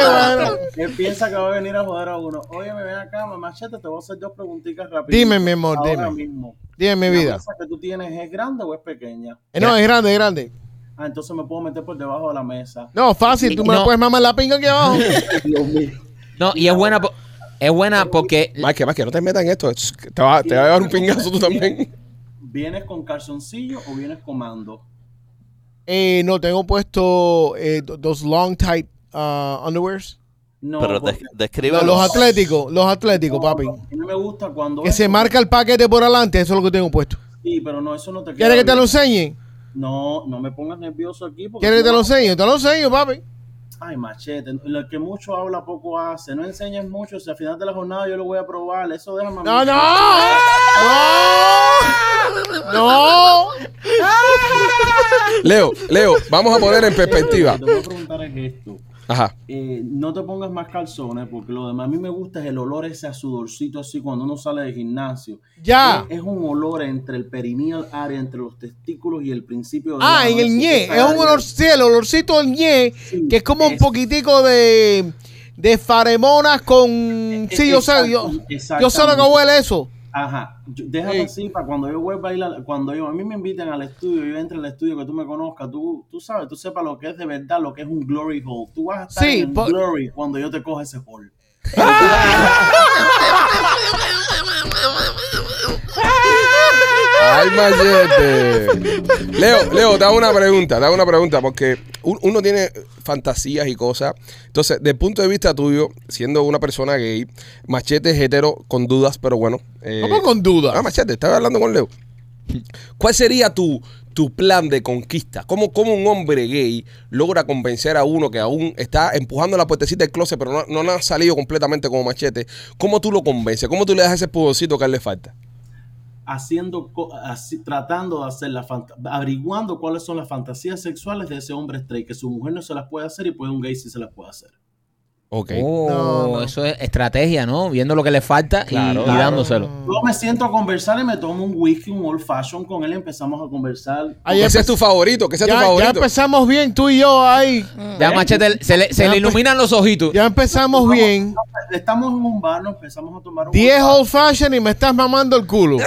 A: esto.
D: bueno.
G: él piensa que va a venir a joder a uno. Oye, me ven acá, machete, te voy a hacer dos preguntitas rápidas.
D: Dime, mi amor,
G: Ahora
D: dime.
G: mismo.
D: Dime mi
G: ¿La
D: vida.
G: bolsa que tú tienes es grande o es pequeña?
D: Eh, no, es grande, es grande.
G: Ah, entonces me puedo meter por debajo de la mesa.
D: No, fácil, tú me
B: No.
D: puedes mamar la pinga aquí abajo.
G: Dios mío.
B: No, y es buena, po- es buena porque
A: Mike, Mike, no te metas en esto. Te va, te va a llevar un pingazo tú también.
G: ¿Vienes con calzoncillo o vienes comando?
D: Eh, no, tengo puesto eh, do- dos long tight ah, underwears.
G: No,
C: Pero
G: porque-
C: des- descríbelo.
D: Los, los atléticos, los atléticos, papi.
G: A mí me gusta cuando...
D: Que
G: es-
D: se marca el paquete por adelante, eso es lo que tengo puesto.
G: Sí, pero no, eso no te queda
D: ¿Quieres que te
G: bien.
D: lo enseñe?
G: No, no me pongas nervioso aquí porque...
D: ¿Quieres que te lo enseñe? Te lo enseño, papi.
G: Ay, machete, lo que mucho habla, poco hace. No enseñes mucho, si al final de la jornada yo lo voy a probar. Eso déjame a mí.
D: No, no. No. No.
A: Leo, Leo, vamos a poner en perspectiva.
G: Lo que te voy a preguntar es esto.
A: Ajá.
G: eh, no te pongas más calzones porque lo demás a mí me gusta es el olor ese a sudorcito así cuando uno sale del gimnasio.
D: Ya.
G: Es, es un olor entre el perineal área, entre los testículos y el principio de
D: Ah,
G: la
D: en el
G: mano.
D: ñe.
G: Esa
D: Es un
G: área.
D: olor, sí, el olorcito del ñe, que es como un poquitico de, de faremonas con... Sí, yo sé, yo, yo sé lo que huele eso.
G: Ajá, Yo- déjame
D: Sí.
G: así para cuando yo vuelva a ir, a- cuando yo, a mí me inviten al estudio, yo entre al estudio, que tú me conozcas, tú, tú sabes, tú sepas lo que es de verdad, lo que es un glory hole. Tú vas a estar
D: Sí,
G: en el
D: po-
G: glory cuando yo te coja ese hole.
A: Ay, machete. Leo, Leo, te hago una pregunta, te hago una pregunta, porque un- uno tiene fantasías y cosas. Entonces, desde el punto de vista tuyo, siendo una persona gay, machete es hetero con dudas, pero bueno. eh,
D: ¿Cómo con duda?
A: Ah, machete, estaba hablando con Leo. ¿Cuál sería tu, tu plan de conquista? ¿Cómo, ¿Cómo un hombre gay logra convencer a uno que aún está empujando la puertecita del closet, pero no, no ha salido completamente como machete? ¿Cómo tú lo convences? ¿Cómo tú le das ese pudoncito que a él le falta?
G: haciendo, co- así, tratando de hacer la fanta- averiguando cuáles son las fantasías sexuales de ese hombre straight, que su mujer no se las puede hacer y puede un gay sí se las puede hacer.
A: Ok.
B: Oh,
D: No, no.
B: eso es estrategia, ¿no? Viendo lo que le falta y- y, dándoselo.
G: Yo
D: Mm.
G: me siento a conversar y me tomo un whisky, un old fashion con él y empezamos a conversar.
D: Ahí
A: que sea
D: empe-
A: tu favorito, que sea tu
D: pues ya, pues, ya
A: favorito.
D: empezamos bien tú y yo ahí.
B: Ya Machete se le, se
D: Ya,
B: le
D: pues.
B: iluminan los ojitos.
D: Ya empezamos bien.
G: Estamos en un bar, nos empezamos a tomar un
D: 10 old fashion y me estás mamando el culo.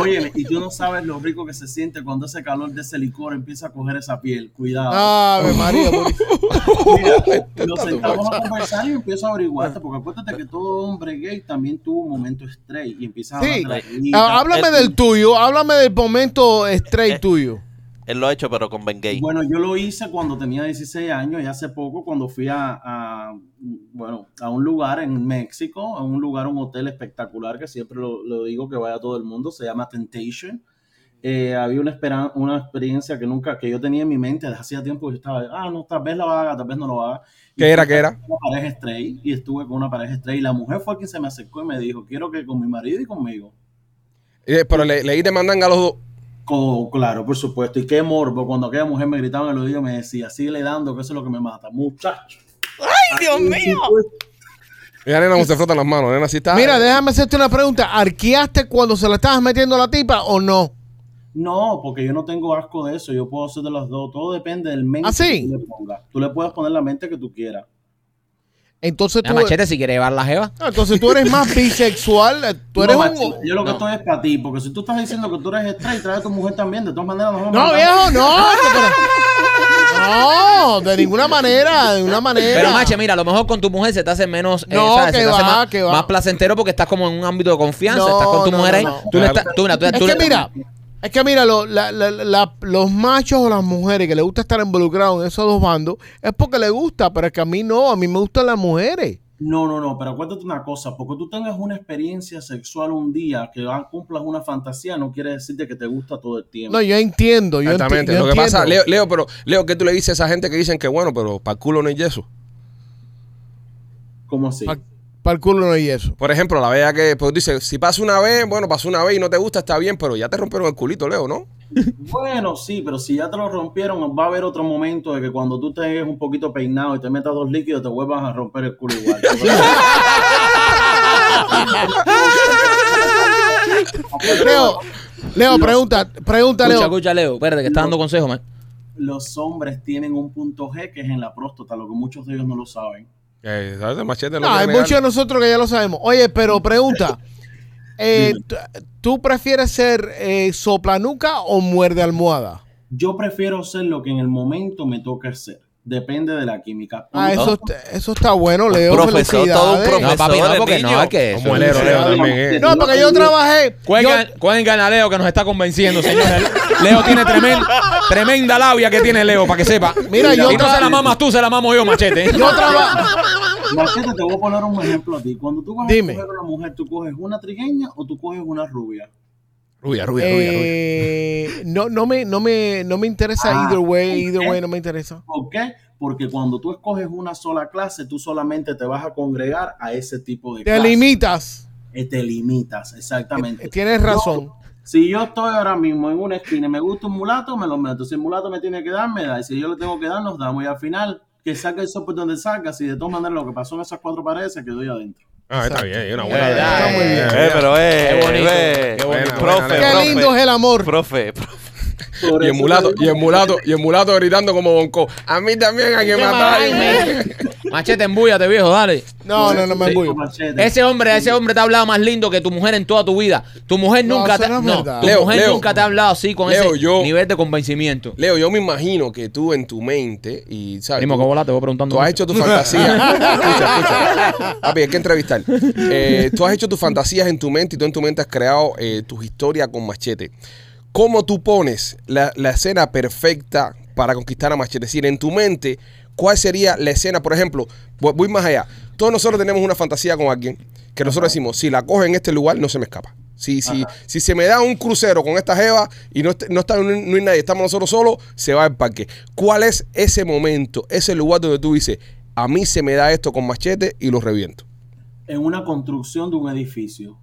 G: Oye, y tú no sabes lo rico que se siente cuando ese calor de ese licor empieza a coger esa piel. Cuidado.
D: Ave María. por-
G: Y nos sentamos a conversar y empiezo a
D: Ah.
G: averiguarte, porque acuérdate que todo hombre gay también tuvo un momento straight y empiezas a
D: Sí.
G: hablar de la vida.
D: Ah, Háblame del tuyo. Háblame del momento straight tuyo.
C: Él lo ha hecho, pero con Ben Gay.
G: Bueno, yo lo hice cuando tenía 16 años y hace poco cuando fui a, a, bueno, a un lugar en México, a un lugar, un hotel espectacular que siempre lo, lo digo que vaya todo el mundo, se llama Temptation. eh, había una, esperan- una experiencia que nunca, que yo tenía en mi mente desde hacía tiempo que yo estaba, ah, no, tal vez lo haga, tal vez no lo haga. Y
A: ¿Qué era, qué era?
G: Una pareja straight y estuve con una pareja straight y la mujer fue quien se me acercó y me dijo, quiero que con mi marido y conmigo.
A: Eh, Pero le, leí de mandanga a los dos.
G: Co- claro, por supuesto. Y qué morbo cuando aquella mujer me gritaba en el oído y me decía, sigue dando, que eso es lo que me mata, muchacho.
E: ¡Ay, Dios mío!
A: Mira, nena, cómo se frotan las manos. Nena, si está.
D: Mira, déjame hacerte una pregunta. ¿Arqueaste cuando se la estabas metiendo a la tipa o no?
G: No, porque yo no tengo asco de eso. Yo puedo hacer de las dos. Todo depende del mente
D: ¿Ah, sí?
G: que tú le pongas. Tú le puedes poner la mente que tú quieras.
D: Entonces
B: La
D: tú,
B: machete si quiere llevar la jeva.
D: Ah, entonces tú eres más bisexual. eh, Tú eres
G: No,
D: un.
G: macho, Yo lo que estoy es para ti, porque si tú estás diciendo que tú eres straight, trae a tu mujer también. De todas maneras, nos vamos a
D: No,
G: matar.
D: viejo, no. No, de ninguna manera, de ninguna manera.
B: Pero mache, mira, a lo mejor con tu mujer se te hace menos, eh,
D: No,
B: ¿sabes?
D: que
B: se te hace
D: va,
B: más,
D: que va.
B: más placentero porque estás como en un ámbito de confianza,
D: No,
B: estás con tu
D: no,
B: mujer
D: no,
B: ahí.
D: no.
B: Tú le
A: Claro.
B: estás, tú, mira, tú,
D: Es
B: tú
D: que
B: le-
D: mira, es que mira, lo- la- la- la- los machos o las mujeres que les gusta estar involucrados en esos dos bandos es porque les gusta, pero es que a mí no, a mí me gustan las mujeres.
G: No, no, no, pero acuérdate una cosa, porque tú tengas una experiencia sexual un día que ah, cumplas una fantasía, no quiere decirte que te gusta todo el tiempo.
D: No, yo entiendo, yo, enti-
A: Exactamente.
D: yo
A: Lo que
D: entiendo.
A: pasa, Leo, Leo, pero, Leo, ¿qué tú le dices a esa gente que dicen que bueno, pero para culo no hay yeso?
G: ¿Cómo así?
D: Para el culo no hay eso.
A: Por ejemplo, la vea que pues, dice, si pasa una vez, bueno, pasó una vez y no te gusta, está bien, pero ya te rompieron el culito, Leo, ¿no?
G: Bueno, sí, pero si ya te lo rompieron, va a haber otro momento de que cuando tú te un poquito peinado y te metas dos líquidos, te vuelvas a romper el culo igual.
D: Leo, Leo, pregunta, pregunta,
B: Escucha,
D: Leo.
B: escucha, Leo, espérate, que está dando consejos, man.
G: Los hombres tienen un punto G que es en la próstata, lo que muchos de ellos no lo saben.
A: Eh, ¿sabes? El machete no
D: No, Ah, hay
A: puede negar.
D: muchos de nosotros que ya lo sabemos. Oye, pero pregunta. eh, t- ¿Tú prefieres ser eh, soplanuca o muerde almohada?
G: Yo prefiero ser lo que en el momento me toca ser. Depende de la química.
D: Ah, eso, está- eso está bueno, Leo.
C: profesor, todo un
D: felicidades.
B: No, papi, no,
C: Profesores,
B: porque no,
C: niño.
B: es que
A: Un
B: eso.
A: muelero, Leo, también, eh.
D: No, porque yo trabajé.
B: Cuelgan, cuelgan a Leo que nos está convenciendo, señores. Leo tiene tremen- tremenda labia que tiene Leo, para que sepa.
D: Mira, yo
B: y no
D: tra-
B: se la mamas tú, se la mamo yo, machete.
D: Yo, yo traba-
G: Machete, te voy a poner un ejemplo a ti. Cuando tú vas
D: Dime.
G: a coger a una mujer, ¿tú coges una trigueña o tú coges una rubia?
A: Rubia, rubia, rubia, rubia.
D: Eh, no, no me, no me, no me interesa
G: Ah,
D: either way, either
G: ok.
D: way no me interesa.
G: ¿Por qué? Porque cuando tú escoges una sola clase, tú solamente te vas a congregar a ese tipo de
D: Te
G: clase.
D: limitas.
G: Eh, Te limitas, exactamente.
D: Tienes razón.
G: Si yo estoy ahora mismo en una esquina y me gusta un mulato, me lo meto. Si el mulato me tiene que dar, me da. Y si yo le tengo que dar, nos damos. Y al final, que saque el sol por donde saca. Si de todas maneras lo que pasó en esas cuatro paredes se quedó ahí adentro.
A: Ah, está bien, hay una buena.
B: Eh,
A: idea.
B: está muy bien.
A: Eh,
C: Eh, pero eh,
B: Qué bonito,
C: eh,
B: qué
A: bonito.
C: profe,
A: Qué
D: Qué
C: profe,
D: lindo es el amor.
C: profe, profe.
G: Por
A: Y el
G: eso
A: mulato,
G: te digo
A: y el mulato, y el mulato gritando como bonco. A mí también hay que matarme.
D: eh.
B: machete, embúllate, viejo, dale.
D: No, no, no me
G: que
D: embullo.
G: Machete,
B: Ese hombre, ese hombre te ha hablado más lindo que tu mujer en toda tu vida. Tu mujer
D: No,
B: nunca
D: eso
B: te,
D: no es
B: no,
D: verdad.
B: tu
A: Leo,
B: mujer
A: Leo.
B: nunca te ha hablado así con
A: Leo,
B: ese
A: yo-
B: nivel de convencimiento.
A: Leo, yo me imagino que tú en tu mente, y sabes,
B: Primo,
A: tú-
B: que bola, te voy preguntando.
A: Tú has
B: mucho.
A: hecho tu fantasía. escucha, escucha. Papi, hay que entrevistar. Eh, tú has hecho tus fantasías en tu mente y tú en tu mente has creado eh, tus historias con machete. ¿Cómo tú pones la, la escena perfecta para conquistar a machete? Es decir, en tu mente, ¿cuál sería la escena? Por ejemplo, voy voy más allá. Todos nosotros tenemos una fantasía con alguien que nosotros decimos, si la coge en este lugar, no se me escapa. Si, si, si se me da un crucero con esta jeva y no, est- no, está, no, hay nadie, estamos nosotros solos, se va al parque. ¿Cuál es ese momento, ese lugar donde tú dices, a mí se me da esto con machete y lo reviento?
G: En una construcción de un edificio.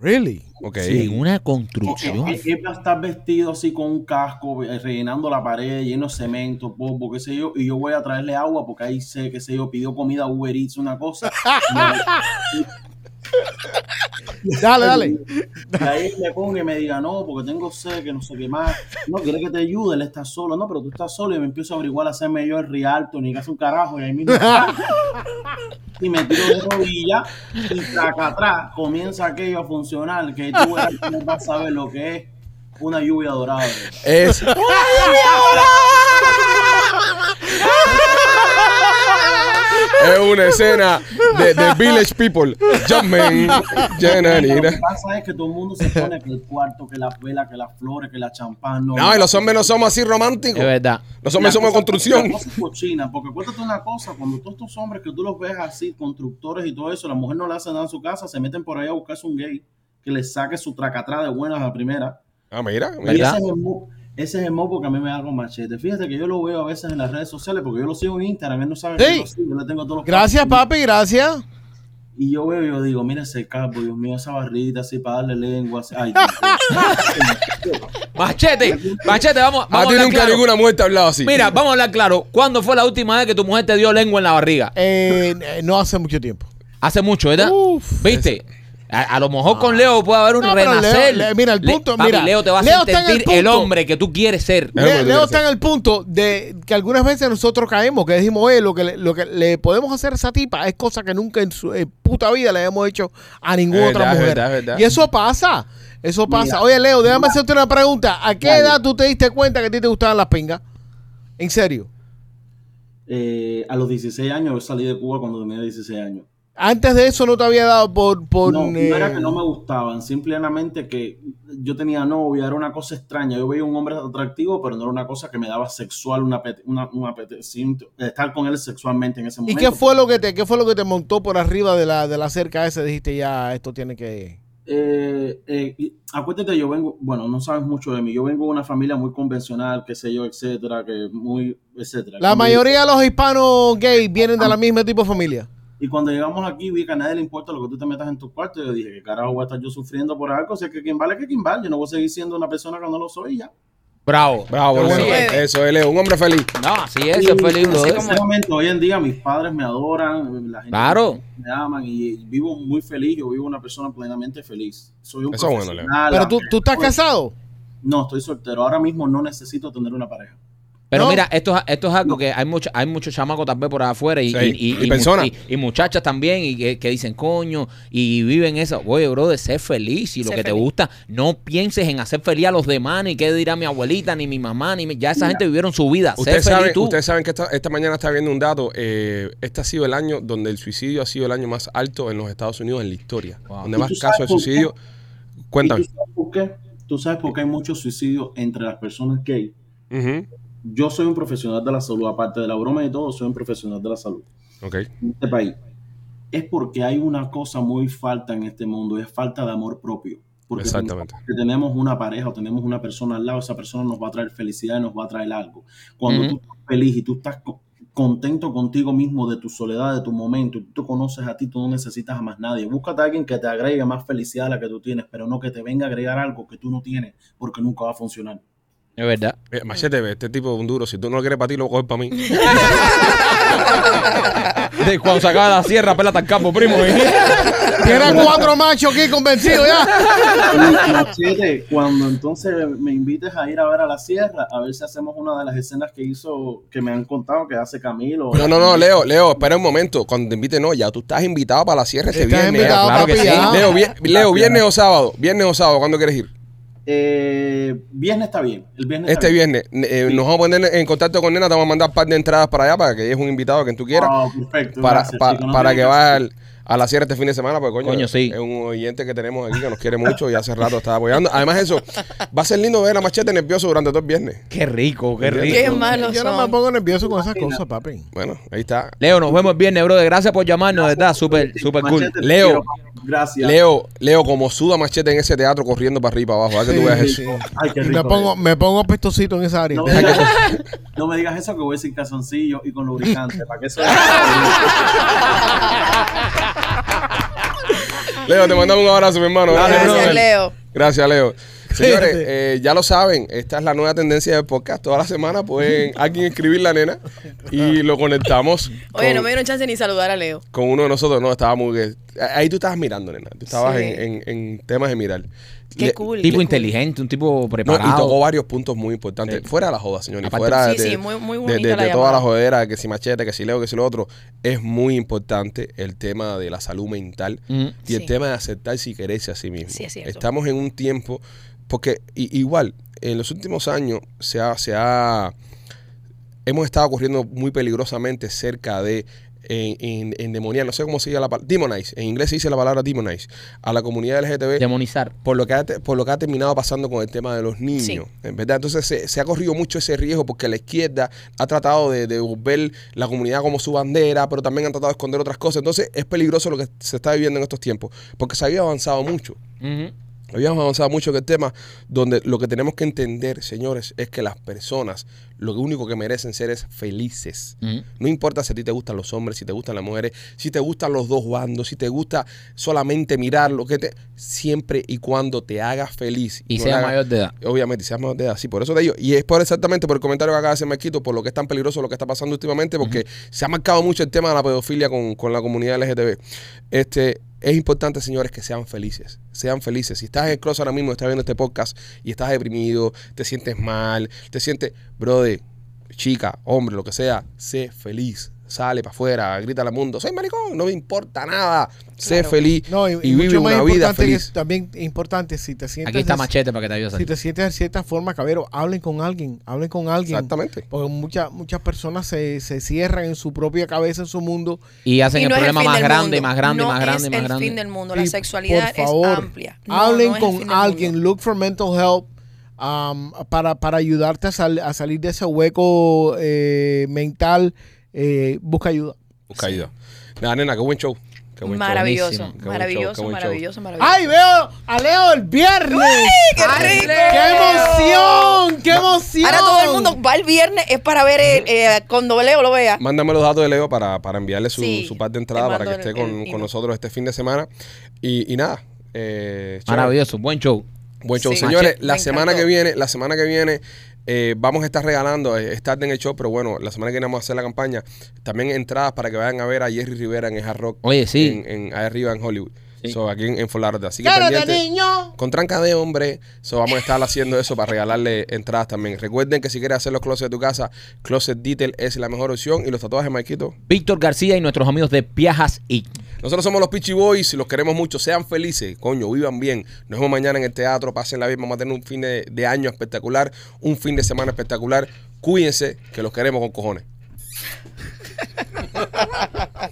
D: Really?
A: Ok.
B: En una
G: Porque
B: construcción.
G: él- él va a Eh, estar vestido así con un casco, eh, rellenando la pared, lleno de cemento, polvo, qué sé yo, y yo voy a traerle agua porque ahí sé, qué sé yo, pidió comida Uber Eats, una cosa.
D: Dale, dale.
G: Y ahí me ponga y me diga, no, porque tengo sed, que no sé qué más. No, quiere que te ayude, él está solo. No, pero tú estás solo y me empiezo a averiguar, a hacerme yo el rialto, ni que hace un carajo, y ahí mismo. y me tiro de rodilla y traca atrás comienza aquello a funcionar, que tú verás que no vas a saber lo que es una lluvia dorada.
A: Es, es una escena de, de Village People. Jumpman.
G: Lo que
A: Jananina.
G: pasa es que todo el mundo se pone que el cuarto, que las velas, que las flores, que la champán. No,
A: No, y los hombres no somos así románticos.
B: Es verdad.
A: Los hombres
G: La
A: somos de
G: cosa-
A: construcción.
G: la cosa es cochina, porque cuéntate una cosa, cuando todos estos hombres que tú los ves así, constructores y todo eso, la mujer no le hace nada en su casa, se meten por ahí a buscarse un gay que les saque su tracatrá de buenas a la primera.
A: Ah, mira,
G: Y
A: mira.
B: ¿Verdad?
G: ese es, el mo- ese es el modo que a mí me da con machete. Fíjate que yo lo veo a veces en las redes sociales porque yo lo sigo en Instagram. Él no sabe
D: Sí.
G: que lo sigo. Yo le tengo todos los
D: Gracias,
G: pasos.
D: papi, gracias.
G: Y yo veo y yo digo, mira ese capo, Dios mío, esa barrita así para darle lengua. así. Ay, Dios mío.
B: Machete, machete, vamos,
A: A
B: vamos
D: Ah,
A: ti
B: a hablar
A: nunca
B: claro.
A: ninguna muerte ha hablado así.
B: Mira, vamos a hablar claro. ¿Cuándo fue la última vez que tu mujer te dio lengua en la barriga?
D: Eh, eh, no hace mucho tiempo.
B: Hace mucho, ¿verdad?
D: Uf.
B: ¿Viste? A, a lo mejor con Leo puede haber un
D: No, pero Leo-
B: renacer.
D: Le- mira, el
B: Le-
D: punto,
B: papi,
D: mira,
B: Leo te va a
D: Leo
B: hacer
D: está en el
B: sentir el,
D: punto.
B: hombre que tú quieres ser.
A: Es lo que
D: Le-
A: tú
D: Leo
A: quieres
D: está en el punto de que algunas veces nosotros caemos, que decimos, eh, lo que le, lo que le podemos hacer a esa tipa es cosa que nunca en su eh, puta vida le hemos hecho a
A: Es
D: ninguna otra
A: verdad, es
D: mujer.
A: verdad, es verdad.
D: Y eso pasa, eso pasa. Oye, Leo, déjame hacerte una pregunta. ¿A qué edad tú te diste cuenta que a ti te gustaban las pingas? En serio.
G: Eh, a los 16 años, yo salí de Cuba cuando tenía 16 años.
D: Antes de eso no te había dado por... por
G: no, no era
D: eh,
G: que no me gustaban, simplemente que yo tenía novia, era una cosa extraña. Yo veía un hombre atractivo, pero no era una cosa que me daba sexual, una, apete- una, un apetecimiento, estar con él sexualmente en
D: ¿Y
G: ese momento.
D: qué fue lo que te qué fue lo que te montó por arriba de la, de la cerca esa? Dijiste ya, esto tiene que...
G: Eh, eh, y acuérdate, yo vengo, bueno, no sabes mucho de mí, yo vengo de una familia muy convencional, qué sé yo, etcétera, que muy, etcétera.
D: La
G: Cuando-
D: mayoría de los hispanos gays vienen de la misma tipo de familia.
G: Y cuando llegamos aquí, vi que a nadie le importa lo que tú te metas en tu cuarto. y Yo dije, ¿qué carajo voy a estar yo sufriendo por algo? Si es que quien vale, que quien vale. Yo no voy a seguir siendo una persona que no lo soy y ya.
B: Bravo.
A: Bravo,
D: Bueno,
A: Leo.
E: eh.
A: Eso es Leo, un hombre feliz.
B: No, así es, es feliz,
E: así
B: brother.
E: como-
G: En ese momento, hoy en día, mis padres me adoran, la gente
B: Claro.
G: me aman y vivo muy feliz. Yo vivo una persona plenamente feliz. Soy un
A: Eso es bueno,
G: profesional,
D: Pero tú, tú estás
G: Oye,
D: casado.
G: No, estoy soltero. Ahora mismo no necesito tener una pareja.
B: Pero
D: No.
B: mira, esto, es- esto es algo que hay mucho, hay muchos chamacos también por afuera y,
A: Sí,
B: y,
A: y personas.
B: y- y muchachas también y que, que dicen coño y viven eso. Oye, brother, sé feliz y lo
E: Sé
B: que te
E: feliz.
B: gusta, no pienses en hacer feliz a los demás, ni qué dirá mi abuelita, ni mi mamá, ni mi- ya esa gente vivieron su vida. Sé
A: Ustedes saben,
B: feliz tú.
A: ustedes saben que esta, esta mañana estaba viendo un dato. eh, este ha sido el año donde el suicidio ha sido el año más alto en los Estados Unidos en la historia.
B: Wow.
A: Donde
G: ¿Y
A: más
G: tú sabes
A: casos de
G: por qué?
A: suicidio. Cuéntame.
G: ¿Y tú sabes por qué? Tú sabes por qué hay muchos suicidios entre las personas gay.
A: Ujú.
G: Yo soy un profesional de la salud, aparte de la broma y todo, soy un profesional de la salud.
A: Ok.
G: en este país es porque hay una cosa muy falta en este mundo, es falta de amor propio. Porque
A: Exactamente.
G: pensamos que tenemos una pareja o tenemos una persona al lado, esa persona nos va a traer felicidad y nos va a traer algo. Cuando
B: Ujú.
G: tú estás feliz y tú estás co- contento contigo mismo de tu soledad, de tu momento, y tú te conoces a ti, tú no necesitas a más nadie. Búscate a alguien que te agregue más felicidad a la que tú tienes, pero no que te venga a agregar algo que tú no tienes, porque nunca va a funcionar.
B: Es verdad.
A: Eh, machete, este tipo es un duro. Si tú no lo quieres para ti, lo coges para mí.
B: De cuando sacaba la sierra, pela tan campo, primo.
D: Tienes cuatro machos aquí convencidos ya.
G: Machete, cuando entonces me invites a ir a ver a la sierra, a ver si hacemos una de las escenas que hizo, que me han contado que hace Camilo.
A: No, no, no, Leo, Leo, espera un momento. Cuando te invite, no, ya tú estás invitado para la cierre este
D: Estás
A: viernes.
D: invitado,
A: claro que sí.
D: papi, ya.
A: Leo, vie- Leo, viernes o sábado. Viernes o sábado, ¿cuándo quieres ir?
G: Eh, viernes está bien, el viernes está
A: Este
G: bien.
A: viernes. eh, Nos vamos a poner en contacto con Nena, te vamos a mandar un par de entradas para allá para que es un invitado que tú quieras.
G: Ah, perfecto,
A: para
G: gracias,
A: para-
G: chico, no
A: para
G: tengo
A: que vayas al- a la sierra este fin de semana, porque coño,
B: Coño, sí.
A: es un oyente que tenemos aquí que nos quiere mucho y hace rato está apoyando. Además, eso, va a ser lindo ver a Machete nervioso durante todo el viernes.
B: Qué rico, qué rico.
E: Qué malo
D: Yo no me
E: son.
D: pongo nervioso con esas cosas, papi.
A: Bueno, ahí está.
B: Leo, nos vemos el viernes, brother. Gracias por llamarnos, de ¿verdad? Súper, súper cool.
G: Machete, te
A: Leo.
G: quiero, papi. gracias.
A: Leo, Leo, como suda Machete en ese teatro corriendo para arriba y para abajo. A ver que tú veas eso.
D: Sí, sí.
G: Ay, qué
D: Y me
G: rico,
D: pongo,
G: Leo.
D: me pongo apestosito en esa área.
G: No me, digas, no me digas eso que voy sin calzoncillo y con lubricante. ¿Para qué eso?
A: Leo, te mandamos un abrazo, mi hermano.
B: Dale,
E: Gracias,
B: brother.
E: Leo.
A: Gracias, Leo. Señores,
D: Cuídate.
A: eh, ya lo saben, esta es la nueva tendencia del podcast. Toda la semana pueden alguien escribir la nena y lo conectamos
E: Oye,
A: con,
E: no me dieron chance ni saludar a Leo.
A: con uno de nosotros. No, estaba muy... Ahí tú estabas mirando, nena. Tú estabas
E: Sí.
A: en, en- en temas de mirar.
E: Qué
A: Le-
E: cool.
B: Tipo
E: qué
B: inteligente, un tipo
A: No, y
B: preparado.
A: tocó varios puntos muy importantes. Fuera de la joda, señor. y
B: Aparte-
A: fuera Ah, de,
E: Sí, sí, muy- muy
A: de-
E: bonita
A: de-
E: la
A: de toda
E: llamada.
A: la jodera, que si machete, que si leo, que si lo otro. Es muy importante el tema de la salud mental
B: Mm.
A: y el
E: Sí.
A: tema de aceptarse y quererse a sí mismo.
E: Sí, es cierto.
A: Estamos en un tiempo, porque i- igual, en los últimos años se ha, se ha- hemos estado corriendo muy peligrosamente cerca de en, en- endemoniar, no sé cómo se llama la palabra, demonize, en inglés se dice la palabra demonize, a la comunidad LGTB
B: Demonizar.
A: por lo que ha, te- por lo que ha terminado pasando con el tema de los niños,
E: Sí.
A: en verdad. Entonces se, se ha corrido mucho ese riesgo porque la izquierda ha tratado de, de volver la comunidad como su bandera, pero también han tratado de esconder otras cosas. Entonces es peligroso lo que se está viviendo en estos tiempos porque se había avanzado mucho.
B: Ujú.
A: Habíamos avanzado mucho en el tema, donde lo que tenemos que entender, señores, es que las personas lo único que merecen ser es felices.
B: Mm.
A: No importa si a ti te gustan los hombres, si te gustan las mujeres, si te gustan los dos bandos, si te gusta solamente mirar lo que te. Siempre y cuando te hagas feliz.
B: Y
A: no le
B: sea
A: hagas-
B: mayor de edad.
A: Obviamente, y seas mayor de edad. Sí, por eso te digo. Y es por exactamente por el comentario que acaba de hacer Marquito, por lo que es tan peligroso lo que está pasando últimamente, porque se ha marcado mucho el tema de la pedofilia con, con la comunidad LGTB. Este. Es importante, señores, que sean felices. Sean felices. Si estás en el closet ahora mismo, estás viendo este podcast y estás deprimido, te sientes mal, te sientes, brother, chica, hombre, lo que sea, sé feliz. Sale para afuera, grita al mundo, soy maricón, no me importa nada. Sé feliz
D: No,
A: y,
D: y,
A: vive
D: mucho más
A: una vida
D: importante que
A: feliz.
D: es- también importante si te sientes.
B: Aquí está
D: de-
B: Machete para que te ayude a
D: Si
B: salir.
D: te sientes de cierta forma, cabero, hablen con alguien, hablen con alguien.
A: Exactamente.
D: Porque muchas muchas personas se, se cierran en su propia cabeza, en su mundo.
B: Y hacen
E: Y
B: el
E: no es
B: problema
E: fin
B: más
E: del
B: grande,
E: mundo.
B: más grande,
E: No
B: más grande,
E: es
B: más
E: el
B: grande.
E: fin del mundo. La
D: Y,
E: sexualidad
D: por favor,
E: es amplia. No,
D: hablen
E: no es el fin
D: con
E: del
D: alguien,
E: mundo.
D: look for mental help um, para, para ayudarte a, sal- a salir de ese hueco eh, mental. eh, busca ayuda.
A: Busca ayuda. Nada, nena, qué buen show. Qué buen show.
E: Maravilloso,
B: buenísimo.
A: Qué buen show, qué
E: maravilloso,
A: buen show.
E: maravilloso, maravilloso.
D: ¡Ay, veo a Leo el viernes!
E: qué
D: Ay,
E: rico!
D: ¡Qué emoción! ¡Qué emoción!
E: Ahora todo el mundo va el viernes, es para ver eh, eh, cuando Leo lo vea.
A: Mándame los datos de Leo para, para enviarle su,
E: Sí,
A: su parte de
E: te
A: entrada para
E: mando
A: que esté
E: el-
A: con,
E: el
A: con
E: email.
A: nosotros este fin de semana. Y, y nada. Eh, chévere.
B: Maravilloso, buen show.
A: Buen show.
E: Sí.
A: Señores,
E: Machete,
A: la
E: me
A: semana
E: encantó.
A: que viene, la semana que viene eh, vamos a estar regalando, eh, es tarde en el show, pero bueno, la semana que viene vamos a hacer la campaña. También entradas para que vayan a ver a Jerry Rivera en el Hard Rock.
B: Oye, sí.
A: En, en- ahí arriba en Hollywood.
B: Sí.
A: So, aquí en, en Florida. Así que
D: ¡Quédate,
A: pendiente.
D: niño!
A: Con tranca de hombre, so vamos a estar haciendo eso para regalarle entradas también. Recuerden que si quieres hacer los closets de tu casa, Closet Detail es la mejor opción. Y los tatuajes, Maikito.
B: Víctor García y nuestros amigos de Piajas y
A: Nosotros somos los Peachy Boys, los queremos mucho. Sean felices, coño, vivan bien. Nos vemos mañana en el teatro, pasen la vida. Vamos a tener un fin de, de año espectacular, un fin de semana espectacular. Cuídense, que los queremos con cojones.